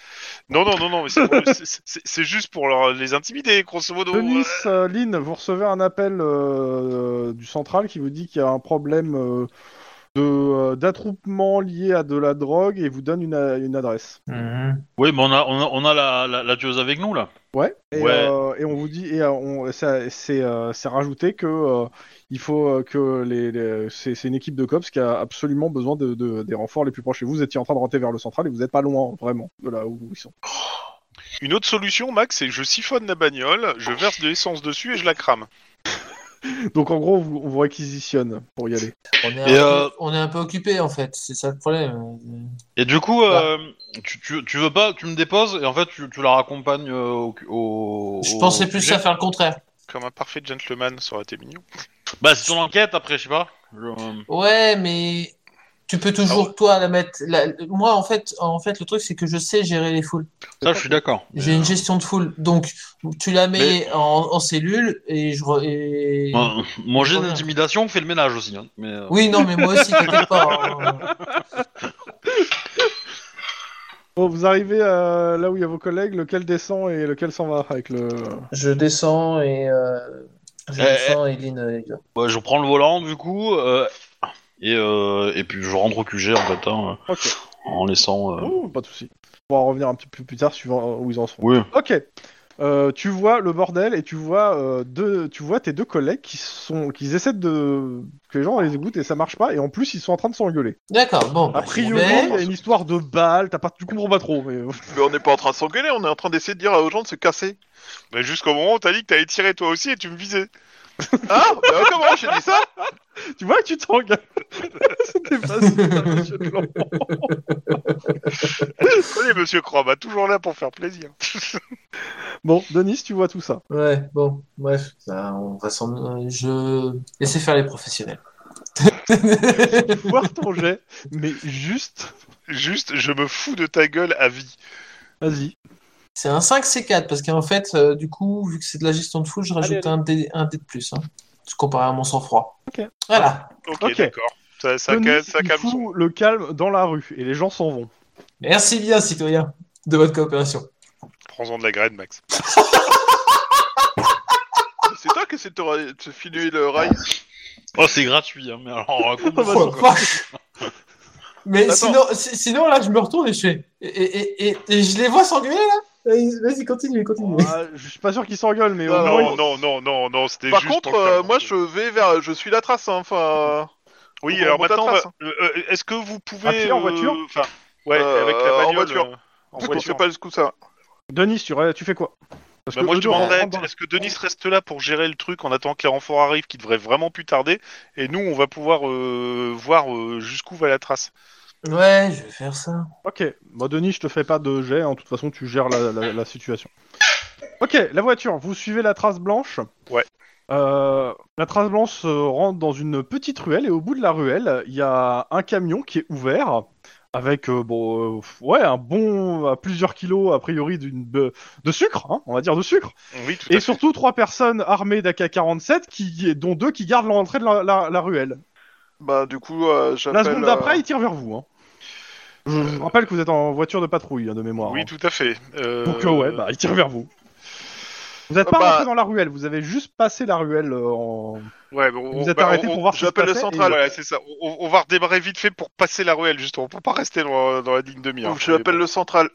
Non, non, non, non, mais c'est pour le- c'est- c'est- c'est juste pour leur- les intimider, grosso modo.
Denis, euh, Lynn, vous recevez un appel euh, du central qui vous dit qu'il y a un problème euh, de, euh, d'attroupement lié à de la drogue et vous donne une, a- une adresse.
Mhm.
Oui, mais on a, on a, on a la, la, la tueuse avec nous, là.
Ouais. Et,
Ouais.
euh, et on vous dit, et euh, on, ça- c'est, euh, c'est rajouté que euh, il faut euh, que les, les- c'est, c'est une équipe de cops qui a absolument besoin de, de- des renforts les plus proches. Et vous étiez en train de rentrer vers le central et vous n'êtes pas loin vraiment de là où ils sont.
Une autre solution, Max, c'est que je siphonne la bagnole, je verse de l'essence dessus et je la crame.
Donc en gros, on vous, on vous réquisitionne pour y aller.
On est, un
Et,
peu-
euh,
on est un peu occupé en fait, c'est ça le problème.
Et du coup, euh, tu, tu, tu veux pas, tu me déposes et en fait tu, tu la raccompagnes euh, au, au-
Je
au
pensais plus
sujet.
à faire le contraire.
Comme un parfait gentleman, ça aurait été mignon.
Bah c'est ton enquête après, je euh, sais pas. Je-
Ouais, mais tu peux toujours toi la mettre. la- Moi en fait, en fait le truc c'est que je sais gérer les foules.
Ça, je suis d'accord.
J'ai une gestion de foule, donc tu la mets en, en cellule et je. re- et-
Euh, mon jet d'intimidation fait le ménage aussi. hein, Mais, euh,
Oui, non, mais moi aussi, t'inquiète pas. hein.
Bon, vous arrivez à- là où il y a vos collègues, lequel descend et lequel s'en va avec le.
<laughs> Je descends et. euh, Je
Eh,
descends et Lynn, euh, y va.
bah, je prends le volant du coup euh, et, euh, et puis je rentre au QG en fait hein,
Ok.
en laissant. euh,
Oh, pas de souci. On pourra revenir un petit peu plus tard suivant euh, où ils en seront.
Oui.
Ok. Euh, tu vois le bordel et tu vois euh, deux, tu vois tes deux collègues qui sont, qui essaient de que les gens les écoutent et ça marche pas et en plus ils sont en train de s'engueuler.
D'accord, bon.
A
bah, j'y
priori,
vais.
il y a une histoire de balles. T'as pas, tu comprends pas trop. Mais... <laughs>
Mais on n'est pas en train de s'engueuler, on est en train d'essayer de dire aux gens de se casser.
Mais jusqu'au moment où t'as dit que t'allais tirer toi aussi et tu me visais.
Ah bah, <laughs> Comment j'ai dit ça
tu vois que tu t'engueules. C'était pas ça, monsieur Blanc.
Allez, monsieur Crom, bah, toujours là pour faire plaisir.
Bon, Denis, tu vois tout
<laughs>
ça.
Ouais, bon, bref, bah, on va s'en... euh, Je... Laissez faire les professionnels.
Voir ton jet, mais juste,
Juste, je me fous de ta gueule à vie.
vas-y.
C'est un 5C4, parce qu'en fait, euh, du coup, vu que c'est de la gestion de foule, je rajoute
Allez,
un dé, un dé de plus, hein, comparé à mon sang-froid.
Ok.
Voilà,
Ok,
Ok.
d'accord. Ça, ça,
Denis,
ca- ça
il
calme
fout
son-
le calme dans la rue et les gens s'en vont.
merci bien, citoyens, de votre coopération.
Prends-en de la graine, Max.
C'est toi qui essaies de te, ra- te filer le rail.
Oh c'est gratuit hein, mais
<laughs>
alors raconte-
Ah bah,
Oh,
d'accord.
vache. Mais
Attends.
sinon, si- sinon, là, je me retourne et je fais... Et, et- et- et je les vois s'engueuler, là? Vas-y, vas-y, continue, continue.
Ah, je suis pas sûr qu'ils s'engueulent, mais au
Ah,
moins,
Non, non, non, non, non, c'était
Par
juste
contre,
pour le
euh,
faire.
moi je vais vers, je suis la trace. hein, Enfin,
Oui,
on
alors
remonte la
maintenant, on va-
trace,
euh, euh, est-ce que vous pouvez...
À pied, en
euh,
voiture
Enfin, ouais,
Euh,
avec la
en
bagnole.
voiture.
euh, en
parce qu'on
voiture.
sait pas jusqu'où ça. va.
Denis, tu, tu fais quoi Parce
Bah, moi,
eux
je
deux rentrent
demanderais,
dans-
est-ce que Denis reste là pour gérer le truc en attendant que les renforts arrivent, qui devraient vraiment plus tarder, et nous, on va pouvoir euh, voir euh, jusqu'où va la trace.
Ouais, je vais faire ça.
Ok, moi Denis, je te fais pas de jet, en toute façon tu gères la, la- la situation. Ok, la voiture, vous suivez la trace blanche.
Ouais.
Euh, la trace blanche euh, rentre dans une petite ruelle et au bout de la ruelle, il y a un camion qui est ouvert avec euh, bon, euh, ouais, un bon à plusieurs kilos a priori d'une de, de sucre, hein, on va dire de sucre,
Oui, tout
et surtout trois personnes armées d'AK-47 qui, dont deux qui gardent l'entrée de la, la- la ruelle.
Bah du coup, euh, j'appelle.
La seconde
euh,
d'après, ils tirent vers vous. hein. Je je vous rappelle que vous êtes en voiture de patrouille hein, de mémoire. hein.
Oui, tout à fait. Euh,
Pour que, ouais, bah, il tire vers vous. Vous n'êtes pas
Bah-
rentré dans la ruelle, vous avez juste passé la ruelle euh, en...
ouais, bon,
Vous
on-
êtes
bah,
arrêté
on-
pour voir ce qui se
j'appelle le
passait et-
central.
Voilà, c'est ça. On, on va redémarrer vite fait pour passer la ruelle, justement, pour pas rester dans, dans la ligne de mire.
Ouf, euh, Je l'appelle le central.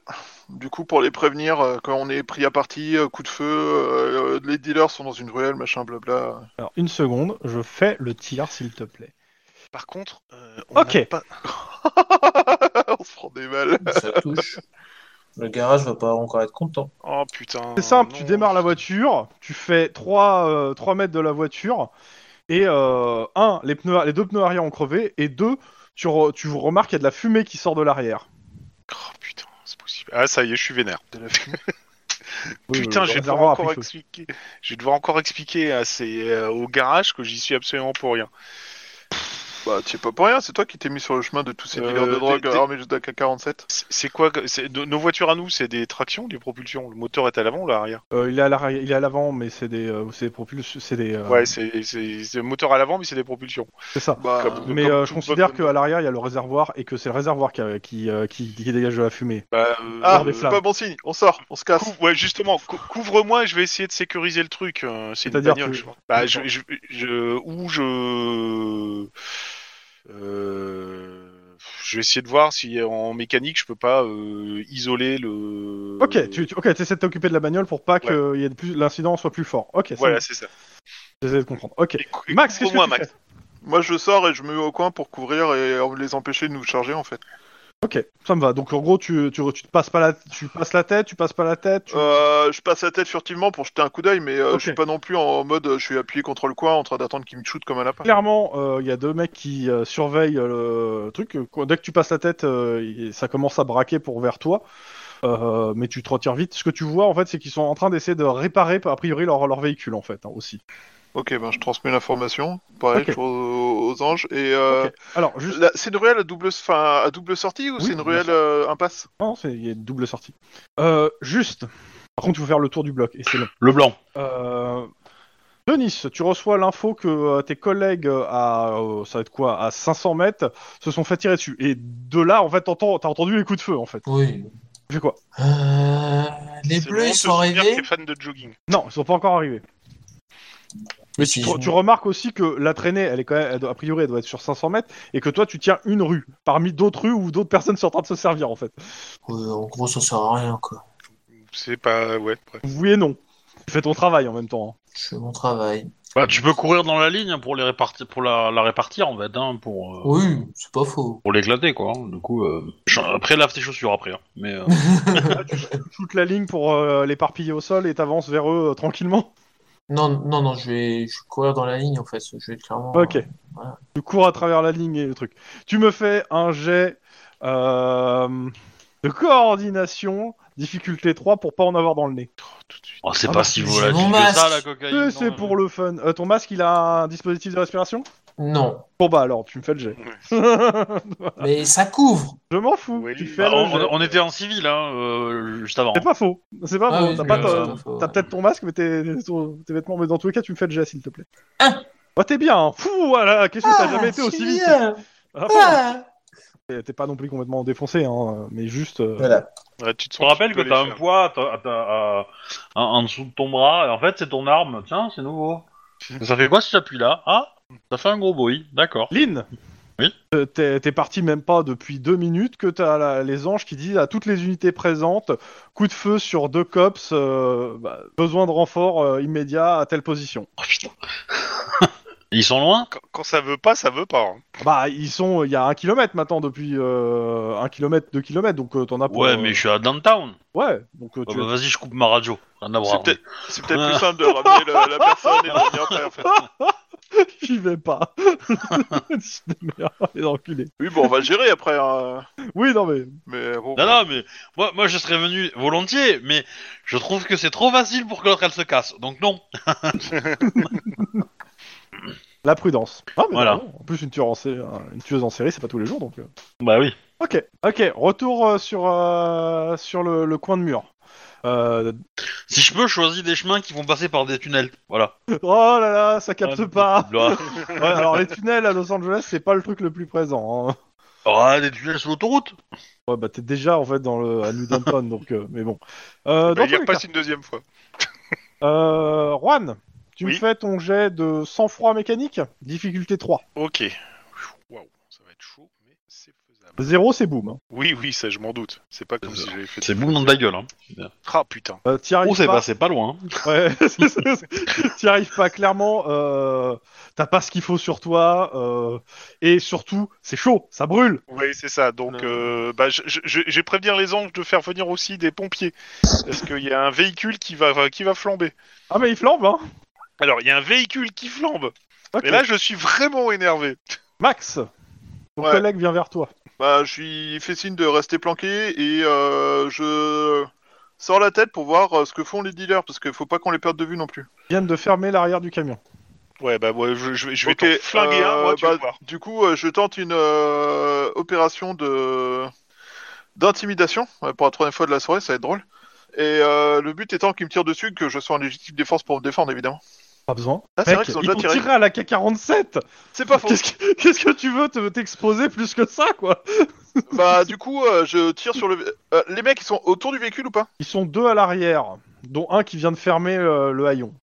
Du coup, pour les prévenir, euh, quand on est pris à partie, euh, coup de feu, euh, euh, les dealers sont dans une ruelle, machin, blabla.
Alors, une seconde, je fais le tir, s'il te plaît.
Oh Par contre, euh, on
Ok.
n'a pas-
<laughs> on se prend des balles.
Ça touche. Le garage va pas encore être content.
Oh putain.
C'est simple, tu
non.
démarres la voiture, tu fais 3, mètres de la voiture, et euh, un, les, pneus, les deux pneus arrière ont crevé, et deux, tu, re- tu remarques qu'il y a de la fumée qui sort de l'arrière.
Oh putain, c'est possible. Ah ça y est, je suis <laughs> vénère.
De la fumée.
Putain,
le
je vais
réservoir
devoir
a pris
encore
feu.
expliquer. Je vais devoir encore expliquer à ces, euh, au garage que j'y suis absolument pour rien.
bah, tu sais pas pour rien, c'est toi qui t'es mis sur le chemin de tous ces
Euh,
dealers de
des-
drogue
des-
armés jusqu'à 47
C'est c'est quoi que- c'est- nos- Nos voitures à nous, c'est des tractions, des propulsions. Le moteur est à l'avant ou à l'arrière
Euh, il est à l'arrière- il est à l'avant, mais c'est des, euh, c'est des propulsions, c'est des, euh,
Ouais, c'est c'est- c'est le moteur à l'avant, mais c'est des propulsions.
c'est ça.
Bah,
Comme-
Mais
comme
euh,
toute
je considère
bonne-
qu'à l'arrière il y a le réservoir et que c'est le réservoir qui, a- qui, euh, qui- qui dégage de la fumée.
Bah, euh,
Ah,
des
c'est
flammes.
pas bon signe, on sort, on
Ah,
se casse.
Cou- ouais, justement, cou- couvre-moi, je vais essayer de sécuriser le truc. euh, C'est une
C'est-à-dire
bagnole,
que-
je pense. Bah, je, je, je- ou je, euh, je vais essayer de voir si en mécanique je peux pas euh, isoler le.
Ok, tu, tu ok, t'essaies de t'occuper de la bagnole pour pas que il y ait de plus- l'incident soit plus fort. Ok, c'est
Voilà,
bon,
c'est ça.
j'essaie de comprendre. Ok.
Et cou- et
Max, qu'est-ce que
couvre-moi,
tu
Max.
fais
Moi, je sors et je me mets au coin pour courir et euh, les empêcher de nous charger, en fait.
Ok, ça me va. Donc en gros, tu, tu, tu te passes pas la, tu passes la tête, tu passes pas la tête. tu-
Euh, je passe la tête furtivement pour jeter un coup d'œil, mais euh,
Ok.
je suis pas non plus en mode euh, je suis appuyé contre le coin en train d'attendre qu'il me shoot comme un lapin.
Clairement, euh, il y a deux mecs qui euh, surveillent euh, le truc. Quoi- Dès que tu passes la tête, euh, il- ça commence à braquer pour vers toi. Euh, mais tu te retires vite. Ce que tu vois en fait, c'est qu'ils sont en train d'essayer de réparer a priori leur, leur véhicule en fait hein, aussi.
Ok, ben je transmets l'information, pareil,
Ok.
je trouve aux, aux anges. Et euh,
Ok. Alors juste,
la- c'est une ruelle à double, enfin, à double sortie ou
Oui,
c'est
bien
une ruelle
sûr.
euh, impasse
non, c'est il y a une double sortie. Euh, juste. Par contre, il faut faire le tour du bloc et c'est long.
Le blanc.
Euh, Denis, tu reçois l'info que euh, tes collègues euh, à euh, ça va être quoi à 500 mètres se sont fait tirer dessus. Et de là, en fait, t'entends- t'as entendu les coups de feu en fait.
Oui.
Tu fais quoi
Euh, les
C'est le
bleus,
moment
ils
de
sont
se dire
arrivés.
que t'es fan de jogging.
Non, ils sont pas encore arrivés. Mais
Si,
tu,
je-
tu remarques aussi que la traînée, elle est quand même, elle doit- a priori, elle doit être sur 500 mètres, et que toi, tu tiens une rue parmi d'autres rues où d'autres personnes sont en train de se servir, en fait.
Ouais, en gros, ça sert à rien, quoi.
C'est pas. Ouais, bref.
Oui et non. Tu fais ton travail en même temps. hein.
Je fais mon travail.
Bah, tu peux courir dans la ligne hein, pour, les répartir, pour la, la répartir en fait, hein, pour, euh,
Oui, c'est pas faux.
pour l'éclater quoi. hein. Du coup, euh, ch- après lave tes chaussures après. hein. Mais
<laughs>
euh,
Tu shootes la ligne pour euh, l'éparpiller au sol et t'avances vers eux euh, tranquillement.
Non, non, non, je vais, je vais courir dans la ligne, en fait. Je vais clairement...
Ok.
Voilà.
Tu cours à travers la ligne et le truc. Tu me fais un jet euh, de coordination, difficulté 3, pour pas en avoir dans le nez.
Tout de suite.
oh, c'est
Ah
pas
bah,
si
j'ai
volatile
mon
que ça
masque.
la cocaïne.
Et
non,
C'est
mais-
pour le fun. Euh, ton masque, il a un dispositif de respiration <laughs>
Non,
Bon bah alors, tu me fais le jet.
mais ça couvre.
Je m'en fous.
Oui.
Tu fais
Bah,
le
on,
jet.
on- on était en civil hein, euh, juste avant.
C'est pas faux. C'est pas
Ah
faux.
oui,
T'as
je-
pas
c'est
ton-
pas faux,
t'as
ouais.
peut-être ton masque, mais tes, ton- tes vêtements. Mais dans tous les cas, tu me fais le jet, s'il te plaît.
Hein
bah t'es bien. hein. Fou, voilà. Qu'est-ce que t'as jamais été aussi vite Ah, bon.
<laughs>
T'es- T'es pas non plus complètement défoncé, hein, mais juste. euh,
Voilà.
Ouais, tu te
Je te
sens
rappelle
tu
que
peux
t'as
les
un
faire.
poids à ta- à ta- à- en, en dessous de ton bras, et en fait c'est ton arme. Tiens, c'est nouveau.
<laughs>
Ça fait quoi si j'appuie là Ah, ça fait un gros bruit, d'accord.
Lynn
Oui
Euh, T'es t'es parti même pas depuis deux minutes que t'as la- les anges qui disent à toutes les unités présentes coup de feu sur deux cops, euh, bah, besoin de renfort euh, immédiat à telle position.
Oh, putain. <laughs> Ils sont loin
Quand, quand ça veut pas, ça veut pas. hein.
Bah ils sont, il y a un kilomètre maintenant depuis euh, un kilomètre, deux kilomètres, donc euh, t'en as pour.
Ouais,
euh,
mais je suis à downtown.
Ouais, donc euh,
Ah
tu
bah, Vas-y, je coupe ma radio. Rien à voir.
C'est peut-être c'est peut-être
Ah.
plus simple de ramener la, la personne et de revenir après, en fait.
<laughs> j'y vais pas. <laughs> Je <laughs> démerde, les enculés.
Oui, bon, on va le gérer après. hein.
Oui, non mais
Mais bon.
Non, non, mais moi, moi je serais venu volontiers, mais je trouve que c'est trop facile pour que l'autre elle se casse. Donc non.
la prudence. Ah, mais
Voilà.
non, En plus une tueuse en série, hein, une tueuse en série, c'est pas tous les jours donc. euh.
Bah oui.
Ok, ok. Retour euh, sur euh, sur le, le coin de mur. Euh,
Si je peux, je choisis des chemins qui vont passer par des tunnels. Voilà.
Oh là là, ça capte
<laughs>
pas.
Là.
Ouais, alors les tunnels à Los Angeles, c'est pas le truc le plus présent. hein.
Ah, des tunnels sur l'autoroute.
Ouais, bah t'es déjà en fait dans le à New Downton, donc euh, mais bon. Euh,
Bah,
dans
il y
tous les
repasse une deuxième fois.
cas, euh, Juan, tu me
Oui.
fais ton jet de sang-froid mécanique, difficulté 3.
Ok. Waouh, ça va être chaud, mais c'est faisable.
Zéro, c'est boom. hein.
Oui, oui, ça, je m'en doute. C'est pas comme
C'est
si j'avais fait.
C'est bon dans ta gueule. Hein.
Ah putain.
Euh, T'y arrives
Oh, c'est
pas.
passé pas loin.
<laughs> Ouais, c'est- c'est- c'est- t'y arrives pas clairement. euh, T'as pas ce qu'il faut sur toi euh, et surtout, c'est chaud, ça brûle.
Oui, c'est ça. Donc, euh, bah, je, je- je- je vais prévenir les anges de faire venir aussi des pompiers, parce qu'il y a un véhicule qui va qui va flamber.
Ah mais il flambe, hein.
Alors, il y a un véhicule qui flambe.
Ok.
Et là, je suis vraiment énervé.
Max, ton
Ouais.
collègue vient vers toi.
Bah, je lui fais signe de rester planqué et euh, je sors la tête pour voir euh, ce que font les dealers parce qu'il faut pas qu'on les perde de vue non plus.
Ils viennent de fermer l'arrière du camion.
Ouais, bah, ouais, je, je vais- je vais
Ok,
t'en flinguer un, moi,
euh,
tu
bah,
vas voir.
Du coup, euh, je tente une euh, opération de d'intimidation euh, pour la troisième fois de la soirée, ça va être drôle. Et euh, le but étant qu'ils me tirent dessus, que je sois en légitime défense pour me défendre évidemment.
Pas besoin.
Ah, c'est
Mec,
vrai qu'ils ont
ils
déjà
t'ont
tiré.
tiré à la K47
C'est pas faux.
Qu'est-ce que, qu'est-ce que tu veux te- t'exposer plus que ça, quoi
bah du coup, euh, je tire sur le. Euh, les mecs, ils sont autour du véhicule ou pas
Ils sont deux à l'arrière, dont un qui vient de fermer euh, le haillon.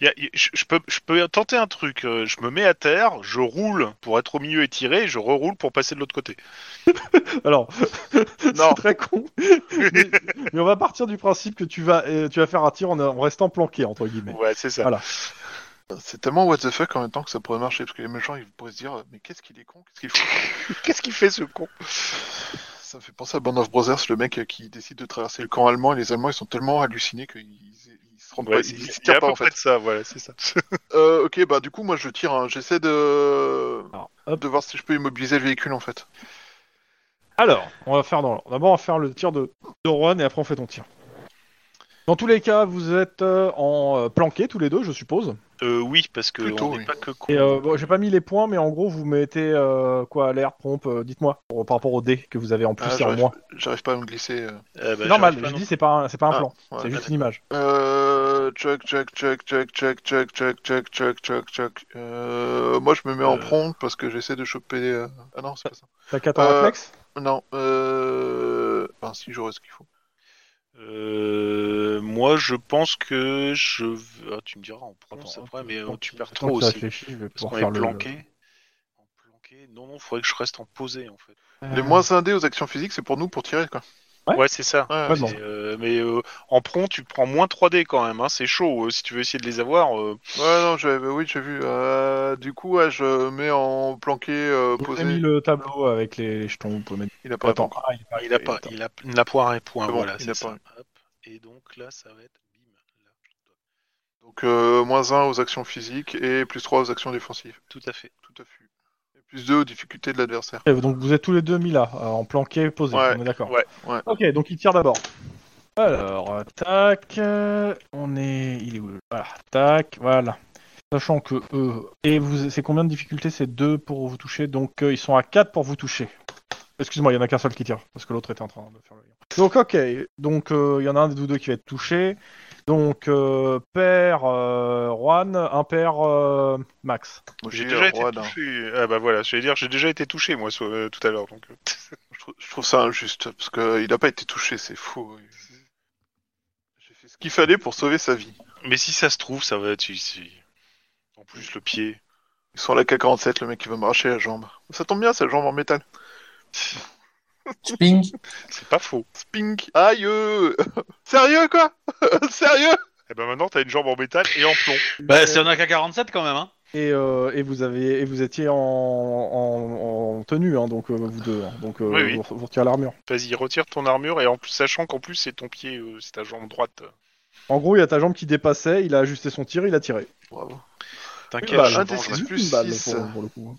Y a- y- je, je peux, je peux tenter un truc. euh, Je me mets à terre, je roule pour être au milieu et tirer, et je reroule pour passer de l'autre côté.
Alors, <laughs>
Non.
c'est très con, mais, mais on va partir du principe que tu vas, euh, tu vas faire un tir en, en restant planqué, entre guillemets.
Ouais, c'est ça.
Ah.
C'est tellement what the fuck en même temps que ça
<laughs>
pourrait marcher parce que les gens ils pourraient se dire mais qu'est-ce qu'il est con, qu'est-ce qu'il fout
Qu'est-ce qu'il fait ce con
ça me fait penser à Band of Brothers, le mec qui décide de traverser le camp allemand. Et les Allemands, ils sont tellement hallucinés qu'ils ils se rendent
Ouais,
pas.
il,
Ils, ils se
il y a
tirent
à
pas
peu
en
près
fait.
de ça, voilà, c'est ça.
Euh, ok, bah du coup, moi je tire. hein. J'essaie de
Alors, hop.
de voir si je peux immobiliser le véhicule en fait.
Alors, on va faire dans l'ordre. D'abord, on va faire le tir de, de Rohan et après, on fait ton tir. Dans tous les cas, vous êtes euh, en euh, planqué tous les deux, je suppose.
Euh, oui, parce que
Plutôt,
on n'est
oui.
pas que con.
Et euh, bon, j'ai pas mis les points, mais en gros, vous mettez euh, quoi L'air, pompe, euh, dites-moi, pour- par rapport au dé que vous avez en plus
Ah,
et en
j'arrive-
moins.
J'arrive pas à me glisser. euh.
Ah, bah,
Normal,
j'arrive pas
je
non
dis, c'est pas un, c'est pas un
Ah,
plan,
Ouais,
c'est juste une image.
Euh, check, check, check, check, check, check, check, check, check, check, check. Euh, moi, je me mets en
Euh.
prompt parce que j'essaie de choper. euh, Ah non, c'est pas ça.
T'as 4 en
Euh,
réflexe
Non. Euh... Enfin, si j'aurais ce qu'il faut.
Euh, moi, je pense que je. v- Ah, tu me diras, on prononce
Attends,
après, mais euh,
attends,
tu perds
Attends
trop
que ça
aussi.
réfléchisse, je vais
Parce
pouvoir
qu'on est
faire le-
planqué. En planqué. Non, non, faudrait que je reste en posé, en fait.
le-
Les moins indés aux actions physiques, c'est pour nous pour tirer, quoi.
Ouais.
Ouais, c'est ça.
Ouais,
Ouais,
ouais.
non.
Mais, euh, mais, euh, en prompt, tu prends moins 3D quand même, hein, c'est chaud. euh, si tu veux essayer de les avoir, euh,
Ouais, non, j'avais, bah oui, j'ai vu. Euh, du coup, ouais, je mets en planqué, euh,
Vous
posé.
avez mis le tableau avec les, les jetons, vous pouvez mettre.
Il a pas.
Attends, ah, il est pas
il a pas,
attends.
il a, il n'a pas un point.
C'est bon,
voilà,
il
c'est
a
ça. Hop. Et donc là, ça va être bim. là.
Donc, euh, moins 1 aux actions physiques et plus 3 aux actions défensives.
Tout à fait.
Tout à fait. Et plus 2 aux difficultés de l'adversaire.
Et Euh, Donc vous êtes tous les deux mis là, euh, en planqué, posé,
Ouais,
on est d'accord
ouais,
ouais.
Ok, donc il tire d'abord. Alors, euh, tac, euh, on est... Il est où le- Voilà, tac, voilà. Sachant que eux... Et vous, c'est combien de difficultés C'est 2 pour vous toucher, donc euh, ils sont à 4 pour vous toucher. Excuse-moi, il y en a qu'un seul qui tire, parce que l'autre était en train de faire le lien. Donc ok, donc euh, il y en a un des deux qui va être touché. Donc, euh, père euh, Juan, impair euh, Max.
Moi,
J'ai
j'ai
déjà
un
été
euh, roi d'un.
touché. Ah bah voilà, j'allais dire, j'ai déjà été touché moi so- euh, tout à l'heure. Donc, euh,
Je trouve, je trouve ça injuste, parce qu'il n'a pas été touché, c'est faux. J'ai fait ce qu'il fallait pour sauver sa vie.
Mais si ça se trouve, ça va être ici. En plus, le pied.
Ils sont à la K47, le mec qui veut me racher la jambe. Ça tombe bien, sa jambe en métal.
Sping.
C'est pas faux.
Spink Aïe euh, <laughs> Sérieux, quoi <laughs> Sérieux
Et ben maintenant, t'as une jambe en métal et en plomb.
Bah, c'est un AK-47 quand même, hein.
Et, euh, et vous avez et vous étiez en, en, en tenue hein, donc euh, vous deux hein. donc euh,
Oui, oui.
vous, vous retirez l'armure.
Vas-y, retire ton armure et en plus, sachant qu'en plus, c'est ton pied, euh, c'est ta jambe droite.
En gros il y a ta jambe qui dépassait, il a ajusté son tir, il a tiré.
Bravo.
T'inquiète,
Une balle,
je
un des
vengerai.
six.
Juste
plus
une balle,
six.
pour, pour le coup. hein.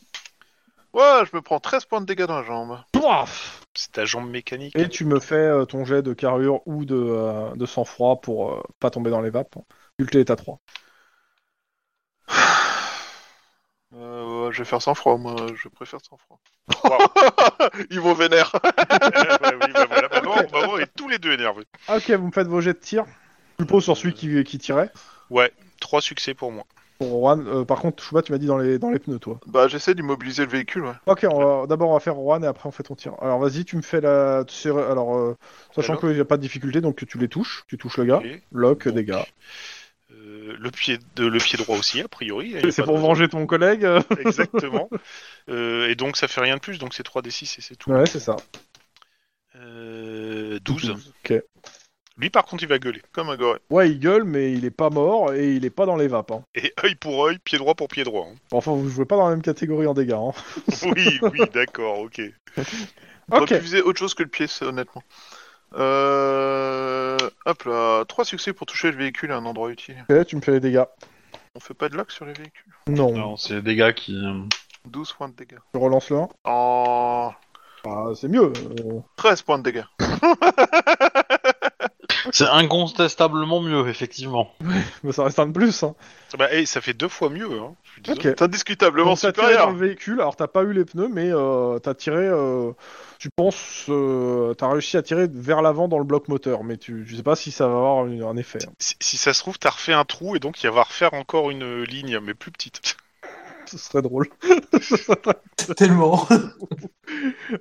Ouais, je me prends 13 points de dégâts dans la jambe.
Pouf
C'est ta jambe mécanique.
Et tu me fais euh, ton jet de carrure ou de, euh, de sang-froid pour euh, pas tomber dans les vapes. Culté est à 3.
Euh, ouais, je vais faire sans froid, moi. Je préfère sans froid.
Wow.
<laughs> Ils vont vénère
Ah bah oui, bah voilà, maman,
<laughs>
maman est tous les deux énervés.
Ah, ok, vous me faites vos jets de tir. Je suppose sur celui qui, qui tirait.
Trois succès pour moi.
Pour Juan, euh, par contre, Chouba, tu m'as dit dans les, dans les pneus, toi.
Bah, j'essaie d'immobiliser le véhicule, ouais.
Ok, on va- d'abord on va faire Juan et après on fait ton tir. Alors vas-y, tu me fais la. tu sais- Alors, euh, sachant
Alors
qu'il n'y a pas de difficulté, donc tu les touches, tu touches le gars,
Ok.
lock,
Donc,
dégâts.
euh, le, pied de, le pied droit aussi, a priori. Il y
<laughs>
a
C'est
pas
pour
de-
venger ton collègue euh.
<laughs> Exactement. Euh, et donc, ça fait rien de plus, donc c'est 3d6 et c'est
<laughs>
tout.
Ouais, c'est ça.
Euh, 12.
Ok.
Lui, par contre, il va gueuler.
Comme un goré.
Ouais, il gueule, mais il est pas mort et il est pas dans les vapes. hein.
Et œil pour œil, pied droit pour pied droit. hein.
Enfin, vous jouez pas dans la même catégorie en dégâts. Hein.
Oui, oui, d'accord, ok.
J'aurais
Ok.
pu viser autre chose que le pied, c'est- honnêtement. Euh... Hop là, 3 succès pour toucher le véhicule à un endroit utile.
Ok, tu me fais les dégâts.
On fait pas de lock sur les véhicules.
Non,
Non, c'est des gars qui. euh,
12 points de dégâts.
tu relances le 1.
Oh...
Ah, c'est mieux. euh.
13 points de dégâts.
C'est incontestablement mieux, effectivement.
Mais ça reste un de plus. Hein.
Bah, hey, ça fait deux fois mieux. Hein. Je suis désolé.
Ok.
C'est indiscutablement
Donc, t'as tiré dans
supérieur.
le véhicule, alors t'as pas eu les pneus, mais euh, t'as tiré, euh, tu penses, euh, t'as réussi à tirer vers l'avant dans le bloc moteur, mais tu, je sais pas si ça va avoir une- un effet. hein.
Si, si ça se trouve, t'as refait un trou et donc il va refaire encore une euh, ligne, mais plus petite.
<laughs>
<laughs>
Ce serait drôle. <laughs>
Tellement.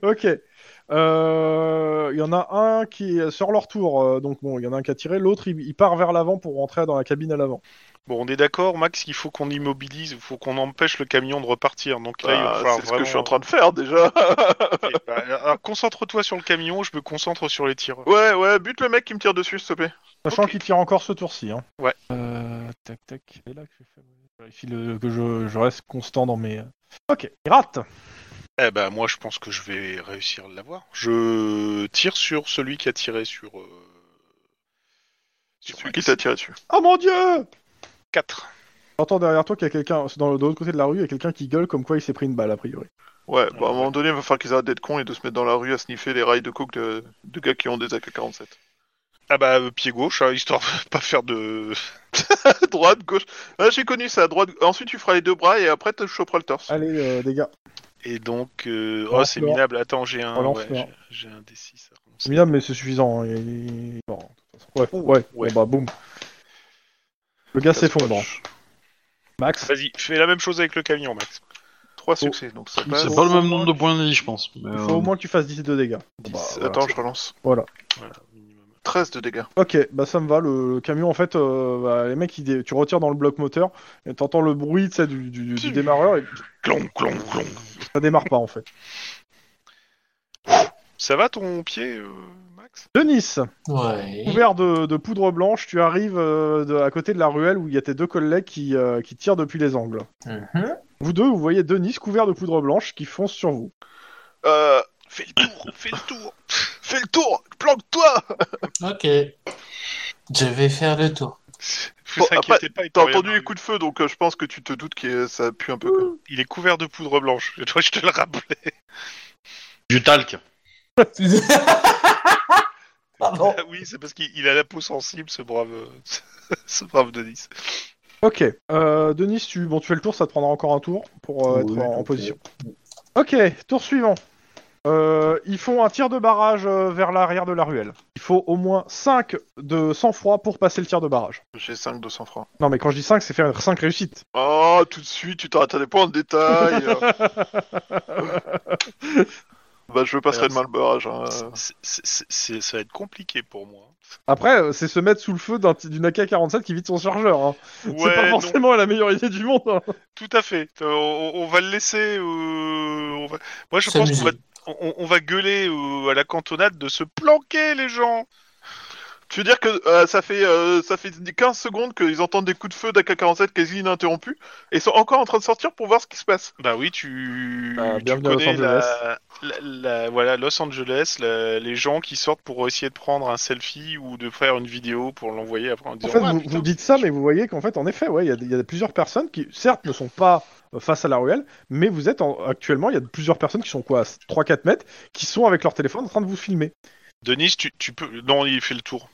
ok. Euh, Il y en a un qui est sur leur tour, euh, donc bon, il y en a un qui a tiré, l'autre il, il part vers l'avant pour rentrer dans la cabine à l'avant.
Bon, on est d'accord, Max, qu'il faut qu'on immobilise, il faut qu'on empêche le camion de repartir. Donc là, il va
Bah,
falloir
c'est ce que je suis en
vraiment-
train de
<laughs>
faire déjà.
Ok, bah, alors, Concentre-toi sur le camion, je me concentre sur les tireurs.
ouais, ouais, bute le mec qui me tire dessus, s'il te plaît.
Sachant
Ok.
qu'il tire encore ce tour-ci. Hein.
Ouais.
Euh, tac, tac. euh. Et là que je fais- je vérifie le- que je, je reste constant dans mes. Ok, il rate.
Eh ben moi je pense que je vais réussir à l'avoir. Je tire sur celui qui a tiré sur... euh, sur
Celui qui t'a tiré dessus.
Oh mon dieu
4.
J'entends derrière toi qu'il y a quelqu'un, dans le- de l'autre côté de la rue, il y a quelqu'un qui gueule comme quoi il s'est pris une balle, a priori.
Ouais, bah, à un moment donné, il va falloir qu'ils arrêtent d'être cons et de se mettre dans la rue à sniffer les rails de coke de, de gars qui ont des AK-47.
Ah bah euh, pied gauche, hein, histoire de pas faire de...
<laughs> droite, gauche. Ah, J'ai connu ça, droite. Ensuite, tu feras les deux bras et après, tu choperas le torse.
Allez, euh, dégâts.
Et donc... euh,
On
Oh
lance
c'est
le un.
minable, attends j'ai un...
On lance
Ah ouais,
le un.
j'ai- j'ai un D6. ça commence.
C'est minable, mais c'est suffisant. hein, il- il est mort, de toute façon. Ouais, ouais,
Oh, Ouais.
bon, bah boum. Le gars s'effondre. hein. Max
Vas-y, fais la même chose avec le camion Max.
Trois succès, donc
Oh.
ça
Bah,
passe.
C'est pas le même nombre de points de vie, je pense. mais,
Il
euh,
faut au moins que tu fasses 10 de dégâts. Bon, bah,
Dix.
voilà.
Attends, je relance.
Voilà, minimum.
13 de dégâts.
Ok, bah ça me va. Le, le camion, en fait, euh, bah, les mecs, ils dé- tu retires dans le bloc moteur et t'entends le bruit tu sais, du, du- du démarreur et
Clon, clon, clon.
ça démarre pas en fait.
Ça va ton pied euh, Max
Denis,
Ouais.
couvert de, de poudre blanche, tu arrives euh, de- à côté de la ruelle où il y a tes deux collègues qui, euh, qui tirent depuis les angles.
Mhm.
Vous deux, vous voyez Denis couvert de poudre blanche qui fonce sur vous.
Euh,
Fais le tour, fais le tour.
fais le tour Planque-toi
Ok. Je vais faire le tour.
Vous
après,
inquiétez pas, il
T'as
peut rien
entendu les
arriver.
coups de feu, donc euh, je pense que tu te doutes que euh, ça pue un peu. quoi.
Il est couvert de poudre blanche, je dois- je te le rappelais.
Du talc.
<laughs> Pardon.
Ah oui, c'est parce qu'il il a la peau sensible, ce brave,
<laughs>
euh, ce brave Denis.
Ok, euh, Denis, tu, bon, tu fais le tour, ça te prendra encore un tour pour euh, être en, en position. Ok, tour suivant. Euh, ils font un tir de barrage euh, vers l'arrière de la ruelle. Il faut au moins 5 de sang-froid pour passer le tir de barrage.
J'ai 5 de 100 francs.
Non, mais quand je dis 5, c'est faire 5 réussites.
Oh, tout de suite, tu t'attendais pas en <laughs> détail. euh. bah, je passerai demain le barrage. hein.
C'est- c'est- c'est- Ça va être compliqué pour moi. hein.
Après, euh, c'est se mettre sous le feu d'un t- d'une AK-47 qui vide son chargeur. hein. c'est pas
non,
forcément la meilleure idée du monde. hein.
tout à fait. Euh, On, on va le laisser. euh, on va- Moi, je pense qu'on
S'amuser.
va, on, on va gueuler euh, à la cantonade de se planquer, les gens.
Tu veux dire que euh, ça fait euh, ça fait 15 secondes qu'ils entendent des coups de feu d'AK-47 quasi ininterrompus et ils sont encore en train de sortir pour voir ce qui se passe.
Bah oui, tu,
Bah,
tu
bienvenue à Los
connais
Angeles.
la, la- la- voilà, Los Angeles, la- les gens qui sortent pour essayer de prendre un selfie ou de faire une vidéo pour l'envoyer après en
En
disant
fait,
Ah,
vous,
putain,
vous dites ça, mais vous voyez qu'en fait, en effet, ouais, il y a des- il y, a plusieurs personnes qui, certes, ne sont pas euh, face à la ruelle, mais vous êtes en- actuellement, il y a plusieurs personnes qui sont quoi, à 3-4 mètres, qui sont avec leur téléphone en train de vous filmer.
Denis, tu, tu peux. Non, il fait le tour.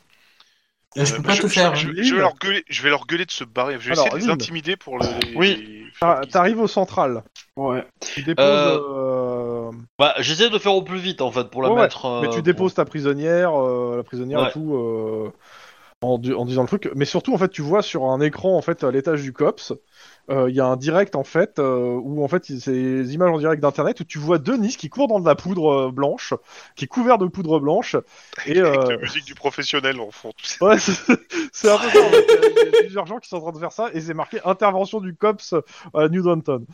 Je
Euh,
peux pas
je,
tout faire.
je-
hein.
je- je vais leur gueuler, je vais leur gueuler de se barrer. Je vais
Alors,
essayer de les
Lynn.
intimider pour les.
Oui.
Ah, T'arrives au central,
Ouais.
tu déposes, euh,
Bah, j'essaie de le faire au plus vite en fait pour la
Ouais, ouais,
mettre. euh,
mais tu déposes ta prisonnière, euh, la prisonnière
Ouais.
et tout, euh, en, du- en disant le truc. Mais surtout, en fait, tu vois sur un écran, en fait, à l'étage du COPS, euh, il y a un direct, en fait, euh, où, en fait, il- c'est des images en direct d'Internet, où tu vois Denis qui court dans de la poudre euh, blanche, qui est couvert de poudre blanche, et...
Avec
euh,
la musique du professionnel en fond.
Ouais, c'est c'est un peu ça. en fait. Il y a- il y a plusieurs gens qui sont en train de faire ça et c'est marqué intervention du cops à New Downton.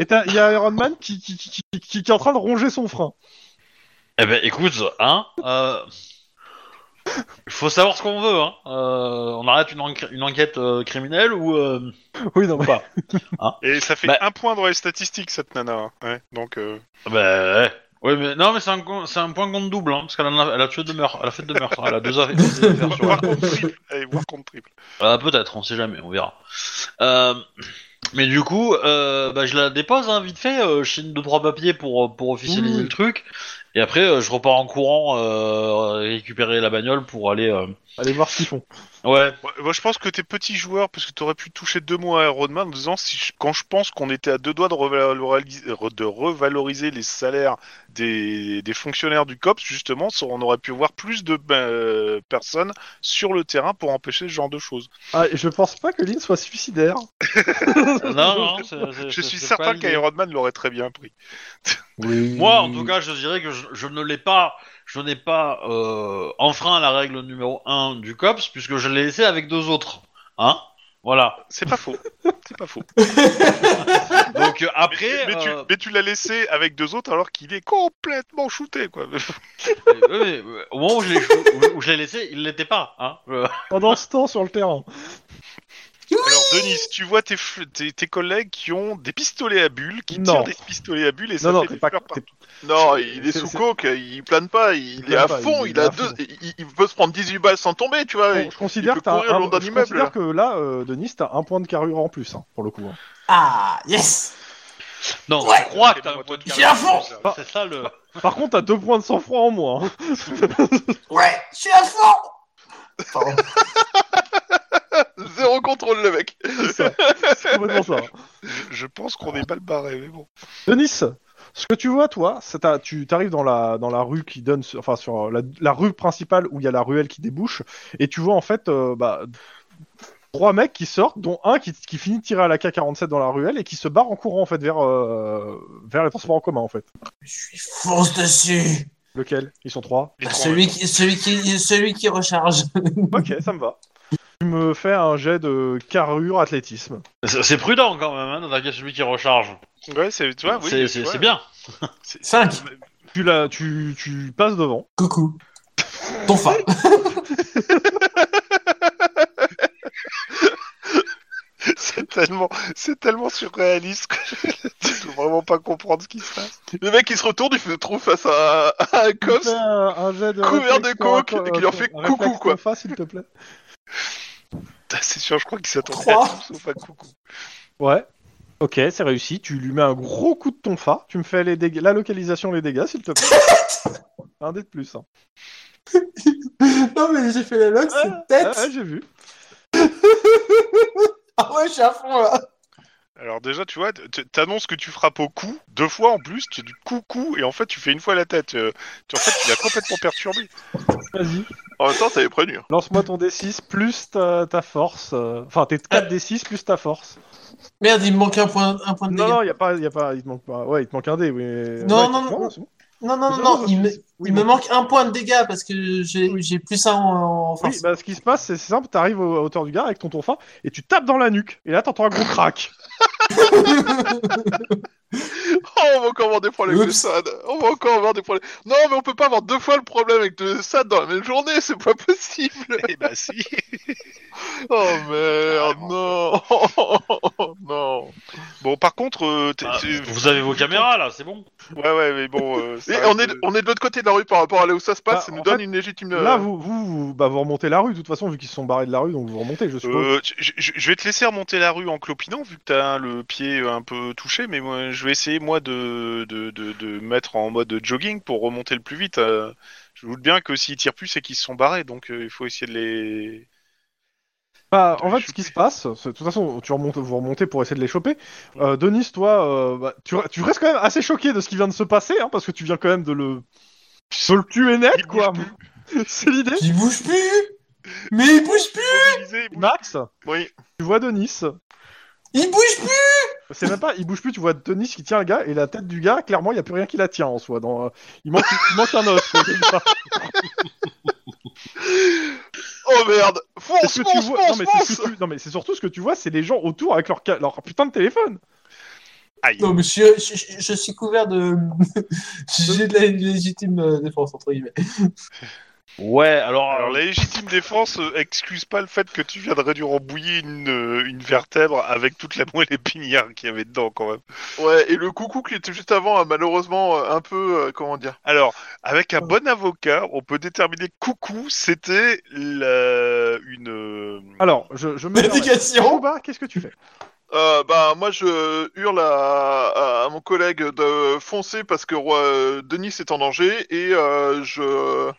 Et t'as- il y a Iron Man qui, qui, qui, qui- qui- qui est en train de ronger son frein.
Eh ben, écoute, hein. Euh... Faut savoir ce qu'on veut, hein. Euh, on arrête une, enqu- une enquête euh, criminelle ou. euh,
Oui, non, mais-
Bah.
Et ça fait
Bah-
un point dans les statistiques, cette nana. hein. Ouais,
<laughs>
donc, euh,
Bah, ouais. Ouais, mais non, mais c'est un, con- c'est un point contre double, hein, parce qu'elle en a, elle a tué deux meurtres, elle a fait deux meurtres, hein, elle a deux
<laughs>
affaires. deux affaires sur
voir
elle.
contre triple. Allez, voir contre triple.
Ah, peut-être, on sait jamais, on verra. Euh, mais du coup, euh, bah, je la dépose hein, vite fait, euh, je signe deux trois papiers pour, euh, pour officialiser
Oui.
le truc, et après euh, je repars en courant euh, récupérer la bagnole pour aller. euh,
Allez voir ce qu'ils font.
<laughs>
Ouais,
Ouais, moi, je pense que t'es petit joueur, parce que t'aurais pu toucher deux mots à Iron Man en disant si je- quand je pense qu'on était à deux doigts de revaloriser, re- de revaloriser les salaires des, des fonctionnaires du COPS, justement, ça, on aurait pu voir plus de euh, personnes sur le terrain pour empêcher ce genre de choses.
Ah, et je pense pas que Lynn soit suicidaire.
non, non, c'est- c'est-
Je
c'est-
suis
c'est pas
certain
l'idée.
qu'Iron Man l'aurait très bien pris.
Moi, en tout cas, je dirais que je, je ne l'ai pas, je n'ai pas euh, enfreint la règle numéro 1 du COPS, puisque je l'ai laissé avec deux autres. Hein Voilà.
C'est pas faux. C'est pas faux.
<laughs> Donc euh,
Mais,
après.
mais tu,
euh,
mais tu l'as laissé avec deux autres alors qu'il est complètement shooté, quoi.
oui, oui, oui, au moment où je l'ai où- où je l'ai laissé, il l'était pas. Hein Euh,
Pendant ce temps, sur le terrain.
Alors, Denis, tu vois tes, f- tes, tes collègues qui ont des pistolets à bulles, qui
Non.
tirent des pistolets à bulles et ça
Non, non,
fait
t'es
des
pas.
fleurs
t'es-
Non, il est
C'est-
sous
c'est-
coke, il plane pas, il,
Il
est à
plane pas,
fond,
il
il,
est
a
à
deux,
fond.
il, il peut se prendre 18 balles sans tomber, tu vois.
Bon, je considère,
il
que,
peut
t'as un-
courir le long d'un
je
immeuble,
considère
là.
que là, euh, Denis, t'as un point de carrure en plus, hein, pour le coup.
<laughs>
hein.
Ah, yes
Non,
Ouais.
je crois que t'as un point de
J'ai
J'y à fond
caractère. C'est ça le.
Par contre, t'as deux points de sang-froid en moins. hein.
<laughs>
Ouais, je suis à fond Pardon.
Zéro contrôle, le mec.
C'est ça. C'est complètement ça.
Je pense qu'on est mal barré, mais bon.
Denis, ce que tu vois, toi, c'est ta- tu arrives dans la, dans la rue qui donne, sur- enfin sur la, la rue principale où il y a la ruelle qui débouche, et tu vois en fait euh, bah, trois mecs qui sortent, dont un qui, qui finit de tirer à la K47 dans la ruelle et qui se barre en courant en fait vers, euh, vers les transports en commun en fait.
Je suis fonce dessus Bah,
Lequel Ils sont trois.
Les trois,
celui
ouais.
qui, celui, qui, celui qui recharge.
<laughs>
<laughs>
Ok, ça me va. Tu me fais un jet de carrure athlétisme.
C'est c'est prudent quand même, hein, d'attaquer celui qui recharge.
Ouais, c'est tu vois, Ah oui,
c'est
tu
c'est-
vois,
c'est bien.
c'est-
Cinq.
c'est-
Tu, la, tu, tu passes devant.
Coucou. Ton fa.
C'est tellement, c'est tellement surréaliste que
<laughs>
je peux vraiment pas comprendre ce qui se passe.
Le mec, il se retourne, il se trouve face à, à un
Tu me
cops.
fais un, un jet de
Couvert
réflexe
de
pour un
coke,
co-
et qui leur
pour
fait
un
coucou,
réflexe
quoi.
de face, s'il te plaît.
Putain, C'est sûr, je crois qu'il s'attendait
Trois.
à tout sauf à coucou.
Ouais. Ok, c'est réussi. Tu lui mets un gros coup de ton fa. Tu me fais les dégâts, la localisation, les dégâts, s'il te plaît. <laughs> un dé de plus. hein.
<laughs> non, mais j'ai fait la log,
Ouais,
c'est
Ah, ouais,
tête.
j'ai vu.
Ah ouais, je suis à fond là.
Alors déjà, tu vois, t- t'annonces que tu frappes au cou deux fois en plus, tu dis coucou et en fait tu fais une fois la tête. Euh, Tu, en fait, tu l'as complètement perturbé.
Vas-y.
En même temps, t'avais prévenu.
Lance-moi ton D6 plus ta, ta force. euh, Enfin, tes 4 D6 plus ta force.
Merde, il me manque un point, un point de
Non,
dégâts.
non, y a pas, y a pas, il te manque pas. Ouais, il te manque un dé, oui. mais-
Non,
Ouais,
non,
il te-
non.
c'est bon.
Non, non,
C'est
non,
bon,
non,
ça,
il me,
c'est- oui,
il me
bon.
manque un point de dégâts parce que j'ai j'ai plus ça en, en
Oui,
force.
bah ce qui se passe, c'est c'est simple, t'arrives au- à hauteur du gars avec ton tonfa et tu tapes dans la nuque. Et là, t'entends un gros
<laughs>
crack.
<laughs> Oh, on va encore avoir des problèmes avec le
Oups.
SAD. On va encore avoir des problèmes. Non, mais on peut pas avoir deux fois le problème avec le SAD dans la même journée, c'est pas possible.
Eh bah si.
Oh merde, non. <laughs> non.
Bon, par contre, euh, t'es-
Bah,
t'es-
vous avez vos caméras là, c'est bon.
ouais, ouais, mais
<laughs>
bon. euh, ça
Et
reste-
on est, on est de l'autre côté de la rue par rapport à là où ça se passe,
Bah,
ça nous
en
donne
fait,
une légitime.
Euh.
euh,
Là, vous, vous, vous- bah, vous remontez la rue, de toute façon, vu qu'ils se sont barrés de la rue, donc vous remontez, je suppose.
Euh, je- je je vais te laisser remonter la rue en clopinant vu que t'as hein, le pied euh, un peu touché, mais moi je vais essayer moi de de, de, de mettre en mode jogging pour remonter le plus vite. euh. je vous doute bien que s'ils tirent plus c'est qu'ils se sont barrés, donc euh, il faut essayer de les.
Bah,
de
en
les
fait, ce qui se passe, c'est- de toute façon, tu remontes, vous remontez pour essayer de les choper. Euh, Denis, toi, euh, bah, tu, tu restes quand même assez choqué de ce qui vient de se passer, hein, parce que tu viens quand même de le, de le tuer net,
Il bouge
quoi. <laughs> C'est l'idée.
Il bouge plus Mais il bouge plus
Mobiliser, bouger.
Max,
Oui.
tu vois Denis.
Il bouge plus
C'est même pas, il bouge plus, tu vois Denis qui tient le gars, et la tête du gars, clairement, il n'y a plus rien qui la tient en soi. Dans, euh, il, manque, il manque un os. quoi, quelque
<laughs>
part.
Oh merde.
C'est
Fonce,
ce que tu
fonce,
vois. Non,
fonce,
mais c'est
fonce.
ce que tu- non, mais c'est surtout ce que tu vois, c'est les gens autour avec leur, ca- leur putain de téléphone.
Aïe.
Non, mais je, suis- je- je- je suis couvert de. <laughs> J'ai de la légitime euh, défense, entre <laughs> guillemets.
Ouais, alors, euh,
Alors la légitime défense euh, excuse pas le fait que tu viens de réduire en bouillie une, euh, une vertèbre avec toute la moelle épinière qu'il y avait dedans quand même.
Ouais, et le coucou qui était juste avant, a malheureusement, euh, un peu, euh, comment dire.
Alors, avec un bon avocat, on peut déterminer que coucou, c'était la... une... euh,
Alors, je, je me.
Médication
Bas, qu'est-ce que tu fais
Euh, bah, moi, je hurle à, à mon collègue de foncer parce que euh, Denis est en danger et euh, je.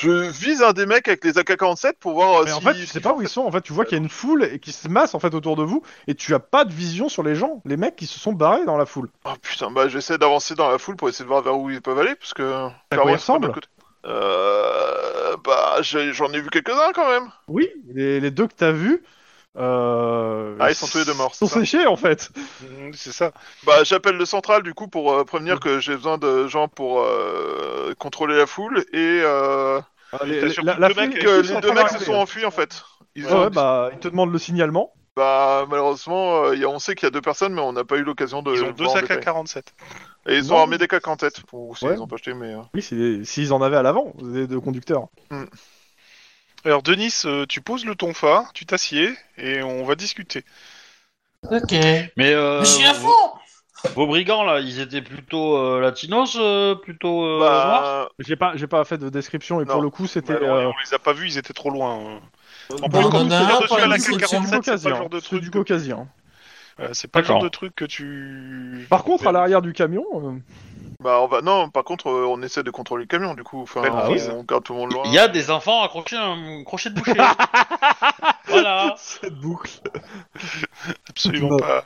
Je vise un des mecs avec les AK-47 pour voir euh,
Mais
si.
en fait, tu sais pas où ils sont. En fait, tu vois qu'il y a une foule et qui se masse en fait autour de vous, et tu as pas de vision sur les gens, les mecs qui se sont barrés dans la foule.
Oh putain, bah j'essaie d'avancer dans la foule pour essayer de voir vers où ils peuvent aller parce que.
À quoi
Vers où
ils
ils sont
ressemblent
de l'autre côté. Euh. Bah, j'ai- j'en ai vu quelques-uns quand même.
Oui. Les, les deux que t'as vus. Euh...
Ah, ils sont tous les deux morts,
Ils sont
c'est ça
séchés en fait.
mm, C'est ça.
Bah, j'appelle le central du coup pour euh,
Mm.
prévenir que j'ai besoin de gens pour euh, contrôler la foule et euh,
Les-
t'as
les-
surtout
la,
deux
la
mecs
foule,
avec-
ils
que
sont
euh, les
en train
deux
de
mecs se
regarder.
sont enfuis en fait. Ils
Ouais,
ont-
ouais, bah, ils te demandent le signalement.
Bah, malheureusement, euh, y a- on sait qu'il y a deux personnes, mais on n'a pas eu l'occasion de.
Ils ont
voir
deux
en détail.
AK-47.
Et ils
Non.
ont armé des cacs en tête. Ou si
Ouais.
ils ont pas acheté, mais. euh.
Oui, c'est- s'ils en avaient à l'avant, les deux conducteurs.
Alors, Denis, euh, tu poses le tonfa, tu t'assieds et on va discuter.
Ok.
Mais, euh,
Mais je suis à
vos-
fond
Vos brigands, là, ils étaient plutôt euh, latinos, euh, plutôt euh, noirs
Bah,
J'ai pas, j'ai pas fait de description et
Non.
pour le coup c'était.
Bah, non,
euh,
on les a pas vus, ils étaient trop loin. euh. En
Bah,
plus, quand
on en a un,
vous tirez dessus à la
par exemple, c'est
du
ça,
K47, c'est pas le
caucasien.
genre de
c'est
truc.
du
que-
caucasien.
euh, C'est pas le genre
D'accord.
de truc que tu.
Par contre, à
Mais-
l'arrière du camion, euh,
bah, on va. Non, par contre, euh, on essaie de contrôler le camion, du coup. Enfin,
Ah
on,
oui.
on garde tout le monde loin.
Il y a des enfants accrochés à un crochet de
<laughs>
boucher. voilà.
cette boucle.
Absolument
Non.
pas.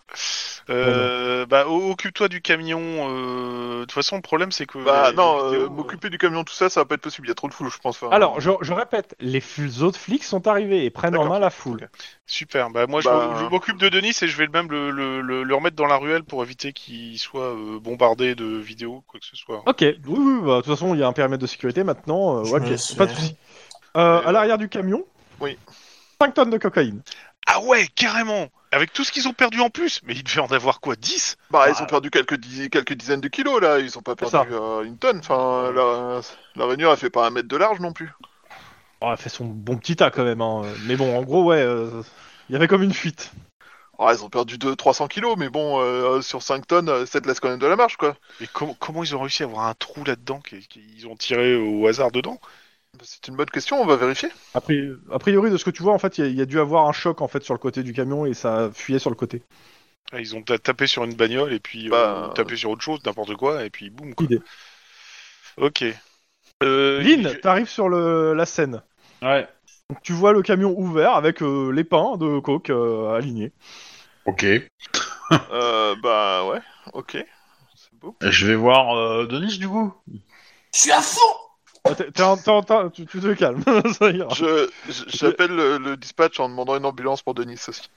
Euh, bah, o- occupe-toi du camion. euh, De toute façon, le problème, c'est que.
Bah,
les-
non,
les
euh,
vidéos,
m'occuper du camion, tout ça, ça va pas être possible. Il y a trop de foule, je pense. Enfin,
Alors, je, je répète, les fl- autres flics sont arrivés et prennent en
D'accord.
main la foule.
Super. Bah, moi, je
Bah,
m'o- je m'occupe de Denis et je vais même le, le, le- le remettre dans la ruelle pour éviter qu'il soit euh, bombardé de vidéos, quoi que ce soit.
Ok, oui, oui, bah, de toute façon, il y a un périmètre de sécurité maintenant. euh,
Je
ouais,
me
ok,
laisse
pas de
faire.
soucis. Euh, à l'arrière du camion,
Oui.
5 tonnes de cocaïne.
Ah ouais, carrément Avec tout ce qu'ils ont perdu en plus Mais il devait en avoir quoi 10
Bah, ils
Bah,
ont perdu quelques, dizi- quelques dizaines de kilos là, ils ont pas
ah. C'est
perdu euh, une tonne. Enfin, la, la rainure elle fait pas un mètre de large non plus.
Oh, elle fait son bon petit tas quand même. hein. Mais bon, en gros, ouais, euh, il y avait comme une fuite.
Ah, ils ont perdu 200-300 kilos, mais bon, euh, sur 5 tonnes, euh, ça te laisse quand même de la marge quoi.
Mais comment, comment ils ont réussi à avoir un trou là-dedans qui- qui- Ils ont tiré au hasard dedans
C'est une bonne question, on va vérifier.
A pri- a priori, de ce que tu vois, en fait, il y a- il y, a dû avoir un choc en fait sur le côté du camion et ça fuyait sur le côté.
Ah, Ils ont ta- tapé sur une bagnole et puis euh,
Bah,
tapé sur autre chose, n'importe quoi, et puis boum quoi.
Idée.
Ok. Euh,
Lynn,
je-
t'arrives sur le, la scène.
Ouais.
Donc, tu vois le camion ouvert avec euh, les pains de coke euh, alignés.
Ok.
euh, bah ouais, ok. C'est beau.
Je vais voir euh, Denis, du coup.
Je suis à fond
Ah, t'es- t'es un- t'es un- t'es un- tu, tu te calmes, <laughs> ça ira.
Je- je- J'appelle le, le dispatch en demandant une ambulance pour Denis aussi.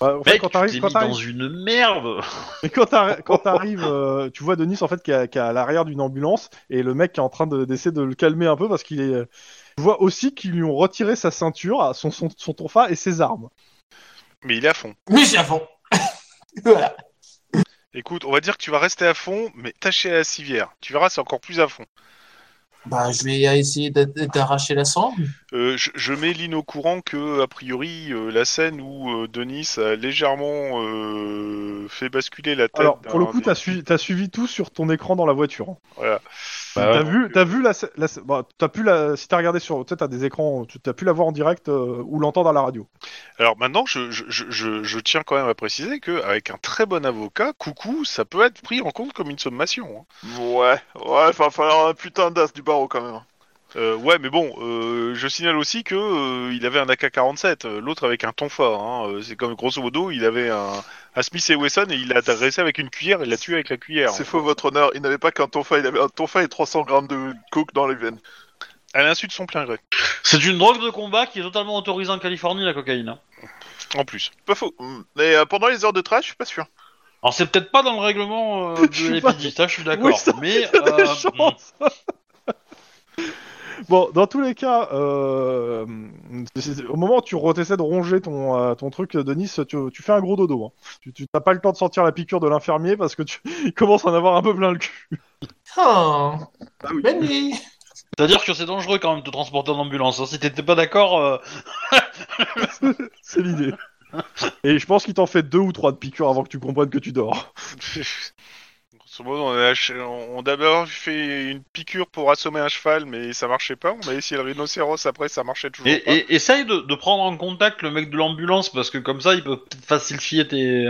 Bah, en fait,
Mec,
quand
tu
t'arrives,
t'es
quand
mis dans
t'arrives,
une merde.
mais quand t'arri-
<laughs>
quand t'arrives, euh, tu vois Denis en fait qui est à- qui est à l'arrière d'une ambulance et le mec qui est en train de- d'essayer de, le calmer un peu parce qu'il est. euh, Tu vois aussi qu'ils lui ont retiré sa ceinture, son son, son tonfa et ses armes.
Mais il est à fond.
Mais je suis à fond <laughs> Voilà.
Écoute, on va dire que tu vas rester à fond, mais taché à la civière. Tu verras, c'est encore plus à fond.
Bah, je vais essayer d'a- d'arracher la sangle.
Euh, je, je mets Lynn au courant que, a priori, euh, la scène où euh, Denis a légèrement euh, fait basculer la tête.
Alors pour le
d'un
coup,
des-
t'as suivi, t'as suivi tout sur ton écran dans la voiture.
Voilà.
Bah
t'as
ouais.
vu, t'as vu la, sc- la sc- bah, t'as pu la, si t'as regardé sur, tu sais, t'as des écrans, tu t'as pu la voir en direct euh, ou l'entendre à la radio.
Alors maintenant, je, je- je- je- je tiens quand même à préciser qu'avec un très bon avocat, coucou, ça peut être pris en compte comme une sommation. hein.
Ouais, ouais, va falloir un putain d'as du barreau quand même.
Euh, ouais, mais bon, euh, je signale aussi que euh, il avait un AK-47, euh, l'autre avec un tonfa. hein. Euh, C'est comme grosso modo, il avait un, un Smith et Wesson et il l'a dressé avec une cuillère et l'a tué avec la cuillère.
C'est faux, votre honneur, il n'avait pas qu'un tonfa, il avait un tonfa et 300 grammes de coke dans les veines.
À l'insu de son plein gré.
<laughs> C'est une drogue de combat qui est totalement autorisée en Californie, la cocaïne. hein.
En plus.
Pas faux. Mais euh, pendant les heures de trail, je suis pas sûr.
Alors, c'est peut-être pas dans le règlement euh,
<laughs> Je suis
de
pas-
l'épidiste, ça, je suis d'accord.
Oui, ça,
mais.
T'as des <laughs>
euh,
chances.
hmm.
<laughs> bon, dans tous les cas, euh, c'est- au moment où tu re- t'essaies de ronger ton, euh, ton truc, Denis, tu, tu fais un gros dodo. hein. Tu tu- t'as pas le temps de sortir la piqûre de l'infirmier parce que tu <laughs> il commence à en avoir un peu plein le cul. <laughs>
Oh,
Ah oui.
bonne nuit
C'est-à-dire que c'est dangereux quand même de transporter en ambulance. hein. Si t'étais pas d'accord, euh,
C'est l'idée. Et je pense qu'il t'en fait deux ou trois de piqûres avant que tu comprennes que tu dors.
Grosso modo, on a, ach- on a d'abord fait une piqûre pour assommer un cheval, mais ça marchait pas. On a essayé le rhinocéros après, ça marchait toujours
et,
pas.
et- essaye de, de prendre en contact le mec de l'ambulance parce que comme ça, il peut peut-être faciliter tes.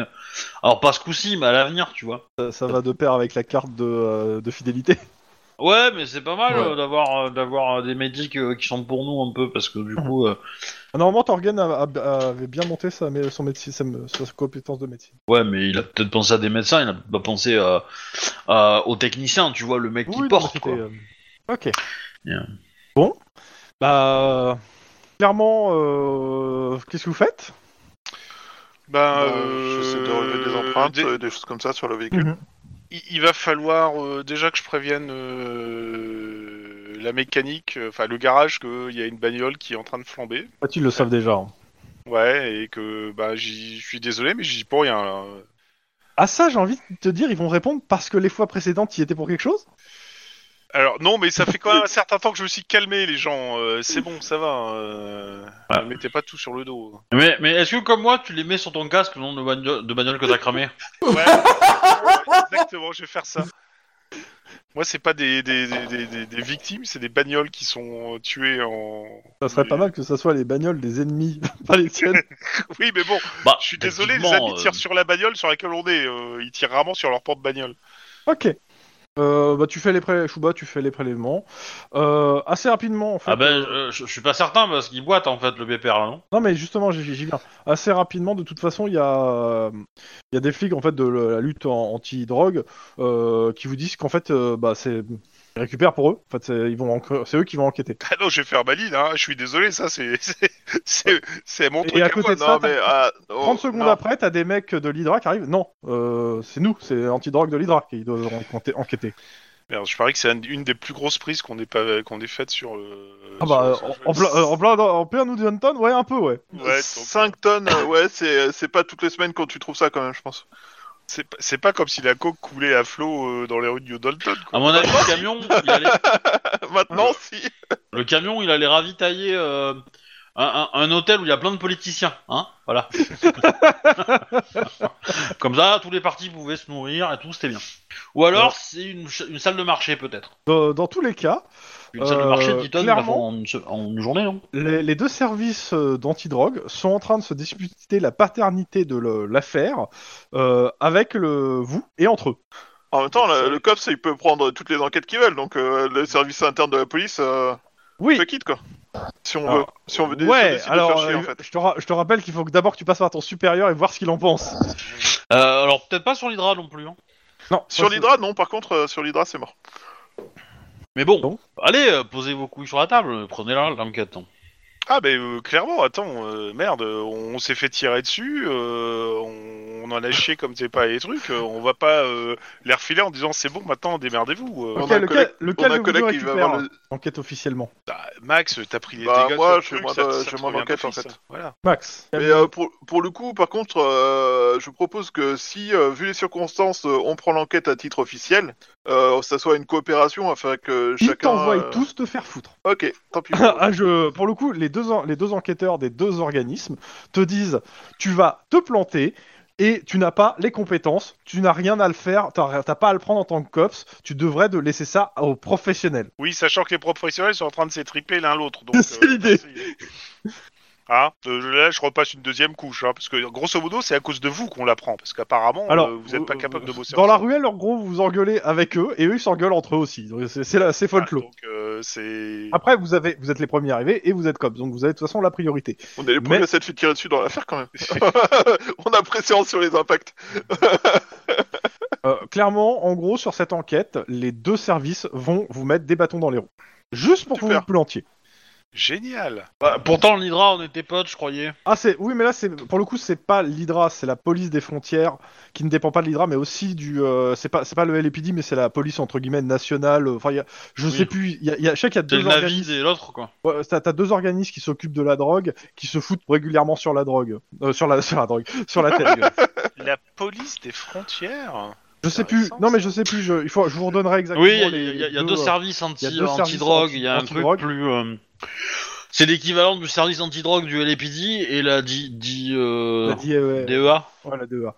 Alors, pas ce coup-ci, mais à l'avenir, tu vois.
Ça, ça va de pair avec la carte de, euh, de fidélité.
Ouais, mais c'est pas mal
Ouais.
euh, d'avoir euh, d'avoir euh, des médics euh, qui sont pour nous un peu parce que du coup, euh,
Ah, Normalement, Torgen a- a- avait bien monté sa, mé- son médecine, sa, sa compétence de médecine.
ouais, mais il a peut-être pensé à des médecins, il a pas pensé euh, à- aux techniciens, tu vois, le mec qui
non,
porte.
mais
Quoi.
c'était, euh, Ok.
Bien.
Bon. Bah. Clairement, euh, qu'est-ce que vous faites
Ben,
Euh, J'essaie de relever des
euh,
empreintes,
dé-
euh, des choses comme ça sur le véhicule.
il, il va falloir euh, déjà que je prévienne euh, la mécanique, euh, enfin le garage, qu'il y a une bagnole qui est en train de flamber.
Bah, Ils le savent déjà. hein.
Ouais, et que bah, j'y- je suis désolé, mais j'y suis pour rien. là.
Ah, À ça, j'ai envie de te dire, ils vont répondre parce que les fois précédentes, ils étaient pour quelque chose
Alors non, mais ça fait quand même un certain temps que je me suis calmé, les gens. Euh, c'est bon, ça va. euh, Ne mettez pas tout sur le dos.
Mais, mais est-ce que comme moi, tu les mets sur ton casque le nom de, bagno- de bagnole que t'as
<laughs>
cramé
Ouais, ouais, exactement, je vais faire ça. Moi, c'est pas des, des, des- des- des- des victimes, c'est des bagnoles qui sont euh, tuées en.
Ça serait pas mal que ça soit les bagnoles des ennemis, <laughs> pas les tiennes.
<laughs> Oui, mais bon,
Bah,
je suis désolé, les
techniquement,
amis
euh.
tirent sur la bagnole sur laquelle on est. euh, ils tirent rarement sur leur porte-bagnole. <laughs>
Ok. Euh, bah, tu fais les prélèvements, Chouba, tu fais les prélèvements. Euh, assez rapidement, en fait.
Ah ben, euh, je, je suis pas certain parce qu'il boite en fait le BPR là, non
Non, mais justement, j'y j'y viens. Assez rapidement, de toute façon, il y, a, euh, il y a des flics en fait, de la lutte en- anti-drogue euh, qui vous disent qu'en fait, euh, bah, c'est. Ils récupèrent pour eux. En fait, c'est ils vont enque- c'est eux qui vont enquêter.
Ah non, je vais faire maline, hein. Je suis désolé, ça, c'est <laughs> c'est- c'est c'est mon
Et
truc.
à
à
côté
moi.
de ça,
Non, mais. ah, oh,
30 secondes
non.
après, t'as des mecs de l'Hydra qui arrivent. Non, euh, c'est nous, c'est anti-drogue de l'Hydra qui doivent enquêter- enquêter.
Merde, je parie que c'est un- une des plus grosses prises qu'on ait pas qu'on ait faites sur. euh,
Ah bah,
sur-
en,
sur-
en plein, euh, en plein, en plein New Downtown, ouais, un peu, <laughs> ouais.
Ouais, donc,
5 tonnes,
<laughs>
euh, ouais, c'est c'est pas toutes les semaines quand tu trouves ça quand même, je pense.
C'est pas- c'est pas comme si la coke coulait à flot euh, dans les rues de New Dalton.
À
quoi.
mon avis, le camion, il allait,
Maintenant, si.
le camion, il allait ravitailler euh, un, un- un hôtel où il y a plein de politiciens, hein Voilà. <laughs> Comme ça, tous les partis pouvaient se nourrir et tout, c'était bien. Ou alors, c'est une, ch- une salle de marché peut-être.
Dans, dans tous les cas,
Une salle de marché de 10
Euh,
tonnes, ils la
clairement.
font en, une se- en une journée, non
les, les deux services euh, d'antidrogue sont en train de se disputer la paternité de le- l'affaire euh, avec le, vous et entre eux.
En même temps, le, le COPS, il peut prendre toutes les enquêtes qu'ils veulent, donc euh, le service interne de la police euh,
Oui.
se quitte, quoi. Si on
Ah.
veut, si on veut dé- se
Ouais,
décide de
alors
faire chier, en
euh,
fait.
je, te ra- je te rappelle qu'il faut que d'abord que tu passes par ton supérieur et voir ce qu'il en pense.
Euh, Alors, peut-être pas sur l'Hydra non plus. hein.
Non,
Sur
ça,
l'Hydra, non, par contre, euh, sur l'Hydra, c'est mort.
Mais bon,
Donc
allez, euh, posez vos couilles sur la table, euh, prenez-la, l'enquête. hein.
Ah mais euh, clairement, attends, euh, merde, euh, on s'est fait tirer dessus, euh, on, on en a chié comme c'est pas les trucs, euh, on va pas euh, les refiler en disant c'est bon, maintenant démerdez-vous. euh.
c'est-
on
Ok,
a un
lequel,
collègue-
lequel
on a
de
un
vous
collègue
deux
qui va
récupère hein.
avoir le-
Enquête officiellement.
Bah, Max, t'as pris les
Bah,
dégâts.
moi,
sur le
je-
truc,
moi,
ça-
euh,
ça
je
te
m'en
revient
enquête,
d'office,
en fait.
ça. Voilà.
Max.
Mais euh, pour, pour le coup, par contre, euh, je propose que si, euh, vu les circonstances, euh, on prend l'enquête à titre officiel, euh, ça soit une coopération afin que
Ils
chacun.
t'envoient
euh,
tous te faire foutre. <laughs>
Ok,
<laughs>
tant pis. pour eux.
Ah, je- pour le coup, les deux, en- les deux enquêteurs des deux organismes te disent tu vas te planter et tu n'as pas les compétences, tu n'as rien à le faire, t'as t'as pas à le prendre en tant que cops, tu devrais de laisser ça aux professionnels.
Oui, sachant que les professionnels sont en train de s'étriper l'un l'autre.
<laughs>
donc, euh,
C'est l'idée.
merci. Hein, euh, là, je repasse une deuxième couche, hein, parce que grosso modo, c'est à cause de vous qu'on l'apprend, parce qu'apparemment,
Alors,
euh, vous n'êtes pas capable de bosser.
Dans la
ensemble.
ruelle, en gros, vous vous engueulez avec eux et eux ils s'engueulent entre eux aussi. Donc, C'est c'est la- c'est
Voilà,
folklore.
donc, euh, c'est.
Ah.
Après, vous, avez, vous êtes les premiers arrivés et vous êtes cops, donc vous avez de toute façon la priorité.
On est les premiers
Mais-
à s'être fait tirer dessus dans
<laughs>
l'affaire quand même. <laughs> on a préséance sur les impacts.
Euh, clairement, en gros, sur cette enquête, les deux services vont vous mettre des bâtons dans les roues. Juste pour que vous
Super.
vous plantiez.
Génial.
Bah, pourtant, l'Hydra, on était potes, je croyais.
Ah c'est oui mais là c'est pour le coup c'est pas l'Hydra c'est la police des frontières qui ne dépend pas de l'Hydra mais aussi du euh, c'est pas c'est pas le LPD mais c'est la police entre guillemets nationale euh, enfin il y a- je
Oui.
sais plus il y a, il y a- je sais qu'il y a
C'est le
deux
Navi
organismes
et l'autre, quoi.
ouais, t'as t'as deux organismes qui s'occupent de la drogue qui se foutent régulièrement sur la drogue Euh, sur la <laughs> sur la drogue sur la
<laughs>
tête
<laughs> La police des frontières.
je sais plus
Intéressant,
non mais
ça.
je sais plus je, il faut je vous redonnerai exactement
Oui, il y a-
les
il y, a- il y a
deux,
deux
euh,
services
il y a
anti-
deux services
anti-drogue, il y a un truc
anti-drogue.
plus... euh, C'est l'équivalent du service anti-drogue du LAPD et la di, di, euh,
la E DEA.
DEA.
Ouais, la DEA.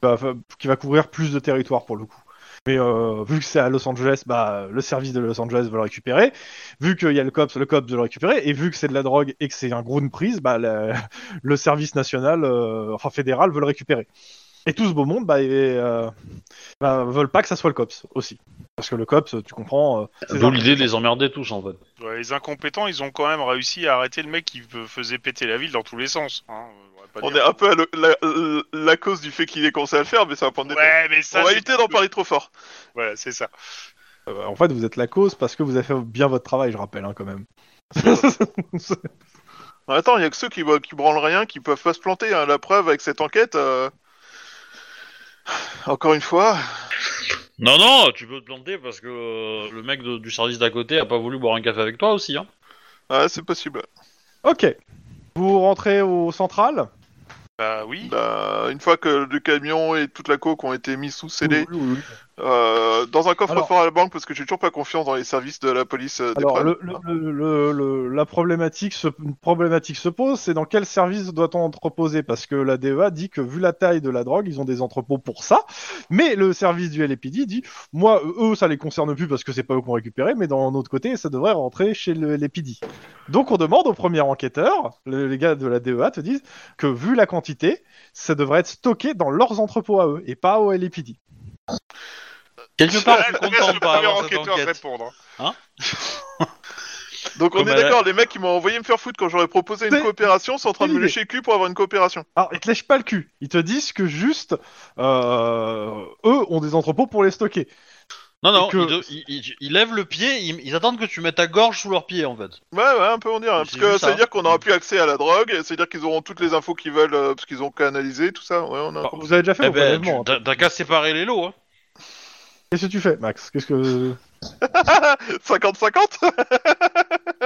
Bah, enfin, qui va couvrir plus de territoire pour le coup. Mais euh, vu que c'est à Los Angeles, bah, le service de Los Angeles veut le récupérer. Vu qu'il y a le COPS, le COPS veut le récupérer. Et vu que c'est de la drogue et que c'est un gros de prise, bah, la- le service national, euh, enfin fédéral, veut le récupérer. Et tout ce beau monde, bah, et, euh, bah, veulent pas que ça soit le COPS aussi. Parce que le COPS, tu comprends. euh, c'est
D'où
un-
l'idée de les emmerder tous, en fait.
Ouais, les incompétents, ils ont quand même réussi à arrêter le mec qui f- faisait péter la ville dans tous les sens. hein, on va pas
On est
dire.
un peu à le- la, la- la cause du fait qu'il est commencé à le faire, mais ça va prendre des temps.
Ouais, mais ça.
On va
c'est-
éviter d'en parler trop fort.
Voilà, c'est ça.
Euh, en fait, vous êtes la cause parce que vous avez fait bien votre travail, je rappelle, hein, quand même.
Mais Attends, il y a que ceux qui, qui branlent rien, qui peuvent pas se planter. hein. La preuve avec cette enquête. euh, Encore une fois,
Non, non, tu peux te planter parce que euh, le mec de- du service d'à côté a pas voulu boire un café avec toi aussi. Hein.
ouais, c'est possible.
ok. Vous rentrez au central
Bah oui.
Bah, une fois que le camion et toute la coque ont été mis sous scellé
Oui, oui, oui.
euh, dans un coffre
Alors-
fort à la banque, parce que j'ai toujours pas confiance dans les services de la police euh, des
Alors,
preuves.
le, le- le- le- le- la problématique se, une problématique se pose, c'est dans quel service doit-on entreposer Parce que la DEA dit que, vu la taille de la drogue, ils ont des entrepôts pour ça. Mais le service du LPD dit, moi, eux, ça les concerne plus parce que c'est pas eux qu'on récupéré, mais d'un autre côté, ça devrait rentrer chez le LPD. Donc, on demande au premier enquêteur, le- les gars de la DEA te disent que, vu la quantité, ça devrait être stocké dans leurs entrepôts à eux et pas au LPD. <laughs>
Quelque
<laughs>
part,
Là,
je suis
laisse
content
le
de pas
premier
avoir cette
enquêteur
enquête.
répondre. hein.
Donc on
Comme
est
à la-
d'accord, les mecs qui m'ont envoyé me faire foutre quand j'aurais proposé une
C'est-
coopération sont en train de me
l'idée.
lécher le cul pour avoir une coopération.
Alors, ils te lèchent pas le cul. Ils te disent que juste, euh, eux ont des entrepôts pour les stocker.
Non, non,
que-
ils, de- ils- ils- ils lèvent le pied, ils, ils attendent que tu mettes ta gorge sous leur pied en fait.
Ouais, ouais, un peu on dirait. hein, parce
J'ai
que
vu
ça
ça.
veut dire qu'on aura plus accès à la drogue, et ça veut dire qu'ils auront toutes les infos qu'ils veulent, euh, parce qu'ils ont canalisé, tout ça. Ouais, on a...
Alors, vous avez déjà fait
Eh
vos
ben, tu-
prélèvements, hein.
t'as t'as qu'à séparer les lots. Hein.
Qu'est-ce que tu fais, Max Qu'est-ce que
Ah.
<laughs> 50-50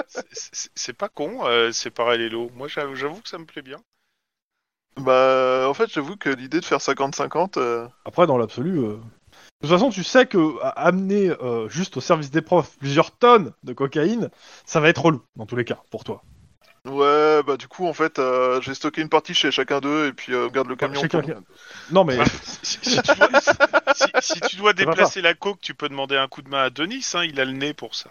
C'est- C'est c'est pas con, euh, séparer les lots. Moi, j'avoue j'avoue que ça me plaît bien.
Bah, en fait, j'avoue que l'idée de faire 50-50... euh,
Après, dans l'absolu. euh, De toute façon, tu sais que à- amener euh, juste au service des profs plusieurs tonnes de cocaïne, ça va être relou, dans tous les cas, pour toi.
Ouais, bah du coup, en fait, euh, j'ai stocké une partie chez chacun d'eux, et puis euh, on garde le camion.
Ah, chacun-
pour nous.
Non, mais. <laughs>
Si, si tu dois, si- si- si tu dois
Ça va
déplacer la coque, tu peux demander un coup de main à Denis, hein, il a le nez pour ça.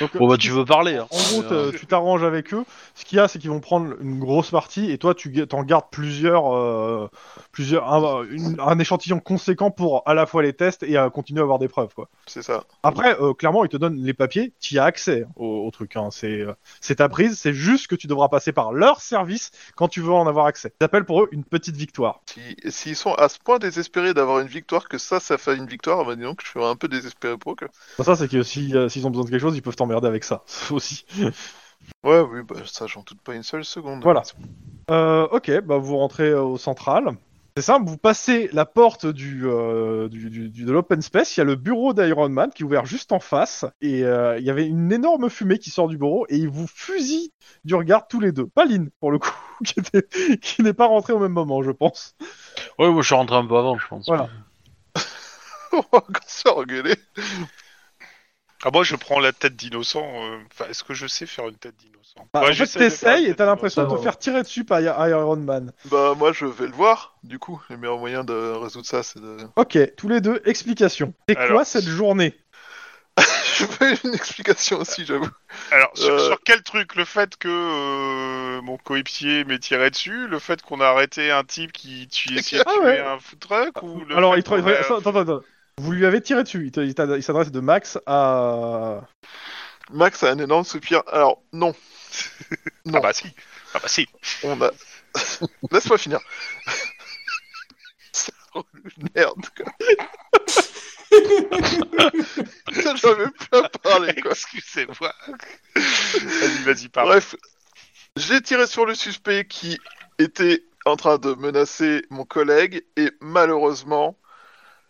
donc,
Bon bah tu veux parler. Hein.
En gros,
Mais, euh,
t'as- tu t'arranges avec eux. Ce qu'il y a, c'est qu'ils vont prendre une grosse partie et toi, tu ga- t'en gardes plusieurs, euh, plusieurs, un, une- un échantillon conséquent pour à la fois les tests et à continuer à avoir des preuves, quoi.
C'est ça.
Après, euh, clairement, ils te donnent les papiers, tu as accès au, au truc. Hein. C'est euh, c'est ta prise, c'est juste que tu devras passer par leur service quand tu veux en avoir accès. J'appelle pour eux une petite victoire.
Si- S'ils sont à ce point désespérés d'avoir une victoire, que ça, ça fait une victoire, bah dis donc, je suis un peu désespéré pour eux, que...
Enfin, ça, c'est que si, euh, s'ils ont besoin de quelque chose, ils peuvent t'emmerder avec ça <laughs> aussi.
Ouais, oui, bah ça, j'en doute pas une seule seconde.
Voilà. Euh, ok, bah vous rentrez euh, au central. C'est simple, vous passez la porte du, euh, du, du- du- de l'open space, il y a le bureau d'Iron Man qui est ouvert juste en face, et euh, il y avait une énorme fumée qui sort du bureau, et il vous fusille du regard tous les deux. Pas Lynn, pour le coup, <laughs> qui était- qui n'est pas rentré au même moment, je pense.
Ouais, moi je suis rentré un peu avant, je pense.
euh, Voilà.
<laughs> On va encore se faire engueuler.
Ah, moi, je prends la tête d'innocent. euh, Enfin, est-ce que je sais faire une tête d'innocent
Bah,
Ouais,
en fait,
j'essaie de faire
t'essayes
une
et t'as
tête
l'impression de te
d'innocent.
faire tirer dessus par I- Iron Man.
Bah moi je vais le voir, du coup, le meilleur moyen de résoudre ça c'est de... <laughs>
Ok, tous les deux, explication. C'est quoi
Alors.
cette journée
je veux une explication aussi j'avoue.
Alors, sur,
Euh,
sur quel truc Le fait que euh, mon coéquipier m'ait tiré dessus Le fait qu'on a arrêté un type qui tu, essayait de
Ah
tuer
ouais.
un food truck ou le
Alors,
fait
il te...
qu'on a-
attends, attends, attends. Vous lui avez tiré dessus, il te- il t'a- il s'adresse de Max à...
Max a un énorme soupir. Alors non,
Ah bah si Ah bah si
<laughs>
on a... <laughs> Laisse-moi finir. <laughs> C'est un relou de merde quoi. <laughs> Putain j'avais plus à parler quoi.
Excusez-moi Vas-y, vas-y, parle.
Bref, j'ai tiré sur le suspect qui était en train de menacer mon collègue et malheureusement,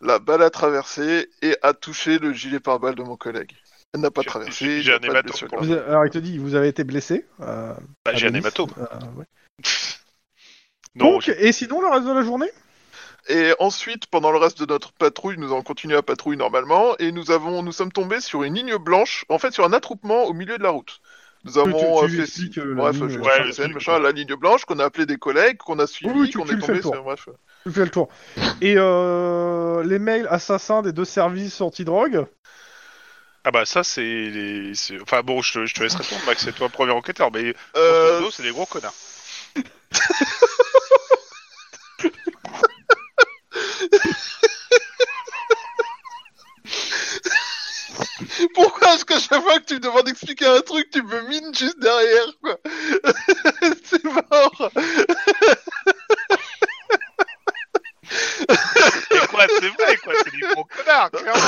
la balle a traversé et a touché le gilet pare-balles de mon collègue. Elle n'a pas
J'ai-
traversé.
j'ai
il n'y a
un
pas de
hématome
blessure
pour
grave.
Vous avez- Alors, il te dit, vous avez été blessé. euh,
Bah, j'ai un
Adonis.
hématome.
euh,
<laughs>
ouais.
Non,
Donc,
j'ai-
et sinon, le reste de la journée
Et ensuite, pendant le reste de notre patrouille, nous avons continué à patrouille normalement et nous avons, nous sommes tombés sur une ligne blanche, en fait sur un attroupement au milieu de la route. Nous
Oui, tu-
avons
tu
euh, fait
expliques,
signe-
euh, la
bref,
ligne,
je-
euh,
je-
ouais,
je-
le
je-
truc,
machin, la ligne blanche qu'on a appelé des collègues, qu'on a suivi,
oui, tu-
qu'on
tu
est
le fais
tombé
le tour.
sur- bref.
Tu fais le tour. Et euh, les mails assassins des deux services anti-drogue
Ah bah ça, c'est les... c'est- Enfin bon, je te, je te laisse répondre, Max, c'est toi le premier enquêteur, mais
Euh,
grosso modo, c'est des gros connards.
Pourquoi est-ce qu'à chaque fois que tu me demandes d'expliquer un truc, tu me mines juste derrière, quoi <laughs> C'est mort
C'est quoi, c'est vrai, quoi, c'est des gros connards, clairement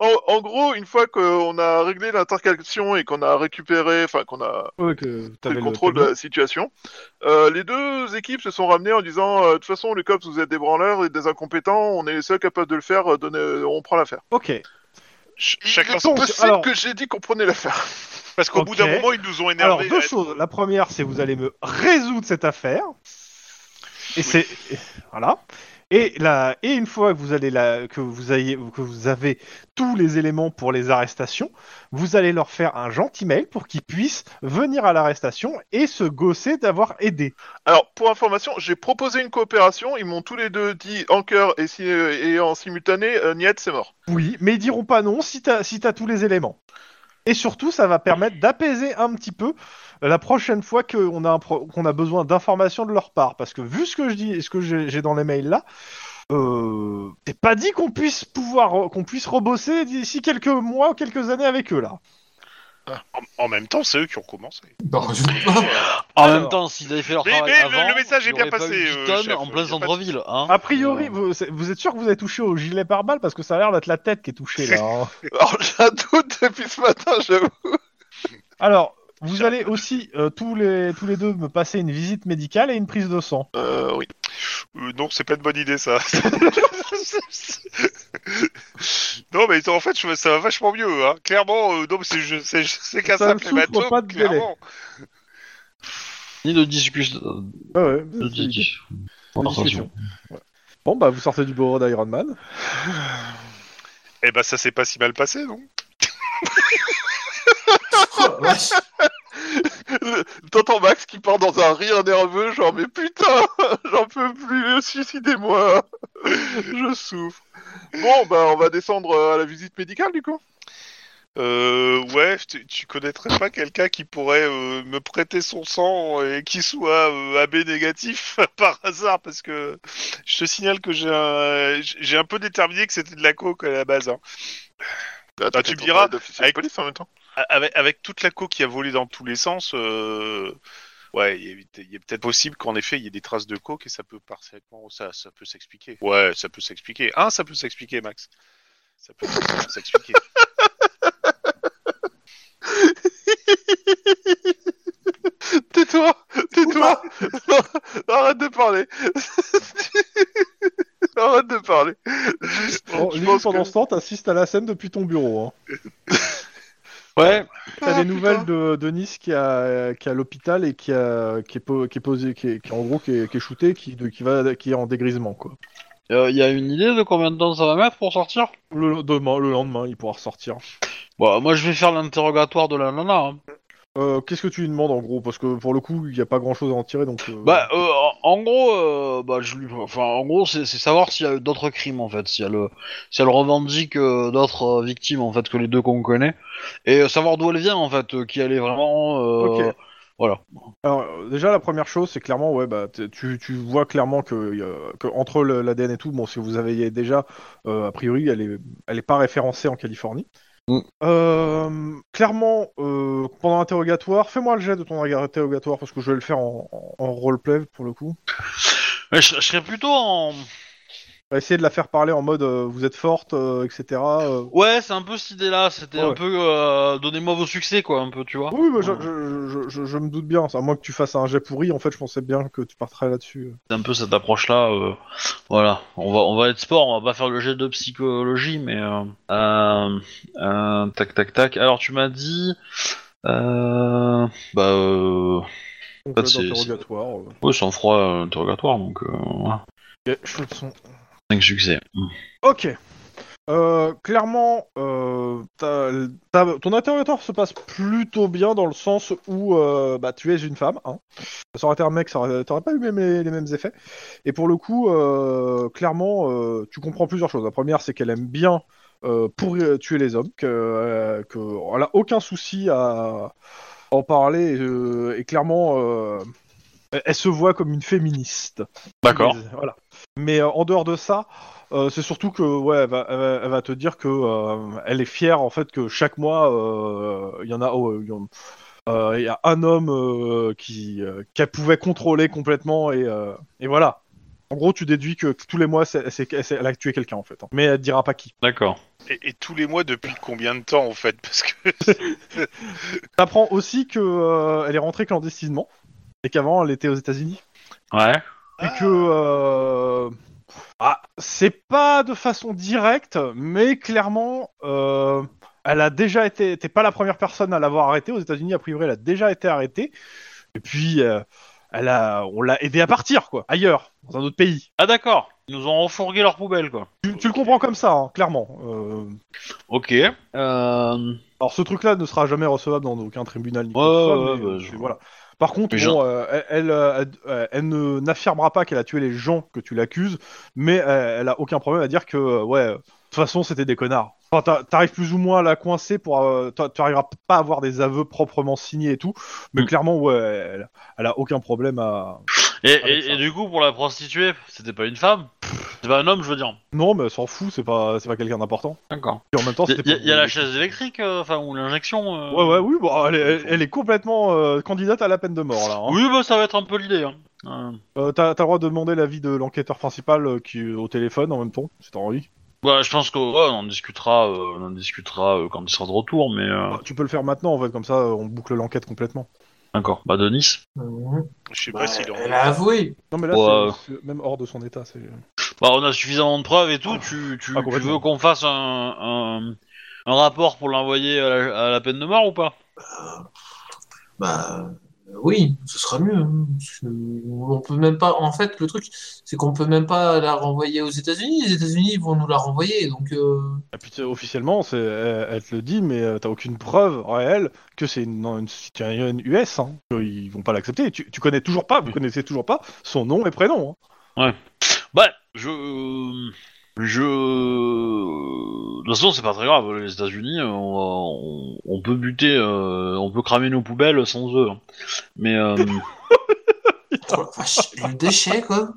Ah, en, en gros, une fois qu'on a réglé l'intercalation et qu'on a récupéré, enfin qu'on a
Euh, Ouais, que
pris le contrôle de la situation, euh, les deux équipes se sont ramenées en disant euh, De toute façon, les cops, vous êtes des branleurs et des incompétents, on est les seuls capables de le faire, euh, donnez- on prend l'affaire. ».
Ok.
Ch- Chacun
Il est
son-
possible
alors-
que j'ai dit qu'on prenait l'affaire.
Parce qu'au bout d'un
Ok.
moment, ils nous ont
Alors,
énervés. à
deux
être-
choses. La première, c'est vous allez me résoudre cette affaire. Et c'est voilà. Et là, et une fois que vous allez la, que vous ayez, que vous avez tous les éléments pour les arrestations, vous allez leur faire un gentil mail pour qu'ils puissent venir à l'arrestation et se gosser d'avoir aidé.
Alors, pour information, j'ai proposé une coopération. Ils m'ont tous les deux dit en cœur et, si- euh, et en simultané, euh, Niet, c'est <laughs> mort.
Oui, mais ils diront pas non si t'as si t'as tous les éléments. Et surtout, ça va permettre d'apaiser un petit peu la prochaine fois qu'on a, un pro- qu'on a besoin d'informations de leur part. Parce que vu ce que je dis et ce que j'ai j'ai dans les mails là, euh, c'est pas dit qu'on puisse pouvoir qu'on puisse rebosser d'ici quelques mois ou quelques années avec eux là.
En, en même temps, c'est eux qui ont commencé.
Bon, je sais pas.
En
Alors.
même temps, s'ils avaient fait leur
Mais-
travail
mais le-
avant,
le message
il
est
y aurait
bien
pas eu
passé,
dix
euh,
tonnes
chef,
en
euh,
plein
y a pas de
centre-ville, hein.
A priori,
Euh,
vous, c'est- vous êtes sûr que vous avez touché au gilet pare-balles parce que ça a l'air d'être la tête qui est touchée là.
<laughs>
hein.
Alors, j'ai un doute depuis ce matin, j'avoue.
Alors, vous allez aussi euh, tous les tous les deux me passer une visite médicale et une prise de sang.
Euh, oui.
Euh, non, c'est pas une bonne idée
<laughs>
ça. non, mais en fait, je- ça va vachement mieux. Hein. Clairement, euh, non, mais c'est je- c'est- c'est qu'à
Ça
ça
me
que les
souffre
bateaux,
pas de délai.
clairement.
Ni de discussion.
Ah ouais,
de
c'est-
dis-
Discussion. Bon, bah, vous sortez du bureau d'Iron Man.
Eh ben, ça s'est pas si mal passé, non
<laughs> Oh, vache.
T'entends Max qui part dans un rire nerveux, genre, mais putain, <laughs> j'en peux plus, euh, suicidez-moi. <laughs> Je souffre. Bon, bah, on va descendre euh, à la visite médicale, du coup.
Euh, ouais, tu, tu connaîtrais pas quelqu'un qui pourrait euh, me prêter son sang et qui soit euh, AB négatif <laughs> par hasard parce que je te signale que j'ai un, j'ai un peu déterminé que c'était de la coke à la base. hein.
Bah,
Ah, tu me
t'es
diras,
en train d'officier de
avec-
police en même temps.
A- Avec, avec toute la coke qui a volé dans tous les sens, euh, ouais, il est, il est peut-être possible qu'en effet il y ait des traces de coke et ça peut parfaitement, ça, ça peut s'expliquer. Ouais, ça peut s'expliquer. Hein, ça peut s'expliquer, Max. Ça peut parfaitement s'expliquer.
Tais-toi, tais-toi. Arrête de parler. <laughs> Arrête de parler.
Bon,
Je
Lily,
pense
pendant
que-
ce temps, t'assistes à la scène depuis ton bureau. Hein.
Ouais,
T'as des
Ah, putain.
nouvelles de, de Nice qui, a, qui est à l'hôpital et qui, a, qui, est, po- qui est posé, qui, est, qui est- en gros qui est, qui est shooté, qui, de- qui va, qui est en dégrisement quoi.
il euh, y a une idée de combien de temps ça va mettre pour sortir
Le, demain, le lendemain, il pourra ressortir.
Bon, moi je vais faire l'interrogatoire de la nana. hein.
Euh, Qu'est-ce que tu lui demandes en gros Parce que pour le coup, il n'y a pas grand chose à en tirer donc. euh,
Bah, euh, en- en gros, euh, bah, je lui, enfin, en gros, c'est c'est savoir s'il y a eu d'autres crimes en fait, si elle, euh, si elle revendique euh, d'autres euh, victimes en fait que les deux qu'on connaît, et euh, savoir d'où elle vient en fait, euh, qui elle est vraiment. euh,
Ok.
Voilà.
Alors euh, déjà la première chose c'est clairement ouais bah t- tu, tu vois clairement que, euh, que entre l'ADN et tout bon si vous avez déjà euh, a priori elle est elle est pas référencée en Californie.
Mm.
Euh, clairement euh, pendant l'interrogatoire fais-moi le jet de ton interrogatoire parce que je vais le faire en, en, en roleplay pour le coup.
Mais je, je serais plutôt en.
On va Essayer Bah, de la faire parler en mode euh, vous êtes forte euh, etc. euh.
Ouais, c'est un peu cette idée-là. C'était
Ouais.
un peu euh, donnez-moi vos succès quoi, un peu, tu vois.
Oui mais je, je, je, je- je me doute bien à moins que tu fasses un jet pourri en fait je pensais bien que tu partirais là-dessus. euh.
C'est un peu cette approche-là. euh, voilà, on va, on va être sport, on va pas faire le jet de psychologie, mais euh, euh, euh, tac, tac, tac. Alors tu m'as dit, euh, bah, euh,
Donc
Bah,
euh,
c'est-
d'interrogatoire. euh.
ouais, sans froid euh, interrogatoire, donc euh, voilà.
Ok, je fais le son.
5 succès.
Ok. Euh, clairement, euh, t'as- t'as- ton interrogatoire se passe plutôt bien dans le sens où euh, bah, tu es une femme. Hein. Ça aurait été un mec, ça aurait- t'aurais pas eu même les, les mêmes effets. Et pour le coup, euh, clairement, euh, tu comprends plusieurs choses. La première, c'est qu'elle aime bien euh, pourrir- tuer les hommes, que, euh, que elle a aucun souci à en parler. euh, et clairement, euh, elle- elle se voit comme une féministe.
D'accord.
Mais, voilà. Mais euh, en dehors de ça, euh, c'est surtout que ouais, elle va, elle va- elle va te dire que euh, elle est fière en fait que chaque mois euh, il y en a, oh, euh, il y en- euh, il y a un homme euh, qui euh, qu'elle pouvait contrôler complètement et, euh, et voilà. En gros, tu déduis que tous les mois, c'est- c'est- c'est- elle a tué quelqu'un en fait, hein. mais elle te dira pas qui.
D'accord.
Et, et tous les mois depuis combien de temps en fait Parce que
T'apprends aussi que euh, elle est rentrée clandestinement et qu'avant elle était aux États-Unis.
Ouais.
et que euh, ah, c'est pas de façon directe, mais clairement, euh, Elle a déjà été, t'es pas la première personne à l'avoir arrêtée aux États-Unis. A priori, elle a déjà été arrêtée. Et puis, euh, elle a, on l'a aidée à partir, quoi, ailleurs, dans un autre pays.
Ah d'accord, ils nous ont refourgué leur poubelle quoi.
Tu, tu le comprends comme ça, hein, clairement. Euh,
Ok. Euh...
Alors, ce truc-là ne sera jamais recevable dans aucun tribunal.
Ouais,
Ni quoi que ce soit,
ouais,
mais,
ouais,
euh,
bah, je-
voilà. Par contre,
Mais
bon, euh, elle, elle, euh, elle- elle ne- n'affirmera pas qu'elle a tué les gens que tu l'accuses, mais euh, elle a aucun problème à dire que, euh, ouais, euh, de toute façon, c'était des connards. Enfin, t'a- t'arrives plus ou moins à la coincer pour, euh, t'a- tu arriveras pas à avoir des aveux proprement signés et tout, mais
Mm.
clairement, ouais, elle, elle a aucun problème à.
Et,
Avec
et-
ça.
et du coup, pour la prostituée, c'était pas une femme C'était pas un homme, je veux dire.
Non, mais elle s'en fout, c'est pas, c'est pas quelqu'un d'important.
D'accord.
Et en même temps,
Il
c'était
y, a-
pour-
y a la chaise électrique, euh, enfin, ou l'injection. euh.
Ouais, ouais, oui, bon, elle, est- elle- elle est complètement euh, candidate à la peine de mort là. hein.
Oui, bah ça va être un peu l'idée. Hein. Euh,
Euh, t'as, t'as le droit de demander l'avis de l'enquêteur principal euh, qui est au téléphone en même temps, si t'as envie.
bah, je pense qu'on en discutera, euh, on en discutera euh, quand il sera de retour, mais. euh,
Bah, tu peux le faire maintenant en fait, comme ça euh, on boucle l'enquête complètement.
D'accord. Bah, Denis.
Mhm.
Je sais
Bah,
pas s'il en
elle a avoué.
Non mais là
Ouais.
c'est, c'est même hors de son état. C'est...
Bah, on a suffisamment de preuves et tout. Tu, tu,
Ah,
tu
complètement.
veux qu'on fasse un, un, un rapport pour l'envoyer à, la- à la peine de mort ou pas
Bah euh, oui, ce sera mieux. hein, parce que On peut même pas. En fait, le truc, c'est qu'on peut même pas la renvoyer aux États-Unis. Les États-Unis vont nous la renvoyer. Donc euh,
Et puis, t'sais, officiellement, c'est, elle, elle te le dit, mais euh, t'as aucune preuve réelle que c'est une, une citoyenne US. Hein. Ils vont pas l'accepter. Tu, tu connais toujours pas, vous connaissez toujours pas son nom et prénom. hein.
Bah, je. euh, Je. De toute façon, c'est pas très grave. Les États-Unis, euh, on, va- on, on peut buter, euh, on peut cramer nos poubelles sans eux. hein. Mais. euh,
oh la <laughs> vache, le déchet quoi.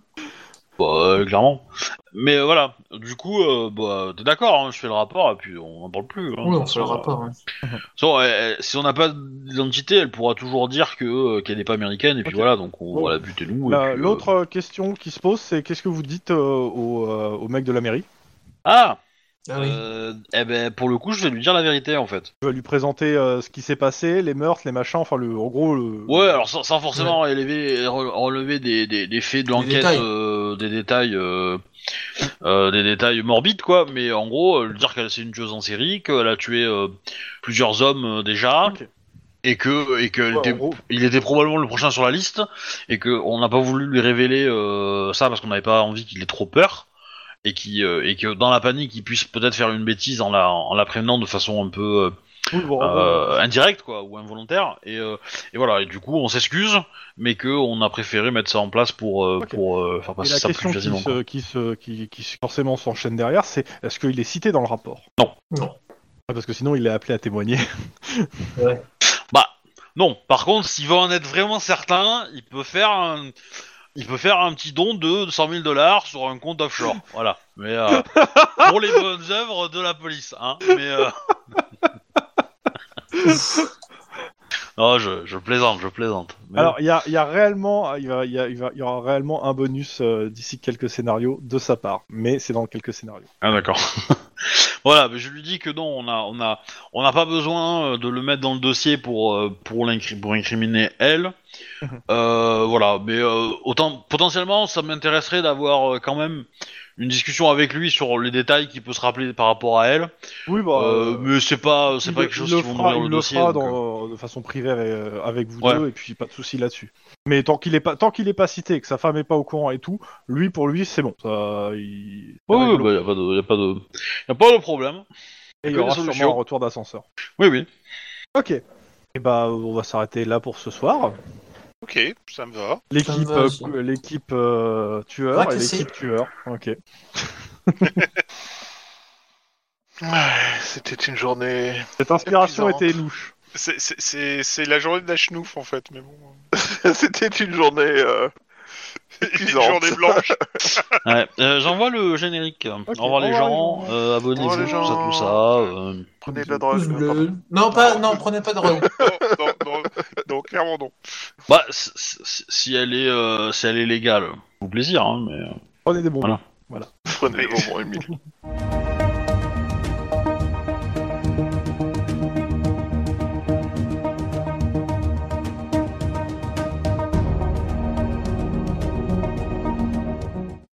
bah, euh, clairement. Mais euh, voilà. Du coup, euh, bah, t'es d'accord, hein, je fais le rapport et puis on en parle plus. hein,
Oui,
de
on
toute
fait
façon,
le
euh.
rapport. hein.
Bon, elle- elle- si on n'a pas d'identité, elle pourra toujours dire que euh, qu'elle n'est pas américaine et puis
Ok.
voilà, donc on
Bon.
va la buter nous. et
La-
puis, euh,
l'autre euh, question qui se pose, c'est qu'est-ce que vous dites euh, au, euh, au mec de la mairie
Ah.
Ah oui.
euh, eh ben pour le coup, je vais lui dire la vérité en fait.
Tu vas lui présenter euh, ce qui s'est passé, les meurtres, les machins, enfin le, en gros le.
Ouais, alors sans, sans forcément élever- re- relever des, des, des faits de l'enquête,
détails.
euh, des détails, euh, euh, des détails morbides quoi, mais en gros, euh, lui dire qu'elle c'est une tueuse en série, qu'elle a tué euh, plusieurs hommes euh, déjà.
Ok.
Et que et qu'elle
Ouais, en
était
gros,
il était probablement le prochain sur la liste et que on n'a pas voulu lui révéler euh, ça parce qu'on n'avait pas envie qu'il ait trop peur et qui euh, et que dans la panique il puisse peut-être faire une bêtise en la en la prévenant de façon un peu
oui, bon,
euh,
en gros,
euh, indirecte quoi ou involontaire et, euh, et voilà et du coup on s'excuse mais que on a préféré mettre ça en place pour euh,
Ok.
pour euh, faire
Et
passer
la
ça plus
question qui,
facilement. quoi.
se, qui, se- qui- qui se- forcément s'enchaîne derrière, c'est est-ce qu'il est cité dans le rapport
Non.
Non.
Ah, parce que sinon, il est appelé à témoigner.
Bah non, par contre s'il veut en être vraiment certain, il peut faire un il peut faire un petit don de 100 000 dollars sur un compte
<laughs>
offshore, voilà. Mais euh, pour les bonnes œuvres de la police, hein. Mais
<laughs>
euh, <laughs> non, je, je plaisante, je plaisante. Mais-
Alors, il y a, il y a réellement, il va- il y, a- il va- il y aura réellement un bonus euh, d'ici quelques scénarios de sa part, mais c'est dans quelques scénarios.
Ah d'accord. <laughs> voilà, mais je lui dis que non, on a, on a, on n'a pas besoin euh, de le mettre dans le dossier pour euh, pour l'incri- pour incriminer elle. Euh, voilà, mais euh, autant potentiellement, ça m'intéresserait d'avoir euh, quand même une discussion avec lui sur les détails qu'il peut se rappeler par rapport à elle.
Oui, bah.
Euh, mais c'est pas, c'est
il
pas
le-
quelque chose
il le
qui va
fera-
ouvrir le
il
dossier.
le fera
donc, euh,
dans- de façon privée avec, avec vous
Ouais.
deux, et puis pas de souci là-dessus. Mais tant qu'il est pas, tant qu'il est pas cité, que sa femme est pas au courant et tout, lui pour lui, c'est bon. Ça, il...
Ouais, ouais,
avec
bah, y a pas de, y a pas de, y a pas de problème.
et il
que
y aura
des solutions.
sûrement un retour d'ascenseur.
Oui, oui.
Ok. Et bah, on va s'arrêter là pour ce soir.
Ok, ça me va.
L'équipe,
Ça me va,
euh,
ça.
cou- l'équipe euh, tueur et
Racassé.
l'équipe tueur. Ok.
Ouais, C'était une journée.
Cette inspiration
Épuisant.
était louche.
C'est- c'est- C'est c'est la journée de la chenouf en fait, mais bon.
<laughs> C'était une journée. euh,
<laughs> Une
épuisante.
journée blanche.
Ouais. Euh, J'envoie le générique.
Ok,
Au revoir les
au revoir,
gens.
les
euh,
Au
Abonnez-vous,
revoir,
tout
les
ça,
gens.
tout ça. euh.
Prenez de la
Pouce
drogue.
bleu. Non, pas, non, prenez pas de drogue.
Non, non, non, non, clairement non.
Bah, c- c- si elle est, euh, si elle est légale, au plaisir, hein, mais.
Prenez des bons.
Voilà.
Prenez le bonbon, Emile.